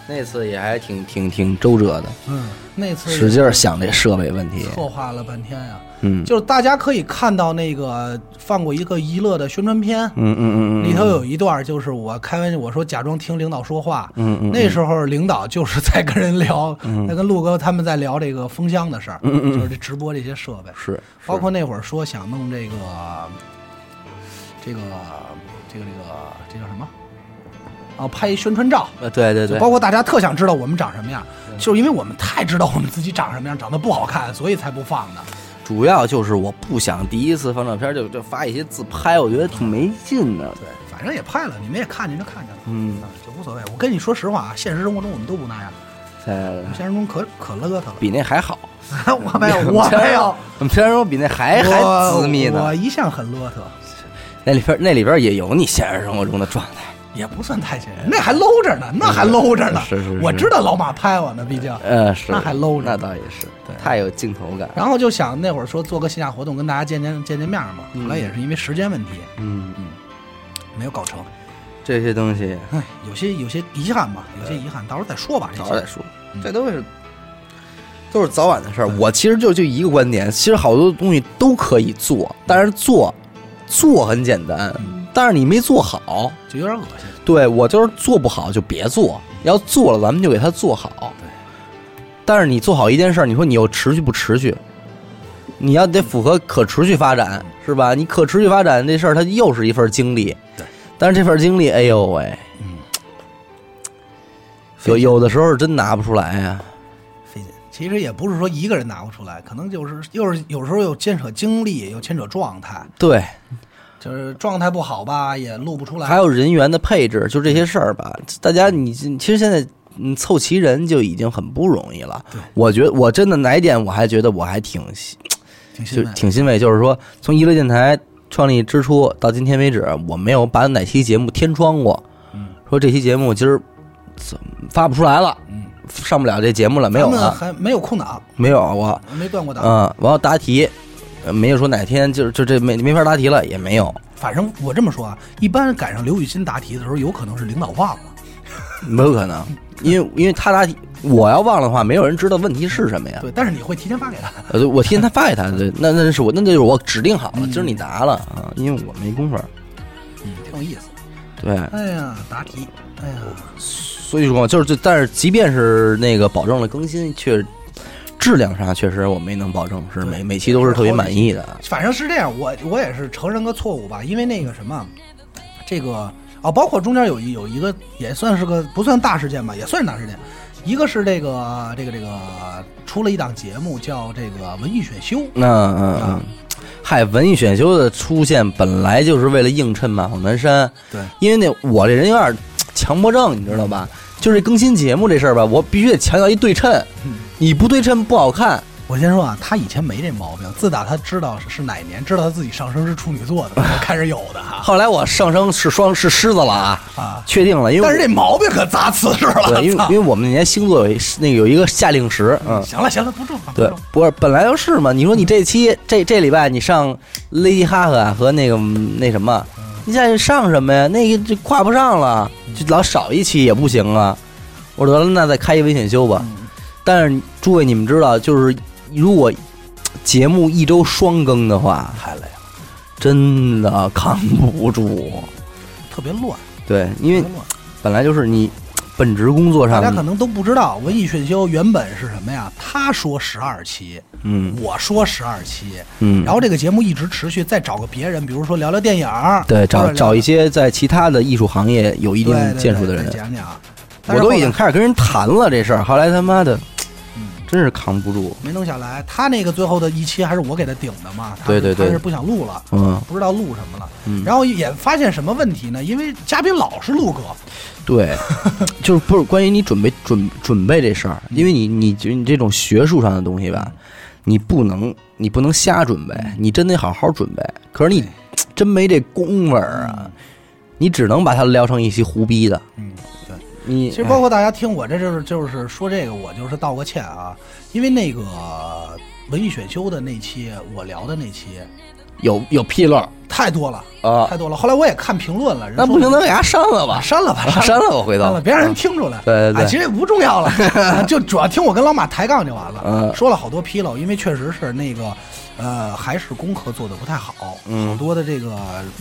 [SPEAKER 2] 那次也还挺挺挺周折的，
[SPEAKER 1] 嗯，那次
[SPEAKER 2] 使劲儿想这设备问题。
[SPEAKER 1] 策划了半天呀、
[SPEAKER 2] 嗯，
[SPEAKER 1] 就是大家可以看到那个放过一个娱乐的宣传片，
[SPEAKER 2] 嗯嗯嗯
[SPEAKER 1] 里头有一段就是我开玩笑我说假装听领导说话，
[SPEAKER 2] 嗯嗯
[SPEAKER 1] 那时候领导就是在跟人聊，在跟陆哥他们在聊这个封箱的事儿，就是这直播这些设备，
[SPEAKER 2] 嗯是
[SPEAKER 1] 包括那会儿说想弄这个这个这个这个这叫什么啊？拍宣传照，
[SPEAKER 2] 呃，对对对，
[SPEAKER 1] 包括大家特想知道我们长什么样，就是因为我们太知道我们自己长什么样，长得不好看，所以才不放的。
[SPEAKER 2] 主要就是我不想第一次放照片就就发一些自拍，我觉得挺没劲的。
[SPEAKER 1] 对，反正也拍了，你们也看见就看见了，
[SPEAKER 2] 嗯
[SPEAKER 1] 啊，就无所谓。我跟你说实话啊，现实生活中我们都不那样，
[SPEAKER 2] 在
[SPEAKER 1] 现实中可可邋遢了。
[SPEAKER 2] 比那还好。
[SPEAKER 1] 我没有，我没有，
[SPEAKER 2] 哎我们虽然说比那还还
[SPEAKER 1] 我
[SPEAKER 2] 私密呢
[SPEAKER 1] 我，一向很邋遢，
[SPEAKER 2] 那里边那里边也有你现实生活中的状态。
[SPEAKER 1] 也不算太显人，那还搂着呢，那还搂着呢。
[SPEAKER 2] 嗯是是是
[SPEAKER 1] 我知道老马拍我呢，毕竟。
[SPEAKER 2] 呃，是
[SPEAKER 1] 那还搂着
[SPEAKER 2] 那倒也是，太有镜头感。
[SPEAKER 1] 然后就想那会儿说做个线下活动，跟大家见见见见面嘛。后
[SPEAKER 2] 嗯
[SPEAKER 1] 来也是因为时间问题，
[SPEAKER 2] 嗯嗯，
[SPEAKER 1] 没有搞成。
[SPEAKER 2] 这些东西
[SPEAKER 1] 唉，有些有些遗憾吧，有些遗
[SPEAKER 2] 嗯
[SPEAKER 1] 憾，到时候再说吧。这
[SPEAKER 2] 早
[SPEAKER 1] 些
[SPEAKER 2] 点说，这都是都是早晚的事儿。我其实就就一个观点，其实好多东西都可以做，但是做做很简单，但是你没做好，
[SPEAKER 1] 就有点恶心。
[SPEAKER 2] 对我就是做不好就别做，要做了咱们就给它做好。但是你做好一件事儿，你说你又持续不持续？你要得符合可持续发展，是吧？你可持续发展这事儿，它又是一份精力。
[SPEAKER 1] 对，
[SPEAKER 2] 但是这份精力，哎呦喂，
[SPEAKER 1] 嗯，
[SPEAKER 2] 有有的时候是真拿不出来呀、
[SPEAKER 1] 费劲。其实也不是说一个人拿不出来，可能就是又是有时候又牵扯精力，又牵扯状态，
[SPEAKER 2] 对，
[SPEAKER 1] 就是状态不好吧，也录不出来。
[SPEAKER 2] 还有人员的配置，就这些事儿吧。大家你，你其实现在你凑齐人就已经很不容易了。我觉得我真的哪一点我还觉得我还挺
[SPEAKER 1] 挺
[SPEAKER 2] 就
[SPEAKER 1] 欣慰，
[SPEAKER 2] 挺欣慰，就是说从娱乐电台创立之初到今天为止，我没有把哪期节目天窗过，
[SPEAKER 1] 嗯
[SPEAKER 2] 说这期节目今儿怎么发不出来了，
[SPEAKER 1] 嗯，
[SPEAKER 2] 上不了这节目了，没有啊
[SPEAKER 1] 咱们
[SPEAKER 2] 了，
[SPEAKER 1] 还没有空档，
[SPEAKER 2] 没有啊我，
[SPEAKER 1] 没断过档。
[SPEAKER 2] 嗯，完了答题，呃没有说哪天就就这没没法答题了，也没有，
[SPEAKER 1] 反正我这么说啊，一般赶上刘雨欣答题的时候，有可能是领导忘了。
[SPEAKER 2] 没有 可能，因为因为他答题，我要忘了的话，没有人知道问题是什么呀。
[SPEAKER 1] 对，但是你会提前发给他。
[SPEAKER 2] 呃，对我提前他发给他，对，那那是我，那就是我指定好了，今儿你答了啊，因为我没工夫儿，
[SPEAKER 1] 嗯，
[SPEAKER 2] 嗯
[SPEAKER 1] 挺有意思。
[SPEAKER 2] 对，
[SPEAKER 1] 哎呀，答题，哎呀，
[SPEAKER 2] 所以说就是这，但是即便是那个保证了更新，确质量上确实我没能保证，是每每期都是特别满意的。
[SPEAKER 1] 反正是这样，我我也是承认个错误吧，因为那个什么，这个哦，包括中间有一有一个也算是个不算大事件吧，也算是大事件，一个是这个这个这个出了一档节目叫这个文艺选修，
[SPEAKER 2] 那嗯嗯，嗨，文艺选修的出现本来就是为了映衬《满汉南山》，
[SPEAKER 1] 对，
[SPEAKER 2] 因为那我这人有点强迫症，你知道吧？就是更新节目这事儿吧，我必须得强调一对称，你不对称不好看。
[SPEAKER 1] 我先说啊，他以前没这毛病，自打他知道是哪年，知道他自己上升是处女座的，开始有的哈
[SPEAKER 2] 后来我上升是双是狮子了啊，
[SPEAKER 1] 啊，
[SPEAKER 2] 确定了，因为
[SPEAKER 1] 但是这毛病可砸瓷实了，
[SPEAKER 2] 对，因为
[SPEAKER 1] 操
[SPEAKER 2] 因为我们那年星座有一那个有一个夏令时，嗯，
[SPEAKER 1] 行了行了，不重要，不
[SPEAKER 2] 对
[SPEAKER 1] 重要，
[SPEAKER 2] 不是本来就是嘛。你说你这期这这礼拜你上 Lady 哈哈和那个嗯那什么，你再上什么呀？那个就挂不上了，就老少一期也不行啊。我说得了，那再开一微选修吧。
[SPEAKER 1] 嗯
[SPEAKER 2] 但是诸位你们知道，就是如果节目一周双更的话，
[SPEAKER 1] 太累了，
[SPEAKER 2] 真的扛不住。
[SPEAKER 1] 特别乱，
[SPEAKER 2] 对，
[SPEAKER 1] 特
[SPEAKER 2] 因
[SPEAKER 1] 别
[SPEAKER 2] 为
[SPEAKER 1] 乱，
[SPEAKER 2] 本来就是你啊本职工作
[SPEAKER 1] 嗯大
[SPEAKER 2] 上
[SPEAKER 1] 家，可能都不知道，文艺选修原本是什么呀？他说十二期，
[SPEAKER 2] 嗯
[SPEAKER 1] 我说十二期，
[SPEAKER 2] 嗯
[SPEAKER 1] 然后这个节目一直持续，再找个别人，比如说聊聊电影儿，
[SPEAKER 2] 对，
[SPEAKER 1] 或
[SPEAKER 2] 找
[SPEAKER 1] 者聊
[SPEAKER 2] 找一些在其他的艺术行业有一定
[SPEAKER 1] 对对对
[SPEAKER 2] 建树的人
[SPEAKER 1] 再，讲讲。但是
[SPEAKER 2] 我都
[SPEAKER 1] 后
[SPEAKER 2] 已
[SPEAKER 1] 来
[SPEAKER 2] 经开始跟人谈了这事儿，后来他妈的
[SPEAKER 1] 嗯，
[SPEAKER 2] 真是扛不住，
[SPEAKER 1] 没弄下来，他那个最后的一期还是我给他顶的嘛，他
[SPEAKER 2] 对对对
[SPEAKER 1] 他是不想录了，
[SPEAKER 2] 嗯
[SPEAKER 1] 啊不知道录什么了，
[SPEAKER 2] 嗯，
[SPEAKER 1] 然后也发现什么问题呢？因为嘉宾老是录歌，
[SPEAKER 2] 对， 就是不是关于你准备准准备这事儿，
[SPEAKER 1] 嗯
[SPEAKER 2] 因为你你就你这种学术上的东西吧，你不能你不能瞎准备，
[SPEAKER 1] 嗯
[SPEAKER 2] 你真得好好准备。可是你真没这功夫儿啊，你只能把它聊成一期胡逼的。
[SPEAKER 1] 嗯，对。
[SPEAKER 2] 你
[SPEAKER 1] 其实包括大家听我这就是就是说这个，我就是道个歉啊，因为那个文艺选修的那期我聊的那期
[SPEAKER 2] 哎有有纰漏
[SPEAKER 1] 太多了，
[SPEAKER 2] 啊
[SPEAKER 1] 太，多了。后来我也看评论了，人
[SPEAKER 2] 那
[SPEAKER 1] 说
[SPEAKER 2] 不行，咱给它删了吧，
[SPEAKER 1] 删了 吧，
[SPEAKER 2] 删了我回
[SPEAKER 1] 删
[SPEAKER 2] 头嗯
[SPEAKER 1] 了，。别让人听出来。
[SPEAKER 2] 对对对
[SPEAKER 1] 哎，其实也不重 要了，啊就主要听我跟老马抬杠就完了。
[SPEAKER 2] 嗯
[SPEAKER 1] 说了好多纰漏，因为确实是那个，呃，还是功课做的不太好，
[SPEAKER 2] 嗯
[SPEAKER 1] 好多的这个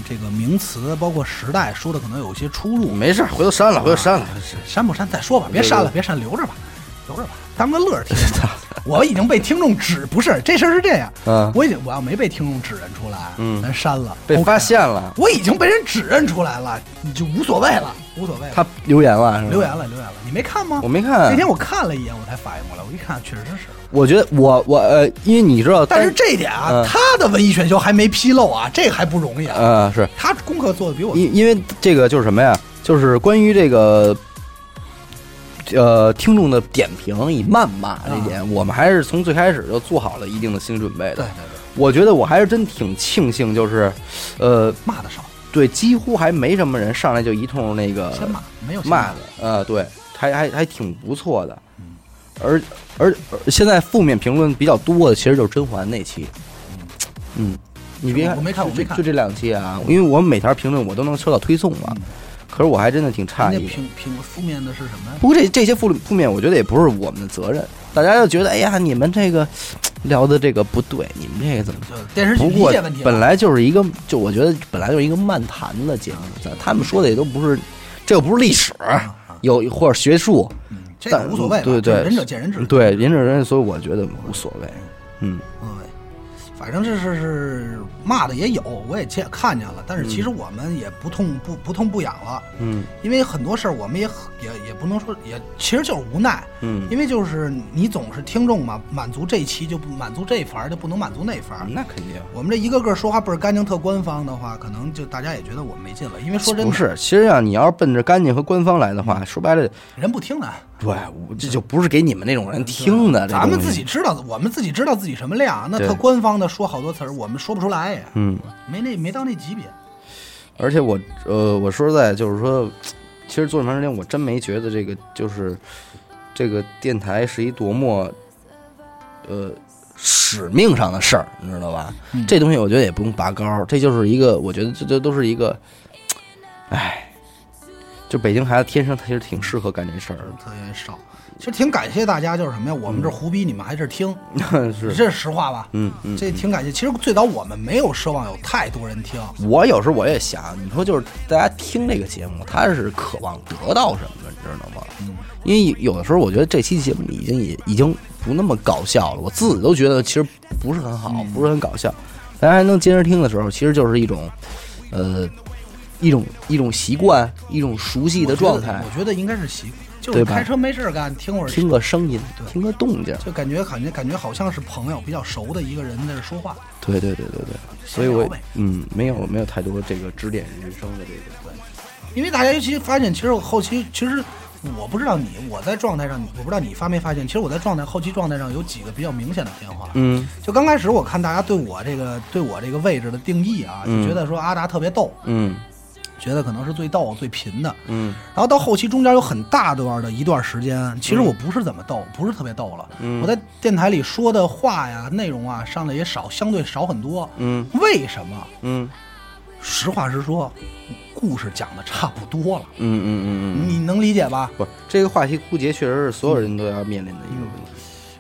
[SPEAKER 1] 这个名词，包括时代说的可能有些出入。呃
[SPEAKER 2] 没事儿，回头删了，回头删了。
[SPEAKER 1] 删不删再说吧，别删了，别删，留着吧，留着吧，当个乐儿听。我已经被听众指，不是这事儿是这样，
[SPEAKER 2] 嗯
[SPEAKER 1] 我已经我要没被听众指认出来，
[SPEAKER 2] 嗯
[SPEAKER 1] 咱删了，
[SPEAKER 2] 被
[SPEAKER 1] OK
[SPEAKER 2] 发现了，
[SPEAKER 1] 我已经被人指认出来了，你就无所谓了，无所谓了。
[SPEAKER 2] 他留言了，是吧
[SPEAKER 1] 留言，了，留言了，你没看吗？
[SPEAKER 2] 嗯我没看
[SPEAKER 1] 那天我看了一眼，我才反应过来，我一看确实是。
[SPEAKER 2] 我觉得我我呃，因为你知道，
[SPEAKER 1] 但是这一点啊，
[SPEAKER 2] 嗯
[SPEAKER 1] 他的文艺选修还没纰漏啊，这还不容易啊。
[SPEAKER 2] 呃是
[SPEAKER 1] 他功课做的比我
[SPEAKER 2] 因因为这个就是什么呀？就是关于这个，呃，听众的点评以谩骂
[SPEAKER 1] 啊
[SPEAKER 2] 这点，我们还是从最开始就做好了一定的心理准备
[SPEAKER 1] 对对
[SPEAKER 2] 的。
[SPEAKER 1] 对，
[SPEAKER 2] 我觉得我还是真挺庆幸，就是，呃，
[SPEAKER 1] 骂的少，
[SPEAKER 2] 对，几乎还没什么人上来就一通那个
[SPEAKER 1] 先骂，没有先
[SPEAKER 2] 骂的，呃，对，还还还挺不错的。而而而现在负面评论比较多的，其实就是甄嬛那期，嗯，你别
[SPEAKER 1] 我没看
[SPEAKER 2] 就
[SPEAKER 1] 我没
[SPEAKER 2] 就
[SPEAKER 1] 看
[SPEAKER 2] 就这两期啊，因为我每条评论我都能收到推送嘛
[SPEAKER 1] 嗯，
[SPEAKER 2] 可是我还真的挺
[SPEAKER 1] 人
[SPEAKER 2] 诧
[SPEAKER 1] 家
[SPEAKER 2] 异的。
[SPEAKER 1] 评评负面的是什么呀？
[SPEAKER 2] 不过这这些负负面，我觉得也不是我们的责任，大家就觉得哎呀，你们这个聊的这个不对，你们这个怎么？
[SPEAKER 1] 就是电视剧
[SPEAKER 2] 不
[SPEAKER 1] 理
[SPEAKER 2] 过
[SPEAKER 1] 解问题啊。
[SPEAKER 2] 本来就是一个，就我觉得本来就是一个漫谈的节目，咱他们说的也都不是，这又不是历史，有或者学术，
[SPEAKER 1] 嗯啊这个
[SPEAKER 2] 但
[SPEAKER 1] 无所谓吧，
[SPEAKER 2] 对对
[SPEAKER 1] 就是仁者见仁，智，
[SPEAKER 2] 对，仁者仁，所以我觉得无所谓。嗯，
[SPEAKER 1] 无所谓。反正这是是骂的也有，我也见看见了，但是其实我们也不痛不不痛不痒了，
[SPEAKER 2] 嗯，
[SPEAKER 1] 因为很多事儿我们也也也不能说也，其实就是无奈，
[SPEAKER 2] 嗯
[SPEAKER 1] 因为就是你总是听众嘛，满足这期就不满足这番儿，就不能满足啊那番儿。
[SPEAKER 2] 那肯定
[SPEAKER 1] 我们这一个个说话倍儿干净、特官方的话，可能就大家也觉得我们没劲了，因为说真的，
[SPEAKER 2] 不是。其实啊，你要是奔着干净和官方来的话，说白了，
[SPEAKER 1] 人不听的。啊
[SPEAKER 2] 对，我这就不是给你们那种人听的。这
[SPEAKER 1] 咱们
[SPEAKER 2] 东西
[SPEAKER 1] 自己，知道，我们自己知道自己什么量。啊那
[SPEAKER 2] 对
[SPEAKER 1] 特官方的说好多词儿，我们说不出来也，
[SPEAKER 2] 嗯，
[SPEAKER 1] 没那没到那级别。
[SPEAKER 2] 而且我呃，我说实在，就是说，其实做这么长时间，我真没觉得这个就是这个电台是一多么呃使命上的事儿，你知道吧？
[SPEAKER 1] 嗯
[SPEAKER 2] 这东西我觉得也不用拔高，这就是一个，我觉得这这都是一个，哎，就北京孩子天生他其实挺适合干这事儿
[SPEAKER 1] 特别少，其实挺感谢大家，就是什么呀？我们这胡逼，你们还是听，
[SPEAKER 2] 的，嗯 是，
[SPEAKER 1] 这是实话吧？
[SPEAKER 2] 嗯嗯。
[SPEAKER 1] 这挺感谢。其实最早我们没有奢望有太多人听，
[SPEAKER 2] 我有时候我也想，你说就是大家听这个节目，他是渴望得到什么，你知道吗？
[SPEAKER 1] 嗯
[SPEAKER 2] 因为有的时候我觉得这期节目已经也已经不那么搞笑了，我自己都觉得其实不是很好，
[SPEAKER 1] 嗯
[SPEAKER 2] 不是很搞笑。大家还能接着听的时候，其实就是一种，呃，一种一种习惯，一种熟悉的状态
[SPEAKER 1] 我，觉得我觉得应该是习惯，就
[SPEAKER 2] 对
[SPEAKER 1] 是
[SPEAKER 2] 吧
[SPEAKER 1] 开车没事儿干，听会儿，
[SPEAKER 2] 听个声音，
[SPEAKER 1] 对
[SPEAKER 2] 听个动静。
[SPEAKER 1] 就感觉感觉感觉好像是朋友比较熟的一个人在这说话。
[SPEAKER 2] 对对对对对，所以
[SPEAKER 1] 闲聊
[SPEAKER 2] 我
[SPEAKER 1] 呗
[SPEAKER 2] 嗯没有没有太多这个指点人生的这个。
[SPEAKER 1] 因为大家尤其发现，其实我后期其实我不知道你，我在状态上，我不知道你发没发现，其实我在状态后期状态上有几个比较明显的变化。
[SPEAKER 2] 嗯
[SPEAKER 1] 就刚开始我看大家对我这个对我这个位置的定义啊，就觉得说阿达特别逗，
[SPEAKER 2] 嗯
[SPEAKER 1] 觉得可能是最逗最贫的。
[SPEAKER 2] 嗯
[SPEAKER 1] 然后到后期中间有很大段的一段时间，
[SPEAKER 2] 嗯
[SPEAKER 1] 其实我不是怎么逗，不是特别逗了。我在电台里说的话呀、内容啊，上来也少，相对少很多。
[SPEAKER 2] 嗯
[SPEAKER 1] 为什么？
[SPEAKER 2] 嗯
[SPEAKER 1] 实话实说，故事讲的差不多了，
[SPEAKER 2] 嗯嗯嗯嗯。
[SPEAKER 1] 你能理解吧？
[SPEAKER 2] 嗯不，这个话题枯竭确实是所有人都要面临的一个问题。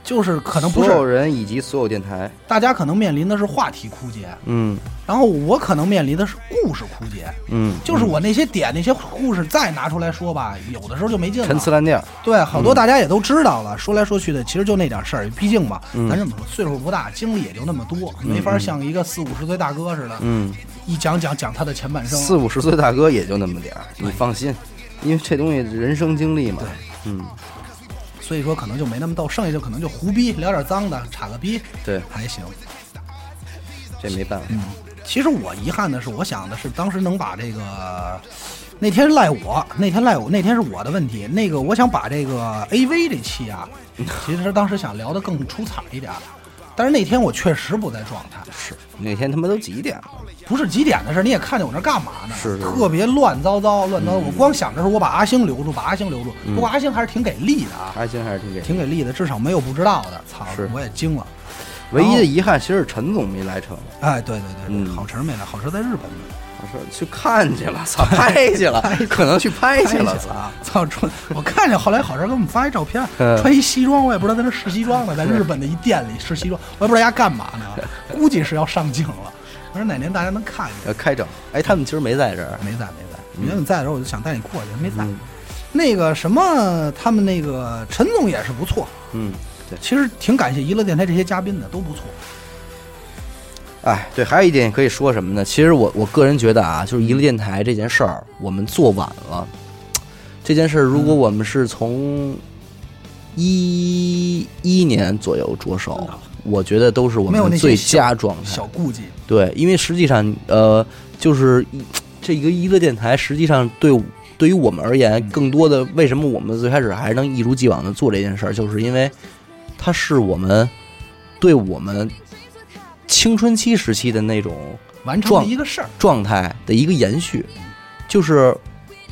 [SPEAKER 1] 就是可能不
[SPEAKER 2] 所有
[SPEAKER 1] 是
[SPEAKER 2] 人以及所有电台，
[SPEAKER 1] 大家可能面临的是话题枯竭，
[SPEAKER 2] 嗯
[SPEAKER 1] 然后我可能面临的是故事枯竭，
[SPEAKER 2] 嗯，
[SPEAKER 1] 就是我那些点那些故事再拿出来说吧，有的时候就没劲了。
[SPEAKER 2] 陈词滥调，
[SPEAKER 1] 对，好
[SPEAKER 2] 嗯
[SPEAKER 1] 多大家也都知道了，说来说去的其实就那点事儿。毕竟吧，
[SPEAKER 2] 嗯
[SPEAKER 1] 咱这么说，岁数不大，经历也就那么多，没法像一个四五十岁大哥似的，
[SPEAKER 2] 嗯，
[SPEAKER 1] 一讲讲讲他的前半生。
[SPEAKER 2] 四五十岁大哥也就那么点儿，你放心，因为这东西人生经历嘛，嗯，
[SPEAKER 1] 所以说可能就没那么逗，剩下就可能就胡逼聊点脏的，插个逼
[SPEAKER 2] 对，嗯
[SPEAKER 1] 还行。
[SPEAKER 2] 这没办法，
[SPEAKER 1] 其实我遗憾的是，我想的是当时能把这个那天赖我，那天赖我，那天是我的问题。那个我想把这个 A V 这期 啊，其实当时想聊得更出彩一点儿，但是那天我确实不在状态，是
[SPEAKER 2] 那天他妈都几点了？
[SPEAKER 1] 不是几点的事儿？你也看见我那儿干嘛呢？
[SPEAKER 2] 是是嗯
[SPEAKER 1] 特别乱糟糟，乱糟糟。我光想着是我把阿星留住，把阿星留住。不过阿星还是挺给力的啊，
[SPEAKER 2] 阿星还是挺给力。
[SPEAKER 1] 挺给力的，至少没有不知道的。操
[SPEAKER 2] 是，
[SPEAKER 1] 我也惊了。
[SPEAKER 2] 唯一的遗憾其实是陈总没来成，
[SPEAKER 1] 哎，对对对，对
[SPEAKER 2] 嗯
[SPEAKER 1] 好晨没来，好晨在日本呢。
[SPEAKER 2] 他说去看去了，操，拍去了，可能去拍去了，操。
[SPEAKER 1] 操！啊操穿！ 我看见后来好像给我们发一照片，
[SPEAKER 2] 嗯
[SPEAKER 1] 穿一西装，我也不知道在那试西装呢，在日本的一店里试西装，我也不知道丫干嘛呢， 估计是要上镜了。我说哪年大家能看见？
[SPEAKER 2] 要开整，哎，他们今儿没在这儿，
[SPEAKER 1] 没在没在，
[SPEAKER 2] 嗯
[SPEAKER 1] 原本在的时候我就想带你过去，没在。那个什么，他们那个陈总也是不错，
[SPEAKER 2] 嗯，对，
[SPEAKER 1] 其实挺感谢娱乐电台这些嘉宾的，都不错。
[SPEAKER 2] 哎，对，还有一点可以说什么呢？其实我我个人觉得啊，就是
[SPEAKER 1] 嗯
[SPEAKER 2] 娱乐电台这件事儿，我们做晚了。这件事儿，如果
[SPEAKER 1] 嗯
[SPEAKER 2] 我们是从一一年左右着手，我觉得都是我
[SPEAKER 1] 没有那
[SPEAKER 2] 们
[SPEAKER 1] 些
[SPEAKER 2] 最
[SPEAKER 1] 小
[SPEAKER 2] 佳状态
[SPEAKER 1] 小。顾忌，
[SPEAKER 2] 对，因为实际上，呃，就是一这一个娱乐电台，实际上对我对于我们而言，更多的为什么我们最开始还能一如既往的做这件事儿，就是因为它是我们对我们青春期时期的那种
[SPEAKER 1] 完成了
[SPEAKER 2] 撞
[SPEAKER 1] 一个事儿，
[SPEAKER 2] 状态的一个延续，就是。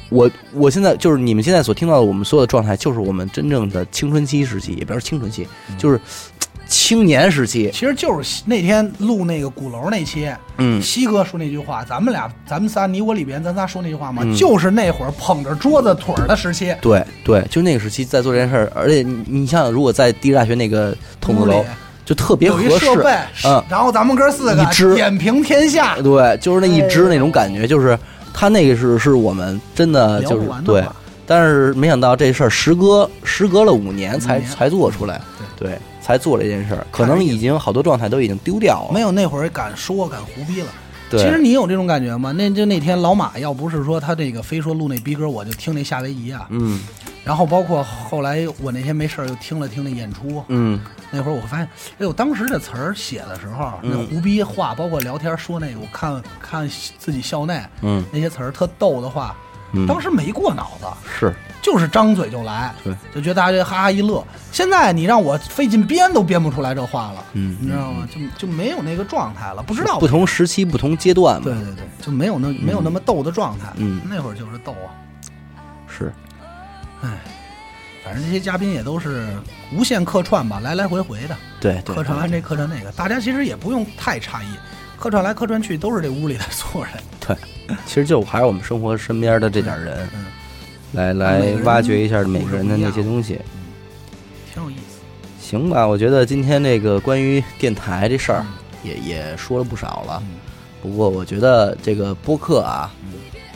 [SPEAKER 2] 我我现在就是你们现在所听到的，我们所有的状态，就是我们真正的青春期时期，也不是青春期，就是青年时期。
[SPEAKER 1] 其实就是那天录那个鼓楼那期，
[SPEAKER 2] 嗯，
[SPEAKER 1] 西哥说那句话，咱们俩，咱们仨，你我里边，咱仨说那句话吗？
[SPEAKER 2] 嗯
[SPEAKER 1] 就是那会儿捧着桌子腿儿的时期，
[SPEAKER 2] 对对，就那个时期在做这件事儿，而且你你想想，如果在第一大学那个筒子
[SPEAKER 1] 屋
[SPEAKER 2] 楼
[SPEAKER 1] 里，
[SPEAKER 2] 就特别
[SPEAKER 1] 有一
[SPEAKER 2] 合适
[SPEAKER 1] 设备，
[SPEAKER 2] 嗯，
[SPEAKER 1] 然后咱们哥四个
[SPEAKER 2] 一支
[SPEAKER 1] 点评天下，
[SPEAKER 2] 对，就是那一支那种感觉，就是他那个是是我们真的
[SPEAKER 1] 聊
[SPEAKER 2] 就
[SPEAKER 1] 不
[SPEAKER 2] 是
[SPEAKER 1] 完的
[SPEAKER 2] 对
[SPEAKER 1] 话，
[SPEAKER 2] 但是没想到这事儿时隔时隔了五年才
[SPEAKER 1] 五年
[SPEAKER 2] 才做出来，对才做这件事儿，可
[SPEAKER 1] 看着
[SPEAKER 2] 能
[SPEAKER 1] 也
[SPEAKER 2] 已经好多状态都已经丢掉
[SPEAKER 1] 没
[SPEAKER 2] 了，
[SPEAKER 1] 有那会儿敢说敢胡逼了。
[SPEAKER 2] 哦对
[SPEAKER 1] 其实你有这种感觉吗？那就那天老马要不是说他这个非说录那逼歌，我就听那夏威夷啊。
[SPEAKER 2] 嗯
[SPEAKER 1] 然后包括后来我那天没事儿又听了听那演出，
[SPEAKER 2] 嗯
[SPEAKER 1] 那会儿我发现，哎呦，当时这词儿写的时候，那
[SPEAKER 2] 嗯
[SPEAKER 1] 胡逼话，包括聊天说那个，我看看自己校内，
[SPEAKER 2] 嗯
[SPEAKER 1] 那些词儿特逗的话，
[SPEAKER 2] 嗯
[SPEAKER 1] 当时没过脑子，
[SPEAKER 2] 是
[SPEAKER 1] 就是张嘴就来，
[SPEAKER 2] 对
[SPEAKER 1] 就觉得大家就哈哈一乐。现在你让我费劲编都编不出来这话了，
[SPEAKER 2] 嗯
[SPEAKER 1] 你知道吗？就就没有那个状态了，不知道
[SPEAKER 2] 不，同时期不同阶段
[SPEAKER 1] 对
[SPEAKER 2] 嘛，
[SPEAKER 1] 对对，就没有那没有那么逗的状态，
[SPEAKER 2] 嗯
[SPEAKER 1] 那会儿就是逗啊。
[SPEAKER 2] 是
[SPEAKER 1] 反正这些嘉宾也都是无限客串吧，来来回回的。
[SPEAKER 2] 对对
[SPEAKER 1] 客串完
[SPEAKER 2] 对
[SPEAKER 1] 这客串那个，大家其实也不用太诧异，客串来客串去都是这屋里的所有人，
[SPEAKER 2] 对，其实就还是我们生活身边的这点儿人。
[SPEAKER 1] 嗯，
[SPEAKER 2] 来来
[SPEAKER 1] 每个人
[SPEAKER 2] 挖掘一下每个人的那些东西，
[SPEAKER 1] 挺有意思。
[SPEAKER 2] 行吧？我觉得今天这个关于电台这事儿
[SPEAKER 1] 嗯
[SPEAKER 2] 也也说了不少了，不过我觉得这个播客啊，
[SPEAKER 1] 嗯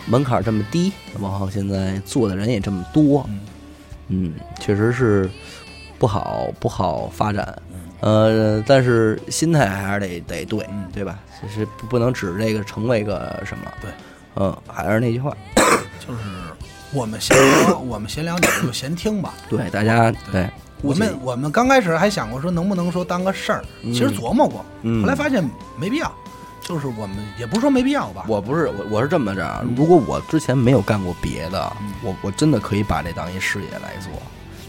[SPEAKER 2] 门槛儿这么低，然后现在做的人也这么多，嗯，确实是不好不好发展。
[SPEAKER 1] 嗯
[SPEAKER 2] 呃，但是心态还是得得对，
[SPEAKER 1] 嗯
[SPEAKER 2] 对吧？就是不不能指这个成为个什么，
[SPEAKER 1] 对，
[SPEAKER 2] 嗯，还是那 句话，
[SPEAKER 1] 就是我们闲聊，我们闲聊你们就闲听吧。
[SPEAKER 2] 对大家，对，
[SPEAKER 1] 我们我们刚开始还想过说能不能说当个事儿，其实琢磨过，
[SPEAKER 2] 嗯
[SPEAKER 1] 后来发现没必要，就是我们也不是说没必要吧，
[SPEAKER 2] 我不是我我是这么着啊，如果我之前没有干过别的，
[SPEAKER 1] 嗯
[SPEAKER 2] 我我真的可以把这当一事业来做，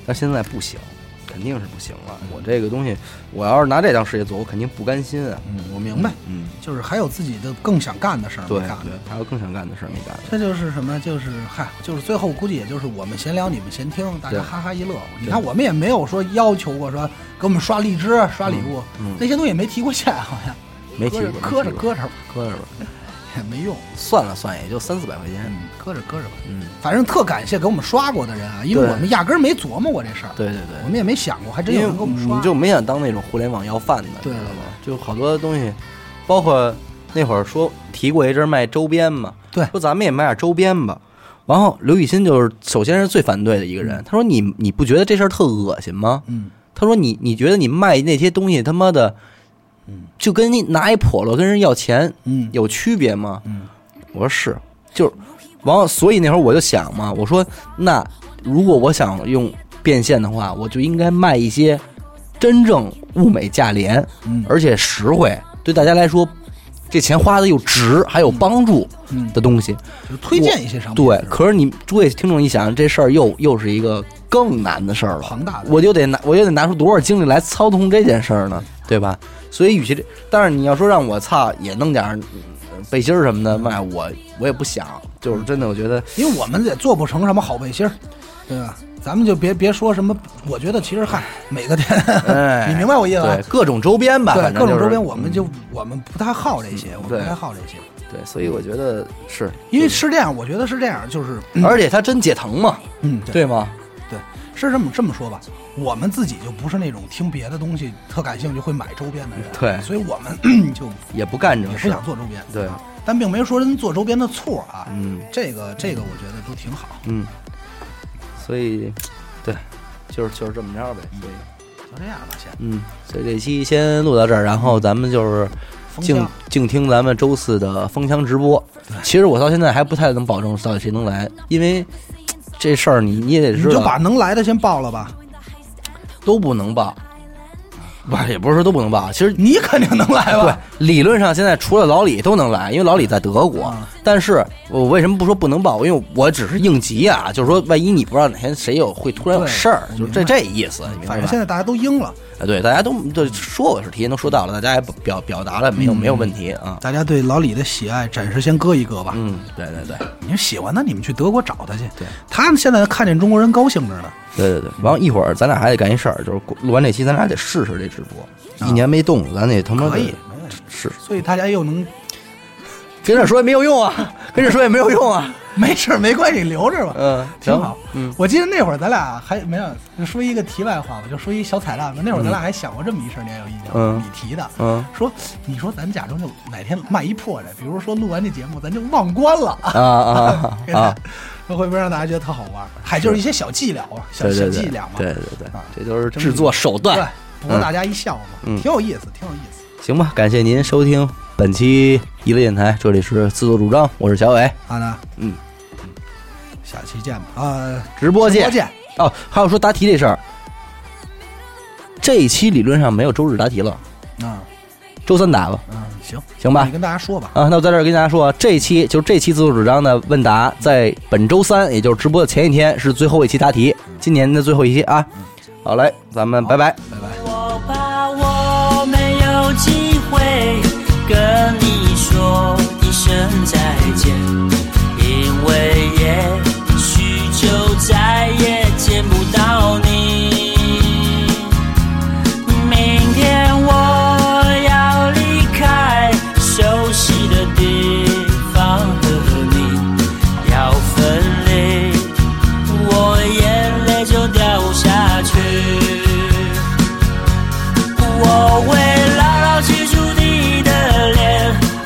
[SPEAKER 2] 但现在不行，肯定是不行
[SPEAKER 1] 嗯
[SPEAKER 2] 了。我这个东西，我要是拿这当事业做，我肯定不甘心啊。
[SPEAKER 1] 嗯我明白，
[SPEAKER 2] 嗯，
[SPEAKER 1] 就是还有自己的更想干的事儿没
[SPEAKER 2] 对
[SPEAKER 1] 干。
[SPEAKER 2] 对，还有更想干的事儿没干。
[SPEAKER 1] 这就是什么？就是嗨，就是最后估计也就是我们闲聊，你们闲听，大家
[SPEAKER 2] 对
[SPEAKER 1] 哈哈一乐。你看，我们也没有说要求过说给我们刷荔枝、刷礼物、那些东西，也没提过线，好像
[SPEAKER 2] 嗯没提过
[SPEAKER 1] 搁着
[SPEAKER 2] 没提
[SPEAKER 1] 搁着搁
[SPEAKER 2] 过
[SPEAKER 1] 着吧。
[SPEAKER 2] 搁着吧，
[SPEAKER 1] 也没用，
[SPEAKER 2] 算了算也就三四百块钱
[SPEAKER 1] 嗯。，搁着搁着吧。
[SPEAKER 2] 嗯，
[SPEAKER 1] 反正特感谢给我们刷过的人啊，因为
[SPEAKER 2] 对
[SPEAKER 1] 我们压根儿没琢磨过这事儿，
[SPEAKER 2] 对对
[SPEAKER 1] 我
[SPEAKER 2] 对，
[SPEAKER 1] 们也没想过，还真有
[SPEAKER 2] 因
[SPEAKER 1] 人给我
[SPEAKER 2] 为
[SPEAKER 1] 们刷。
[SPEAKER 2] 你就没想当那种互联网要饭的，
[SPEAKER 1] 对
[SPEAKER 2] 你知道吗？就好多东西，包括那会儿说提过一阵儿卖周边嘛，
[SPEAKER 1] 对
[SPEAKER 2] 说咱们也卖点周边吧。然后刘雨欣就是首先是最反对的一个人，他说你你不觉得这事儿特恶心吗？
[SPEAKER 1] 嗯，
[SPEAKER 2] 他说你你觉得你卖那些东西他妈的，就跟你拿一笸箩跟人要钱，
[SPEAKER 1] 嗯
[SPEAKER 2] 有区别吗？
[SPEAKER 1] 嗯
[SPEAKER 2] 我说是，就是，完了，所以那会儿我就想嘛，我说那如果我想用变现的话，我就应该卖一些真正物美价廉，
[SPEAKER 1] 嗯
[SPEAKER 2] 而且实惠，对大家来说，这钱花的又值，还有帮助
[SPEAKER 1] 嗯，
[SPEAKER 2] 的东西。
[SPEAKER 1] 就推荐一些商品，
[SPEAKER 2] 对，可是你诸位听众一想，这事儿又又是一个更难的事儿了，
[SPEAKER 1] 庞大的
[SPEAKER 2] 我就得拿，我就得拿出多少精力来操控这件事儿呢，对吧？所以，与其这，但是你要说让我操也弄点儿呃背心儿什么的卖，我我也不想，就是真的，我觉得
[SPEAKER 1] 因为我们也做不成什么好背心儿，对吧？咱们就别别说什么，我觉得其实嗨，每个店，
[SPEAKER 2] 哎
[SPEAKER 1] 你明白我意思吧
[SPEAKER 2] 对？各种周边
[SPEAKER 1] 啊
[SPEAKER 2] 吧，
[SPEAKER 1] 对
[SPEAKER 2] 反，正
[SPEAKER 1] 各种
[SPEAKER 2] 就是嗯
[SPEAKER 1] 周边我们就我们不太好这些，我们
[SPEAKER 2] 对
[SPEAKER 1] 不太好这些，
[SPEAKER 2] 对，所以我觉得是，
[SPEAKER 1] 因为是这样，我觉得是这样，就是
[SPEAKER 2] 而且它真解疼嘛，
[SPEAKER 1] 嗯，
[SPEAKER 2] 对吗？
[SPEAKER 1] 对，是这么这么说吧，我们自己就不是那种听别的东西特感兴趣会买周边的人，
[SPEAKER 2] 对
[SPEAKER 1] 所以我们 就
[SPEAKER 2] 也不干这
[SPEAKER 1] 也
[SPEAKER 2] 种
[SPEAKER 1] 不
[SPEAKER 2] 事
[SPEAKER 1] 想，做周边，
[SPEAKER 2] 对
[SPEAKER 1] 啊，但并没说人做周边的错啊，
[SPEAKER 2] 嗯
[SPEAKER 1] 这个这个我觉得都挺好，
[SPEAKER 2] 嗯，所以对，就是就是这么着呗，所以。
[SPEAKER 1] 就这样吧，先
[SPEAKER 2] 嗯，所以这期先录到这儿，然后咱们就是
[SPEAKER 1] 封
[SPEAKER 2] 静
[SPEAKER 1] 箱，
[SPEAKER 2] 静听咱们周四的封箱直播。其实我到现在还不太能保证到底谁能来，因为嘖这事儿你你也得
[SPEAKER 1] 你
[SPEAKER 2] 知
[SPEAKER 1] 就把
[SPEAKER 2] 道，
[SPEAKER 1] 能来的先报了吧，
[SPEAKER 2] 都不能报，不是也不是说都不能报，其实。
[SPEAKER 1] 你肯定能来
[SPEAKER 2] 对
[SPEAKER 1] 嗯吧，，
[SPEAKER 2] 理论上现在除了老李都能来，因为老李在德国
[SPEAKER 1] 啊。
[SPEAKER 2] 但是我为什么不说不能报？因为我只是应急啊，就是说万一你不知道哪天谁有会突然有
[SPEAKER 1] 对
[SPEAKER 2] 事儿，
[SPEAKER 1] 我
[SPEAKER 2] 就是
[SPEAKER 1] 明
[SPEAKER 2] 这
[SPEAKER 1] 白
[SPEAKER 2] 这意思，你明白
[SPEAKER 1] 反
[SPEAKER 2] 吧
[SPEAKER 1] 正现在大家都应了，
[SPEAKER 2] 啊，对，大家都都说我是提前都说到了，大家也表表达了，
[SPEAKER 1] 嗯
[SPEAKER 2] 没有没有问题啊。
[SPEAKER 1] 大家对老李的喜爱暂时先搁一搁吧，
[SPEAKER 2] 嗯，对对对
[SPEAKER 1] 你们喜欢的你们去德国找他去，
[SPEAKER 2] 对
[SPEAKER 1] 他们现在看见中国人高兴着呢，
[SPEAKER 2] 对对对。完了，一会儿咱俩还得干一事儿，就是过录完这期，咱俩得试试这直播，一年没动，咱得他妈
[SPEAKER 1] 啊可以
[SPEAKER 2] 得，
[SPEAKER 1] 没问题，
[SPEAKER 2] 试。
[SPEAKER 1] 所以大家又能
[SPEAKER 2] 跟这说也没有用啊，跟这说也没有 用啊。
[SPEAKER 1] 没事儿没关系留着吧，
[SPEAKER 2] 嗯，
[SPEAKER 1] 挺
[SPEAKER 2] 行
[SPEAKER 1] 好。
[SPEAKER 2] 嗯，
[SPEAKER 1] 我记得那会儿咱俩还没有说一个题外话吧，就说一小彩蛋吧。那会儿咱俩还想过这么一事儿，你还有印象
[SPEAKER 2] 嗯
[SPEAKER 1] 吗？你提的，
[SPEAKER 2] 嗯
[SPEAKER 1] 说你说咱们假装就哪天卖一破绽，比如说录完这节目咱就忘关了，
[SPEAKER 2] 啊啊啊啊！
[SPEAKER 1] 会不会让大家觉得特好玩？还就是一些小伎俩嘛，小
[SPEAKER 2] 对
[SPEAKER 1] 小
[SPEAKER 2] 对
[SPEAKER 1] 伎
[SPEAKER 2] 对
[SPEAKER 1] 俩嘛，
[SPEAKER 2] 对对对
[SPEAKER 1] 啊，
[SPEAKER 2] 这都是制作手
[SPEAKER 1] 对
[SPEAKER 2] 段。，
[SPEAKER 1] 博大家一笑嘛，
[SPEAKER 2] 嗯
[SPEAKER 1] 挺有意思，挺有意思。
[SPEAKER 2] 行吧，感谢您收听本期娱乐电台，这里是自作主张，我是小伟，
[SPEAKER 1] 好的，
[SPEAKER 2] 嗯，
[SPEAKER 1] 下期见吧。啊，
[SPEAKER 2] 直播
[SPEAKER 1] 直
[SPEAKER 2] 见
[SPEAKER 1] 播。见，
[SPEAKER 2] 哦，还有说答题这事儿，这一期理论上没有周日答题了，
[SPEAKER 1] 嗯
[SPEAKER 2] 周三答吧，
[SPEAKER 1] 嗯，行，
[SPEAKER 2] 行吧
[SPEAKER 1] 你？跟大家说吧。
[SPEAKER 2] 啊，那我在这儿跟大家说，这一期就是这期自作主张的问答，在本周三，也就是直播的前一天，是最后一期答题，今年的最后一期啊。好嘞，咱们拜拜。
[SPEAKER 1] 拜拜。
[SPEAKER 4] 我怕我没有机会跟你说一声再见，因为也许就再也见不到你。明天我要离开熟悉的地方和你，要分离，我眼泪就掉下去。我会牢牢记住你的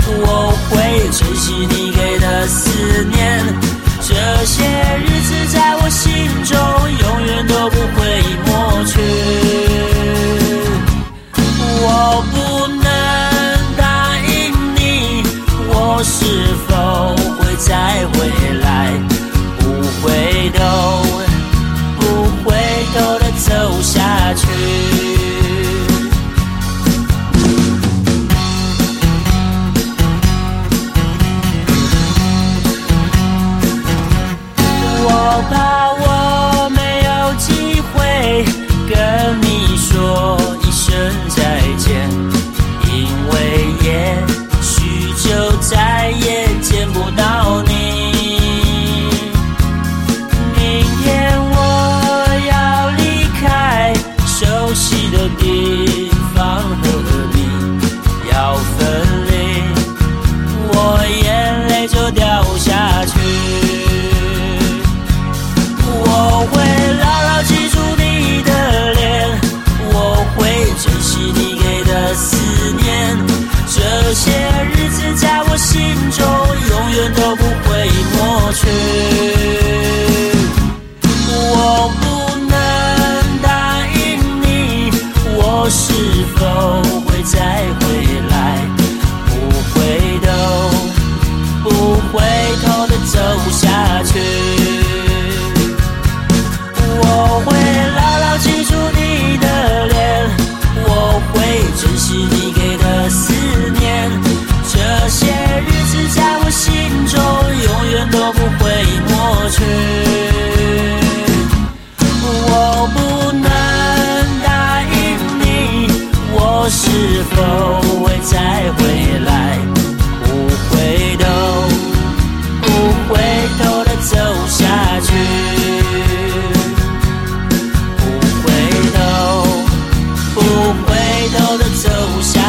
[SPEAKER 4] 走下